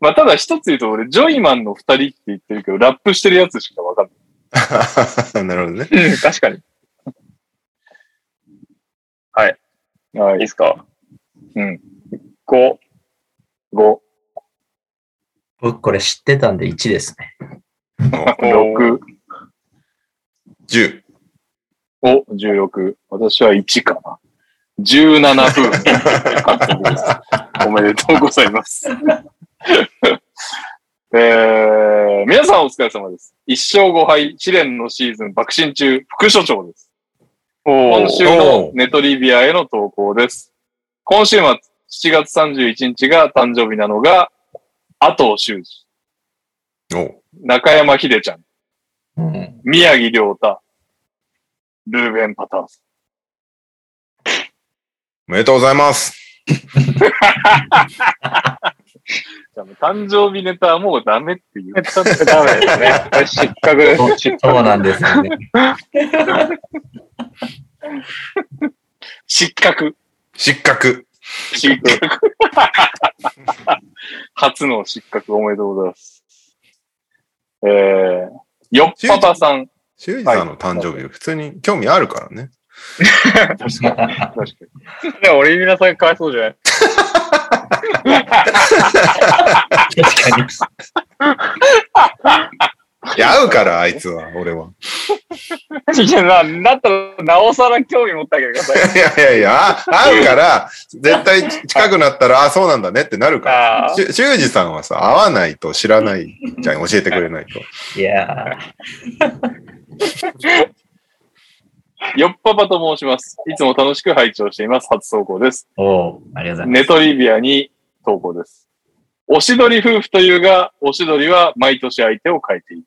まあ、ただ一つ言うと、俺、ジョイマンの二人って言ってるけど、ラップしてるやつしかわかんない。なるほどね。ー、うん確かに。いはいですか。うん。 5。 5、僕これ知ってたんで1ですね。 6、 10。お、16。私は1かな。17分獲得です。おめでとうございます。 えー、皆さんお疲れ様です。1勝5敗、試練のシーズン爆心中、副所長です。今週のネトリビアへの投稿です。今週末、7月31日が誕生日なのが、後藤修二、お中山秀ちゃん、 うん。宮城亮太、ルーベン・パターン。おめでとうございます。じゃあもう誕生日ネタはもうダメって言ったんだよ。ダメですね。これ失格です。そうそうなんですよね。失格。失格。失格。初の失格おめでとうございます。えー、よっぱぱさん。修二さんの誕生日、普通に興味あるからね。確かに。確かに。でも、オリミラさんかわいそうじゃない 確かに。いや、合うから、あいつは、俺は。いや、な、だったら、なおさら興味持ってあげてくださいよ。 いやいやいや、あ合うから、絶対近くなったら、あ、そうなんだねってなるから。ああ。しゅ修二さんはさ、合わないと知らないじゃん、教えてくれない と。いやーよっぱぱと申します。いつも楽しく拝聴しています。初投稿です。おうありがとうございます。ネトリビアに投稿です。おしどり夫婦というが、おしどりは毎年相手を変えている。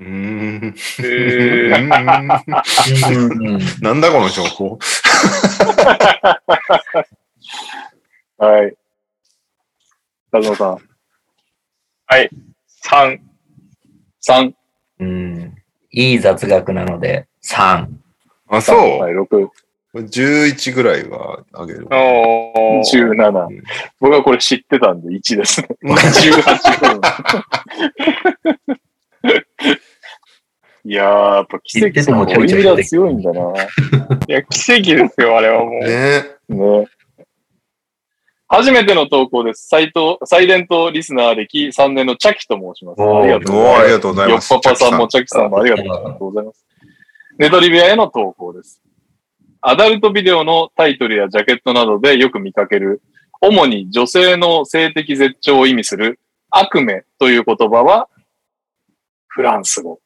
うー ん。うえーーんうんなんだこの情報。はい。田島さん。 3。 3、うん。いい雑学なので、3。 あ、 3、そはい、6、う。11ぐらいはあげる。おー。 17ん。僕はこれ知ってたんで1です ね。18分。いやー、やっぱ奇跡のオリミラ強いんだな。いや、奇跡ですよ、あれはもう。ねね。初めての投稿です。サイト、サイレントリスナー歴3年のチャキと申します。おーありがとうごおざいまーす。ありがとうございますよっぱぱさんもチャキさんもありがとうございます。ネトリビアへの投稿です。アダルトビデオのタイトルやジャケットなどでよく見かける、主に女性の性的絶頂を意味する悪名という言葉は、フランス語。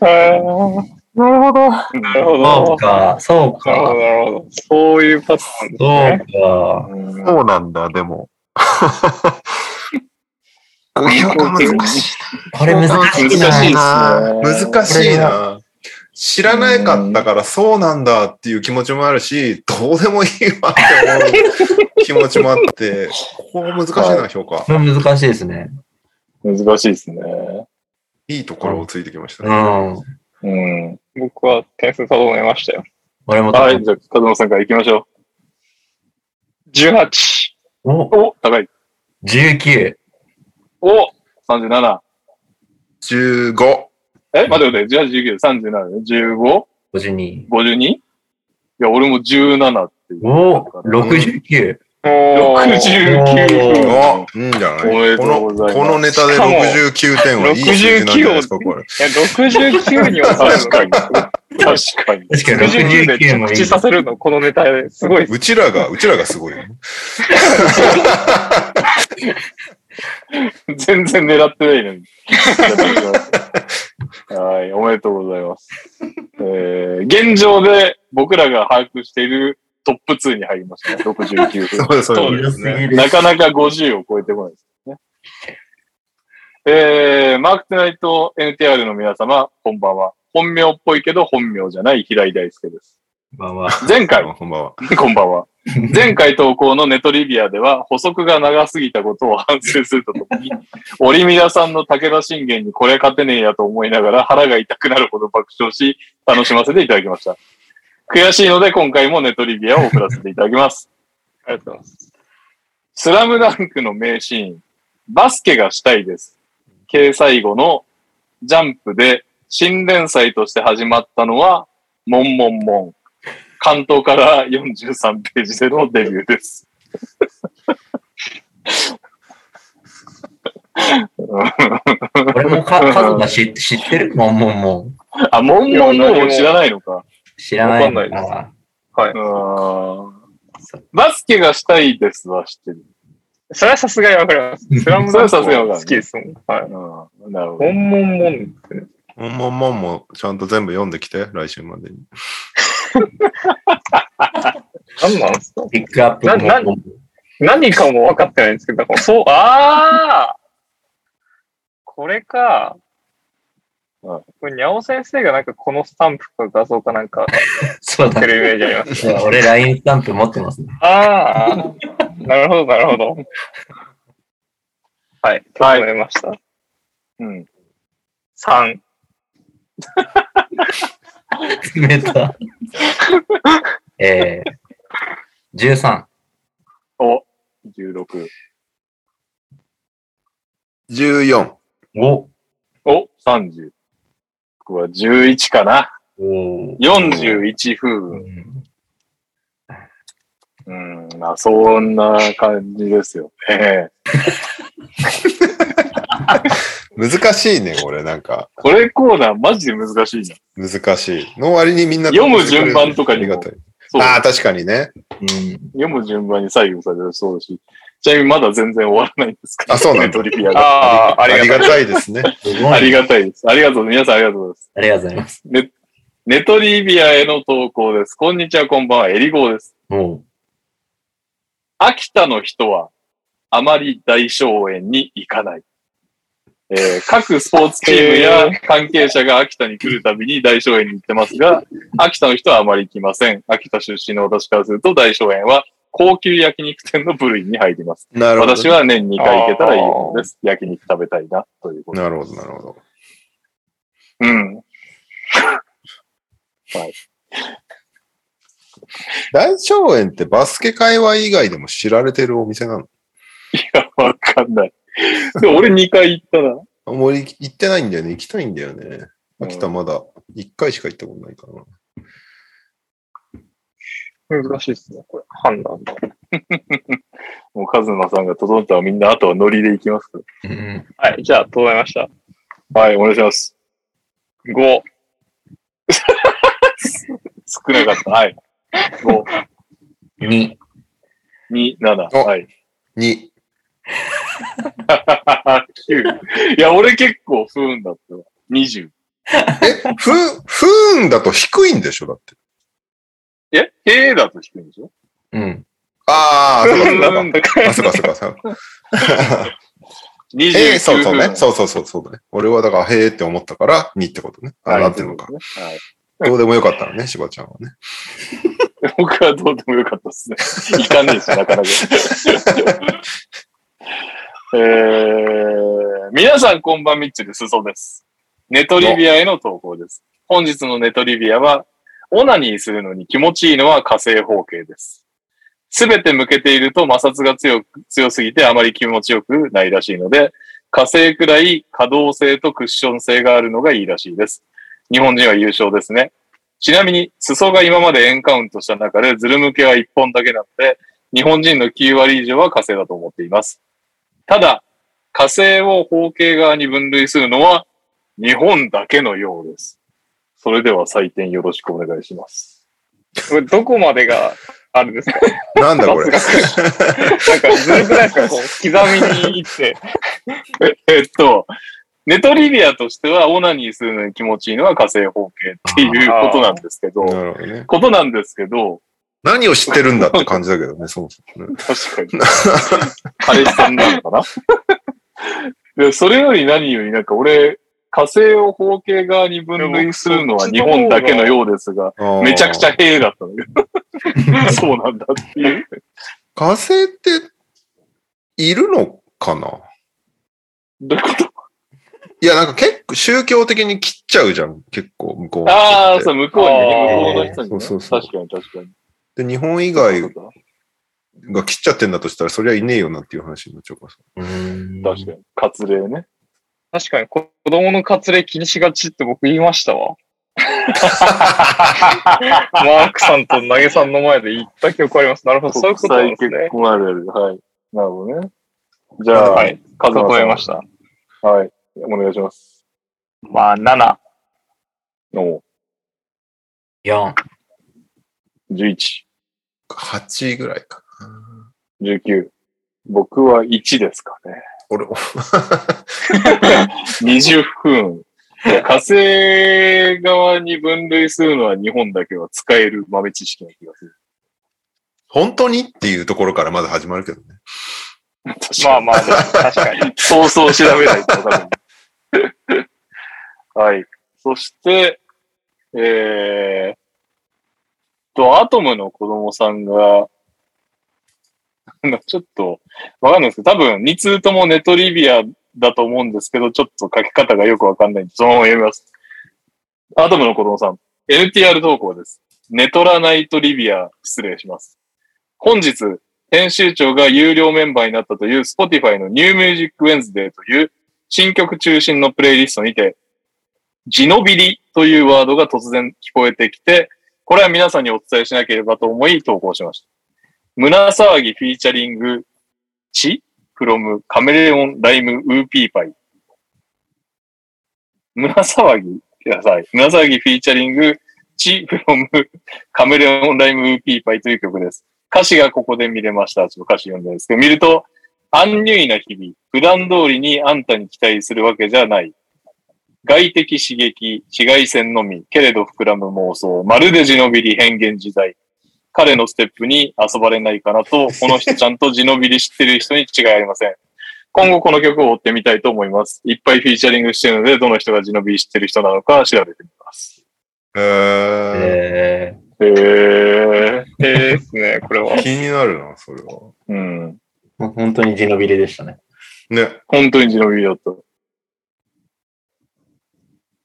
なるほど。なるほど。なるそうほか、そうど、か、なるほど。そういうパターンですそうね。か。そうなんだ、でも。難これ難しいな。難しいですね。難しいな。知らなかったからそうなんだっていう気持ちもあるし、どうでもいいわって思う気持ちもあ って、ここ難しいな、評価。これ難しいですね。難しいですね。いいところをついてきましたうね。ん。うん。僕は点数差を埋めましたよ。俺もはい、じゃあ、風間さんから行きましょ18。おう。お高い。 19。お !37。 15。え待って待って、18、19、37ね、15、 52。 52? いや、俺も17っていう。お69。69おー分。あ、いいんじゃないおめでことうの、ございますこのネタでしかも69点はいい数字なんじゃないですか、これ。いや69には確かに。確かに。確かに69で69も着いい地。させるの、このネタですごいっすうちらが、うちらがすごいよね。全然狙ってない のに。はい、おめでとうございます。えー、現状で僕らが把握しているトップ2に入り ましたね、69分。そうそう良すぎるなかなか50を超えてこないですね。えー、マークトゥナイト NTR の皆様、こんばんは。本名っぽいけど本名じゃない平井大輔です。まあまあ前回、こんばんは。 こんばんは。前回投稿のネトリビアでは補足が長すぎたことを反省するとともに、折宮さんの武田信玄にこれ勝てねえやと思いながら腹が痛くなるほど爆笑し、楽しませていただきました。悔しいので今回もネトリビアを送らせていただきます。 ありがとうございます。スラムダンクの名シーン、バスケがしたいです。掲載後のジャンプで新連載として始まったのは、モンモンモン。関東から43ページでのデビューです。俺もか数が知知ってるもんもんもん。あ、モンモンいや何モもン知らないのか。知らないのわかんないかうーんバスケがしたいですは知ってる。それはさすがにわかります。スラムダンクは好きですもん。はい。うん、なるほモど。ンモンモン。もんもんもんもちゃんと全部読んできて、来週までに。何なんですかピックアップもなな何かも分かってないんですけど、だからそう、ああこれか。うんこれ、にゃお先生がなんかこのスタンプか画像かなんかそうテだ。レビメージあります。俺 LINE スタンプ持ってますね。ああなるほど、なるほど。はい、はい決めました。うん、 3。決めた。えー、13。お、16。 14。おお、30。僕は11かな。おー41風う分。んうん、まあ、そんな感じですよ ね。難しいね、これ、なんか。これコーナーマジで難しいじゃん。難しい。の割にみんな読む順番とかあにりもがたい。そうああ、確かにね。うん読む順番に左右されるそうだし、ちなみにまだ全然終わらないんですから、あそうなんだね トリビアが。あああありりががとたいですね。すごいあありりがたいです。ありがとうございます。皆さんありがとうございます。がとうございます。ネネトリビアへの投稿です。こんにちは、こんばんは、エリゴーです。おう秋田の人は、あまり大荘園に行かない。えー各スポーツチームや関係者が秋田に来るたびに大荘園に行ってますが、秋田の人はあまり来ません。秋田出身の私からすると大荘園は高級焼肉店の部類に入ります。なるほど。 私は年2回行けたらいいものです。焼肉食べたいな、ということでなるほど、なるほど。うん。 大腸園ってバスケ界隈以外でも知られてるお店なのわかんない。でも俺2回行ったな。あんまり行ってないんだよね。行きたいんだよね。秋田まだ1回しか行ったことないからな。う。難しいですね、これ。判断が。もうカズマさんが整ったらみんなあとはノリで行きますかうんはい、じゃあ、整えました。ら。はい、お願いします。 5。少なかった。はい。5、 2。 2、7。おはい。 2。 9。いや、俺結構不運だったわ。20。ふ、不運だと低いんでしょだって。え経営だと低いんでしょうん。ああ、そうかそう 不運だからか。あ、そうかそうかそうか。 29分。ええ、そうそうね。そうそうそうそうだね。俺はだから、へえって思ったから、2ってことね。あ、はいなってるのか。はい。どうでもよかったのね、しばちゃんはね。 僕はどうでもよかったですね。いかねえし、なかなか。 えー、皆さんこんばんみっちです。そうです。ネトリビアへの投稿です。本日のネトリビアは、オナニーするのに気持ちいいのは火星方形です。すべて向けていると摩擦が強く、強すぎてあまり気持ちよくないらしいので、火星くらい可動性とクッション性があるのがいいらしいです。日本人は優勝ですね。ちなみに、裾が今までエンカウントした中で、ズル向けは1本だけなので、日本人の9割以上は火星だと思っています。ただ、火星を方形側に分類するのは、日本だけのようです。それでは採点よろしくお願いします。これどこまでがあるんですかなんだこれ。なんかずるくないですかこう、刻みに行って。ええっと、ネトリビアとしては、オナニーするのに気持ちいいのは火星方形っていうことなんですけど、なるほどね。ことなんですけど、何を知ってるんだって感じだけどね、そもそもね。確か に。彼氏さんなのかなでそれより何よりなんか俺、火星を方形側に分類するのは日本だけのようですが、あーめちゃくちゃ。平だったんだ けど。そうなんだっていう。火星って、いるのかなどういうこといや、なんか結構宗教的に切っちゃうじゃん、結構、向こうの人って。ああ、そう、向こうにあね、ー向こうの人にね。そうそうそう確かに確かに。で、日本以外が切っちゃってんだとしたら、そりゃいねえよなっていう話になっちゃうからさ。確かに。割礼ね。確かに子供の割礼気にしがちって僕言いましたわ。マークさんと投げさんの前で言った記憶あります。なるほど、そういうことなんですね国際結。婚あるある。はい。なるほどね。じゃあ、ははいい。カズマ整さえんました。はい。お願いします。まあ、7。おう4。 11。 8位ぐらいかな。 19。僕は1ですかね。俺、 20分。いや火星側に分類するのは日本だけは使える豆知識な気がする。本当にっていうところからまず始まるけどね。まあまあ、確 かに。そうそう調べないと分かんない。はい。そして、えー、と、アトムの子供さんが、なんかちょっと、わかんないですけど、多分、2通ともネトリビアだと思うんですけど、ちょっと書き方がよくわかんないんで、そのまま読みます。アトムの子供さん、NTR 投稿です。ネトラナイトリビア、失礼します。本日、編集長が有料メンバーになったという Spotify の New Music Wednesday という新曲中心のプレイリストにて、ジノビリというワードが突然聞こえてきて、これは皆さんにお伝えしなければと思い投稿しました。胸騒ぎフィーチャリング、チフロムカメレオンライムウーピーパイ。胸騒ぎください。胸騒ぎフィーチャリング、チフロムカメレオンライムウーピーパイという曲です。歌詞がここで見れました。ちょっと歌詞読んでるんですけど、見ると、安入意な日々、普段通りにあんたに期待するわけじゃない。外的刺激、紫外線のみ、けれど膨らむ妄想、まるで地のびり変幻自在。彼のステップに遊ばれないかなと、この人ちゃんと地のびり知ってる人に違いありません。今後この曲を追ってみたいと思います。いっぱいフィーチャリングしてるので、どの人が地のびり知ってる人なのか調べてみます。ええへえ。ええですね、これはー、。気になるな、それは。うん。ー、本当に地のびりでしたね。ね。本当に地のびりだった。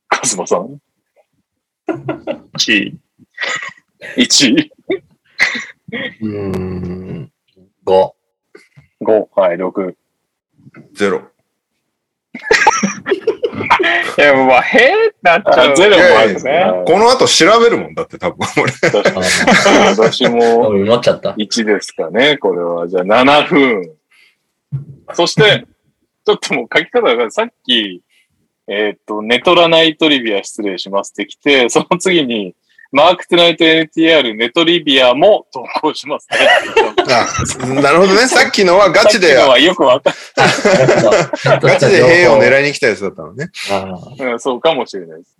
カズマさん ?1 位。1位。うーん。5。 5、はい、6。ゼロ。いや、まあ、へーってなっちゃう。あゼロもああるるねね。はいこの後調べるもんだって多分俺。確かあにー私も思っちゃった。 1ですかね、これは。じゃあ7分。そして、ちょっともう書き方がさっき、えーっと、ネトラナイトリビア失礼しますってきて、その次に、マークトゥナイト NTR ネトリビアも投稿しますね。あ、なるほどね。さっきのはガチで、さっきのはよくわかんないガガチで兵を狙いに来たやつだったのね。うん、そうかもしれないです。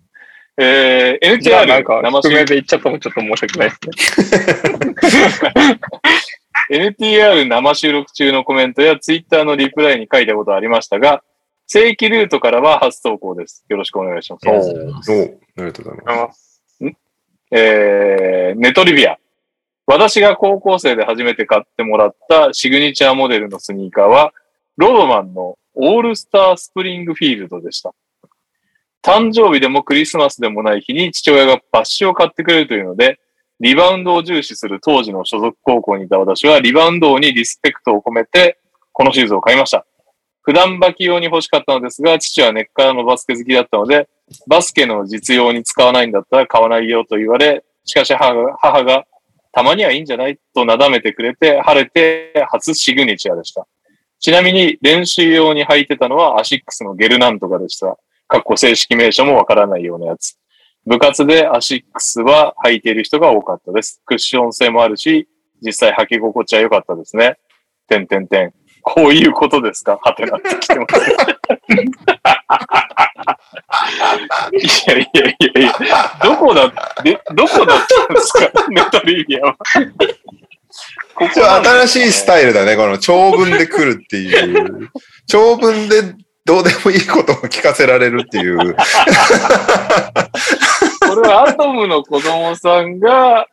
えー、じゃあ、なん NTR か、生低収め録、で言っちゃったもちょっと申し訳ないですね。 NTR 生収録中のコメントや Twitter のリプライに書いたことありましたが、正規ルートからは初投稿です。よろしくお願いします。ありがとうございますおうありがとうございます。えー、ネトリビア。私が高校生で初めて買ってもらったシグニチャーモデルのスニーカーは、ロードマンのオールスタースプリングフィールドでした。誕生日でもクリスマスでもない日に父親がバッシュを買ってくれるというので、リバウンドを重視する当時の所属高校にいた私は、リバウンド王にリスペクトを込めて、このシューズを買いました。普段履き用に欲しかったのですが、父は根っからのバスケ好きだったので、バスケの実用に使わないんだったら買わないよと言われ、しかし母が、母がたまにはいいんじゃないとなだめてくれて、晴れて初シグニチャーでした。ちなみに練習用に履いてたのはアシックスのゲルなんとかでした。かっこ正式名称もわからないようなやつ。部活でアシックスは履いている人が多かったです。クッション性もあるし、実際履き心地は良かったですね。てんてんてん。こういうことですかはてなってきてます。いやいやいやいや、どこだでどこだったんですかネトリビア は。ここ一応なんだ新しいスタイルだね、この長文で来るっていう。長文でどうでもいいことを聞かせられるっていう。これはアトムの子供さんが、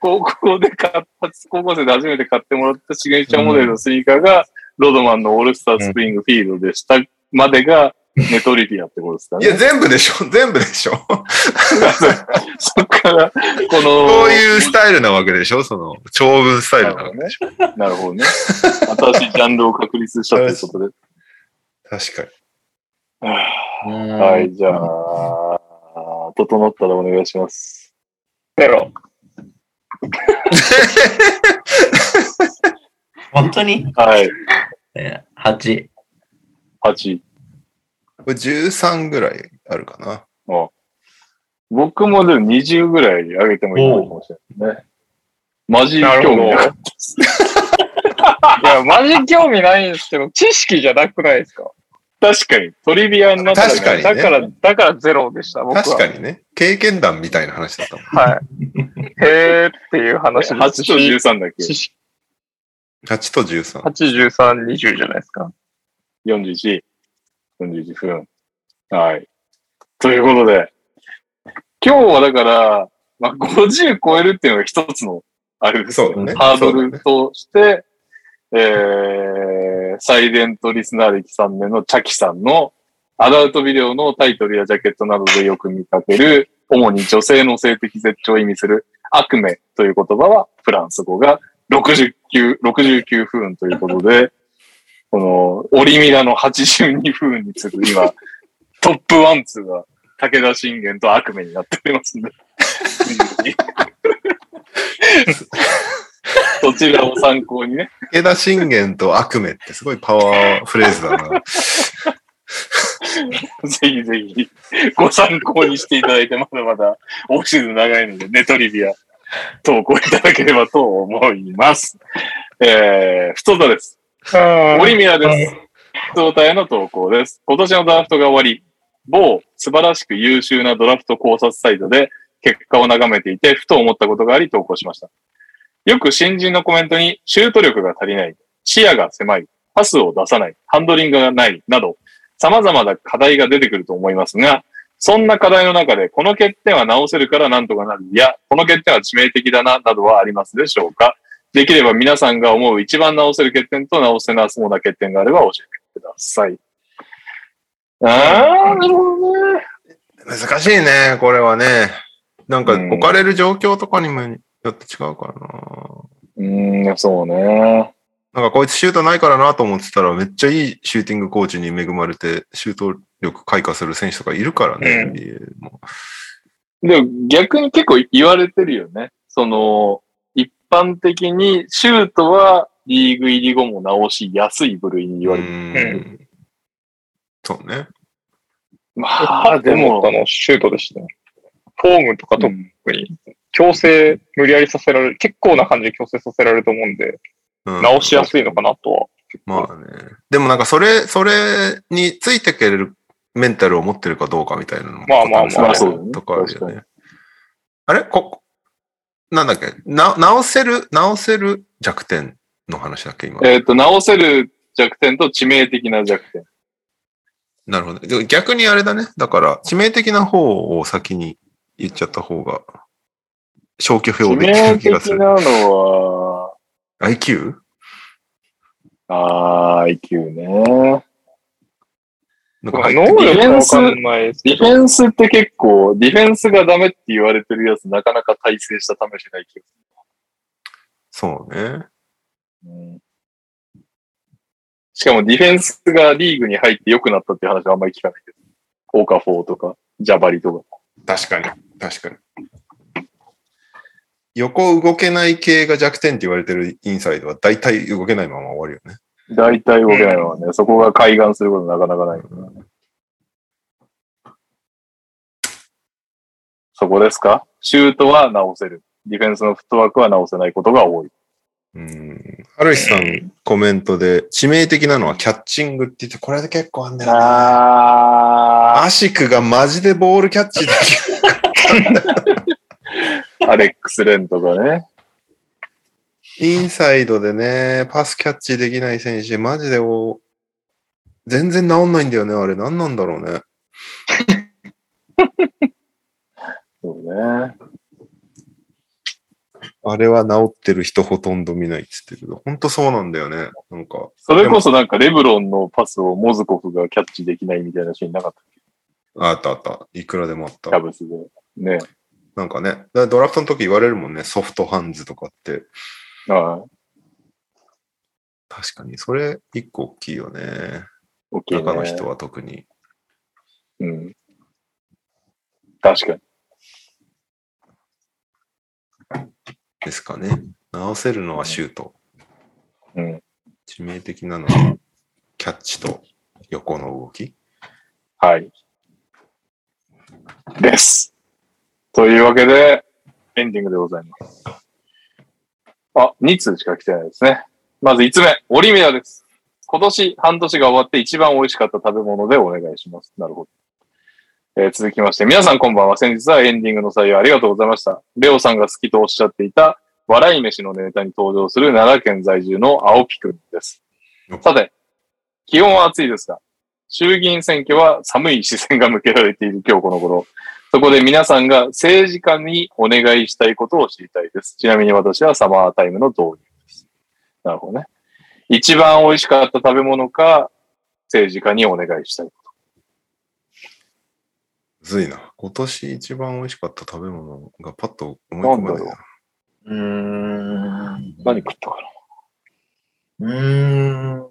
高校で買った、高校生で初めて買ってもらったシグニチャーモデルのスニーカーが、ロードマンのオールスタースプリングフィールドでした、までが、ネトリビアってことですかいね。や、全部でしょ全部でしょ そっから、この、そういうスタイルなわけでしょその、長文スタイルなわけでしょなるほどね。新しいジャンルを確立したということで。 確かに。は、はいじゃあ、整ったらお願いします。ゼロ。本当にはい、えー ?8。 8。これ13ぐらいあるかな。僕もでも20ぐらい上げてもいいのかもしれないね。マジ興味なかったです。いや、マジ興味ないんですけど、知識じゃなくないですか確かに、トリビアになった確かにねだから、だからゼロでした、僕は。確かにね。経験談みたいな話だったもん。はい。へーっていう話8ですとし。 13だっけ知識8と13。 83、20じゃないですか。 ?41。41分。はい。ということで、今日はだから、まあ、50超えるっていうのが一つの、あれですよそうだ ねハードルとして、えー、サイレントリスナー歴3年のチャキさんのアダルトビデオのタイトルやジャケットなどでよく見かける、主に女性の性的絶頂を意味する悪名という言葉はフランス語が69、69分ということで、この、オリミラの82分に次ぐ今、トップワンツーが武田信玄と悪名になっておりますんで。どちらを参考にね。武田信玄と悪夢ってすごいパワーフレーズだな。 ぜひぜひ、ご参考にしていただいて、まだまだ、オフシーズン長いので、ネトリビア、投稿いただければと思います。えー、太田です。森宮です。太田への投稿です。今年のドラフトが終わり、某素晴らしく優秀なドラフト考察サイトで結果を眺めていて、ふと思ったことがあり投稿しました。よく新人のコメントに、シュート力が足りない、視野が狭い、パスを出さない、ハンドリングがない、など、様々な課題が出てくると思いますが、そんな課題の中で、この欠点は直せるからなんとかなる、いや、この欠点は致命的だな、などはありますでしょうかできれば皆さんが思う一番直せる欠点と直せなそうな欠点があれば教えてください。あー、なるほどね。難しいね、これはね。なんかうん置かれる状況とかにもよって違うからな。うーん、そうね。なんかこいつシュートないからなと思ってたらめっちゃいいシューティングコーチに恵まれてシュート力開花する選手とかいるからね。うん NBA もでも逆に結構言われてるよね。その、一般的にシュートはリーグ入り後も直しやすい部類に言われてる。うんそうね。まあ、でもあ、の、シュートでしたね。フォームとかう特んに、強制、無理やりさせられる、結構な感じで強制させられると思うんで、うん直しやすいのかなとは。まあね。でもなんかそれ、それについてけれるメンタルを持ってるかどうかみたいなのも。まあまあまあ多分それまあそうだねとかあるよ確かね。あれこ、なんだっけな、直せる、直せる弱点の話だっけ今。えっ、と、直せる弱点と致命的な弱点。なるほど。でも逆にあれだね。だから、致命的な方を先に言っちゃった方が消去致表でい命る気がす的る。なのは、 IQ? あー、IQ ね。なん能か力がわかんないですデけィフど、ェンスって結構、ディフェンスがダメって言われてるやつ、なかなか体制した試しない気がすそうね。る。うんしかもディフェンスがリーグに入って良くなったっていう話はあんまり聞かないけど。オーカフォーとか、ジャバリとか。確かに。確かに。横動けない系が弱点って言われてるインサイドは大体動けないまま終わるよね。大体動けないのはね、そこが開眼することなかなかないよな。そこですかシュートは直せる。ディフェンスのフットワークは直せないことが多い。うん。ハルシさんコメントで、致命的なのはキャッチングって言って、これで結構あんだよね。あアシクがマジでボールキャッチだけ。ー。アレックス・レンとかね。インサイドでね、パスキャッチできない選手、マジでお全然治んないんだよね、あれ。何なんだろうね。そうね。あれは治ってる人ほとんど見ないって言ってるけど、ほんとそうなんだよね。なんか、それこそなんかレブロンのパスをモズコフがキャッチできないみたいなシーンなかっあったあった。いくらでもあったた。キャ。ブスで。ね。なんかね、だからドラフトの時言われるもんね、ソフトハンズとかって。ああ、確かに、それ一個大きいよね。大きいね。中の人は特に。うん。確かに。ですかね。直せるのはシュート。うん。致命的なのは、キャッチと横の動き。はい。です。というわけで、エンディングでございます。あ、2通しか来てないですね。まず5つ目、オリメアです。今年半年が終わって一番美味しかった食べ物でお願いします。なるほど。えー続きまして、皆さんこんばんは。先日はエンディングの採用ありがとうございました。レオさんが好きとおっしゃっていた、笑い飯のネタに登場する奈良県在住の青木くんです。さて、気温は暑いですが、衆議院選挙は寒い視線が向けられている今日この頃。そこで皆さんが政治家にお願いしたいことを知りたいです。ちなみに私はサマータイムの導入です。なるほどね。一番美味しかった食べ物か、政治家にお願いしたいこむずいな。今年一番美味しかった食べ物がパッと思い込まないなんだろな。うーん。と。何食ったかなうーん。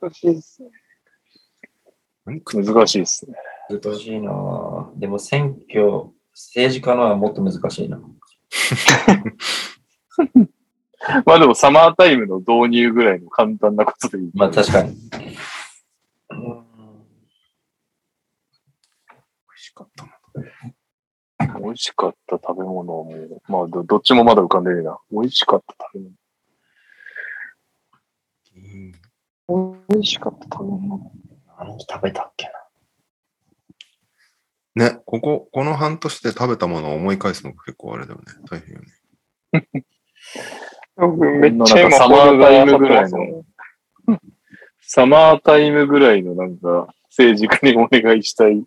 難しいですね。何食った難しいですね。難しいなあーでも選挙、政治家のはもっと難しいな。まあでもサマータイムの導入ぐらいの簡単なことでいい。まあ確かに。美味しかったな美味しかった食べ物も、まあどどっちもまだ浮かんでるな。美味しかった食べ物。うん美味しかった食べ物。あの日食べたっけね、ここ、この半年で食べたものを思い返すのが結構あれだよね。大変よね。僕めっちなゃんか今、サマータイムぐホらルいダー買ってますの、サマータイムぐらいのなんか、政治家にお願いしたい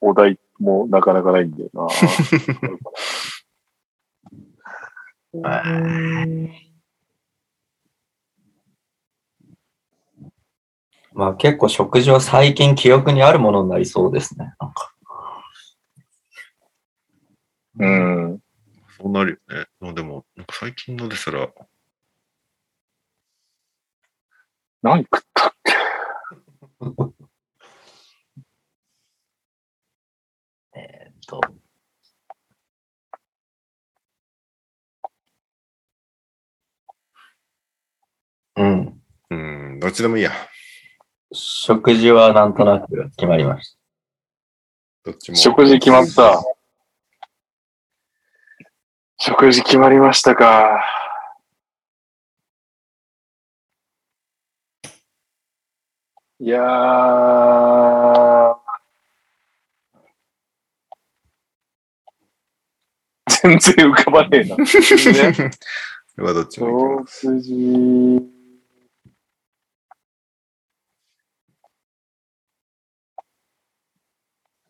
お題もなかなかないんだよな。まあ結構食事は最近記憶にあるものになりそうですね。なんかうん。そうなるよね。まあでも、なんか最近のですら、何食ったっけえっと。うん。うん、どっちでもいいや。食事はなんとなく決まりましどっちも。食事決ま った。食事決まりましたか。いやー。全然浮かばねえな。ねこれはどっちもいいけど。食事。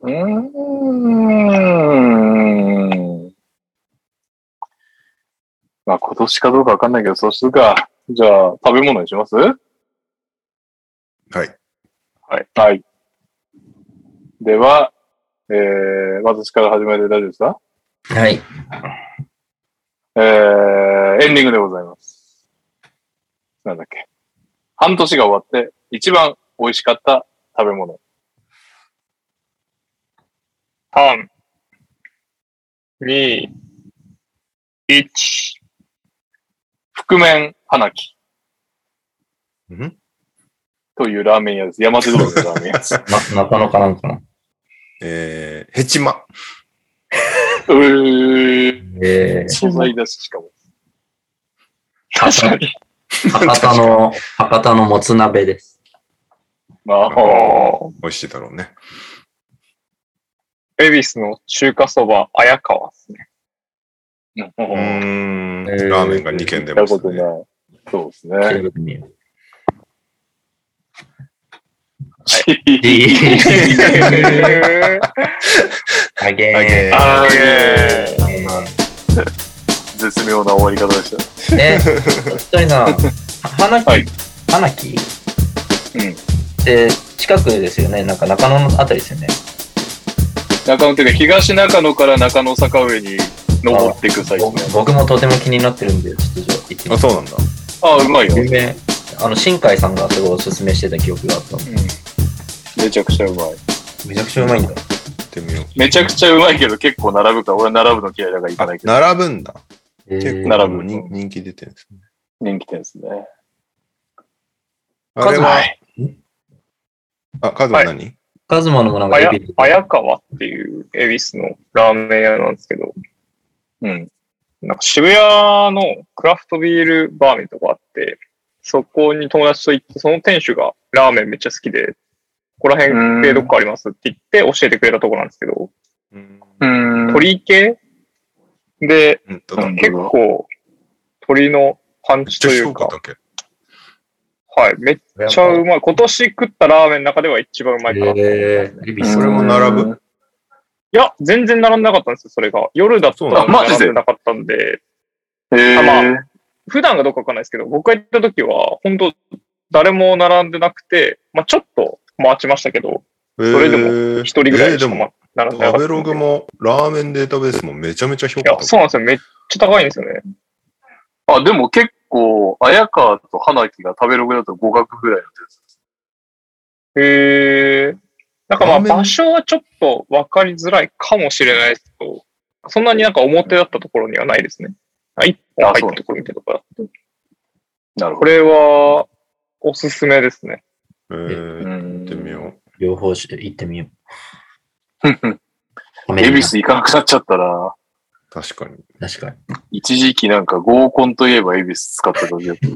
うーん。まあ今年かどうかわかんないけど、そうするか。じゃあ、食べ物にしますはいはい。はい。では、えー、私から始めて大丈夫ですかはい。えー、エンディングでございます。なんだっけ。半年が終わって、一番美味しかった食べ物。パン。2、1。覆面花木。んというラーメン屋です。山手通りのラーメ ン屋です。な、中野かなんかな。えー、ヘチマ。うー、えー、素材だし、しかも。確かに。博多 の、博多のもつ鍋です。まあ、おー美味しいだろうね。恵比寿の中華そば、綾川ですね。うー行ん。えーラーメンが2軒出ったましこたとね。ない。そうですね。あげあー。げーあー絶妙な終わり方でした。え、ひとりさん、花木、はい花木うんで、近くですよね。なんか中野のあたりですよね。中野っていうか、東中野から中野坂上に登っていく最中ね。僕もとても気になってるんで、ちょっとじゃあ行っあ、てみます。そうなんだ。ああ、うまいよ。有名、あの、新海さんがすごいおすすめしてた記憶があったのめちゃくちゃうまい。めちゃくちゃうまいんだ。行ってみよう。めちゃくちゃうまいけど、結構並ぶから、俺並ぶの嫌いだから行かあない、けど、並ぶんだ。え結ー構並ぶもう人人気出てるんですね。人気店ですね。あれはは、い。あ、カズマ何カズマのもなんか綾エビで、綾川っていう恵比寿のラーメン屋なんですけど、うん。なんか渋谷のクラフトビールバーみたいなとこあって、そこに友達と行って、その店主がラーメンめっちゃ好きで、ここら辺系どっかありますって言って教えてくれたとこなんですけど、うん鳥鳥系で、うんと、うめん結構鳥のパンっちチとゃい評う価か、だけ。はい、めっめちゃうまい。今年食ったラーメンの中では一番うまいかな。えー、エビうんスそれも並ぶいや、全然並んでなかったんですよ、それが。夜だったそうならのあマジ並でんでなかったんで、へえあま普段がどうかわかんないですけど、僕が行った時は、本当誰も並んでなくて、まあちょっと待ちましたけど、それでもも一人ぐらいでしかも、並んでな食べかったんで。ログもラーメンデータベースもめちゃめちゃ評い価や、そう。うなんですよ。めっちゃ高いんですよね。あ、でも結構、綾川と花木が食べログだと互角ぐらいの点数へえ。なんかまラあーメン場所はちょっとわかりづらいかもしれないですけど、そんなになんか表だったところにはないですね。あ、一本入ったところみたいなところだなるこ。れは、おすすめですね。えー、行ってみよ両方して行ってみようん。う。恵比寿行かなくなっちゃったら、う。確かに。確かに。一時期なんか合コンといえば恵比寿使った時だったけ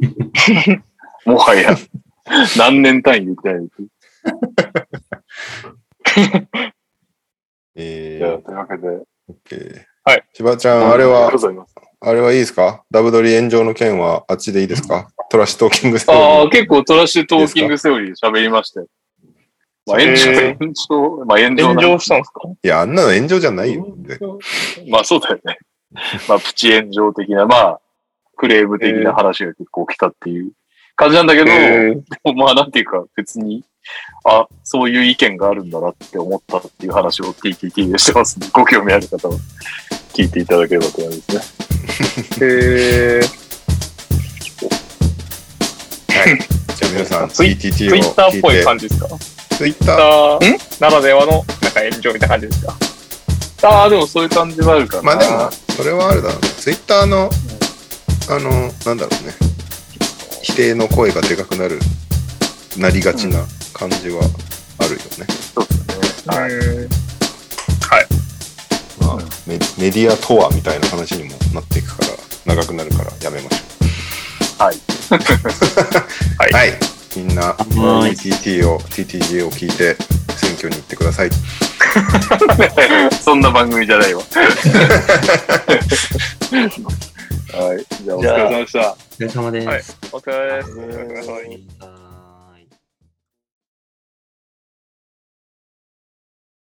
どもはや、何年単位で行ってない。えいや、ー、というわけで、オッケー。はい。千葉ちゃん、あれはご、ざいます。あれはいいですかダブドリ炎上の件はあっちでいいですかトラッシュトーキングセオリーああ、結構トラッシュトーキングセオリー喋りましたよ。まあ、炎上、へー炎上、まあ、炎上炎な上したんですかいや、あんなの炎上じゃないよ。まあそうだよね。まあプチ炎上的な、まあクレーム的な話が結構来たっていう感じなんだけど、へ まあなんていうか別に、あ、そういう意見があるんだなって思ったっていう話を TTT でしてますんで、ご興味ある方は聞いていただければと思いますね。え。じゃあ皆さん、ツイ TTT ツイをッター聞っいぽいて。感じですかツイッター。あーならではのなんか炎上みたいな感じですかああ、でもそういう感じはあるかな。まあでも、それはあれだろうね。ツイッターの、あの、なんだろうね。否定の声がでかくなる、なりがちな感じはあるよね。そうですね。ははいい。。まあ、メメディアとはみたいな話にもなっていくから、長くなるからやめましょう。はい。は。は いいみんな、はい TTT を、TTG を聞いて、選挙に行ってください。 そんな番組じゃないわ。はい。じゃあお疲れ様でした。お疲れ様です。はいお疲れ様です。お疲れ様です。はい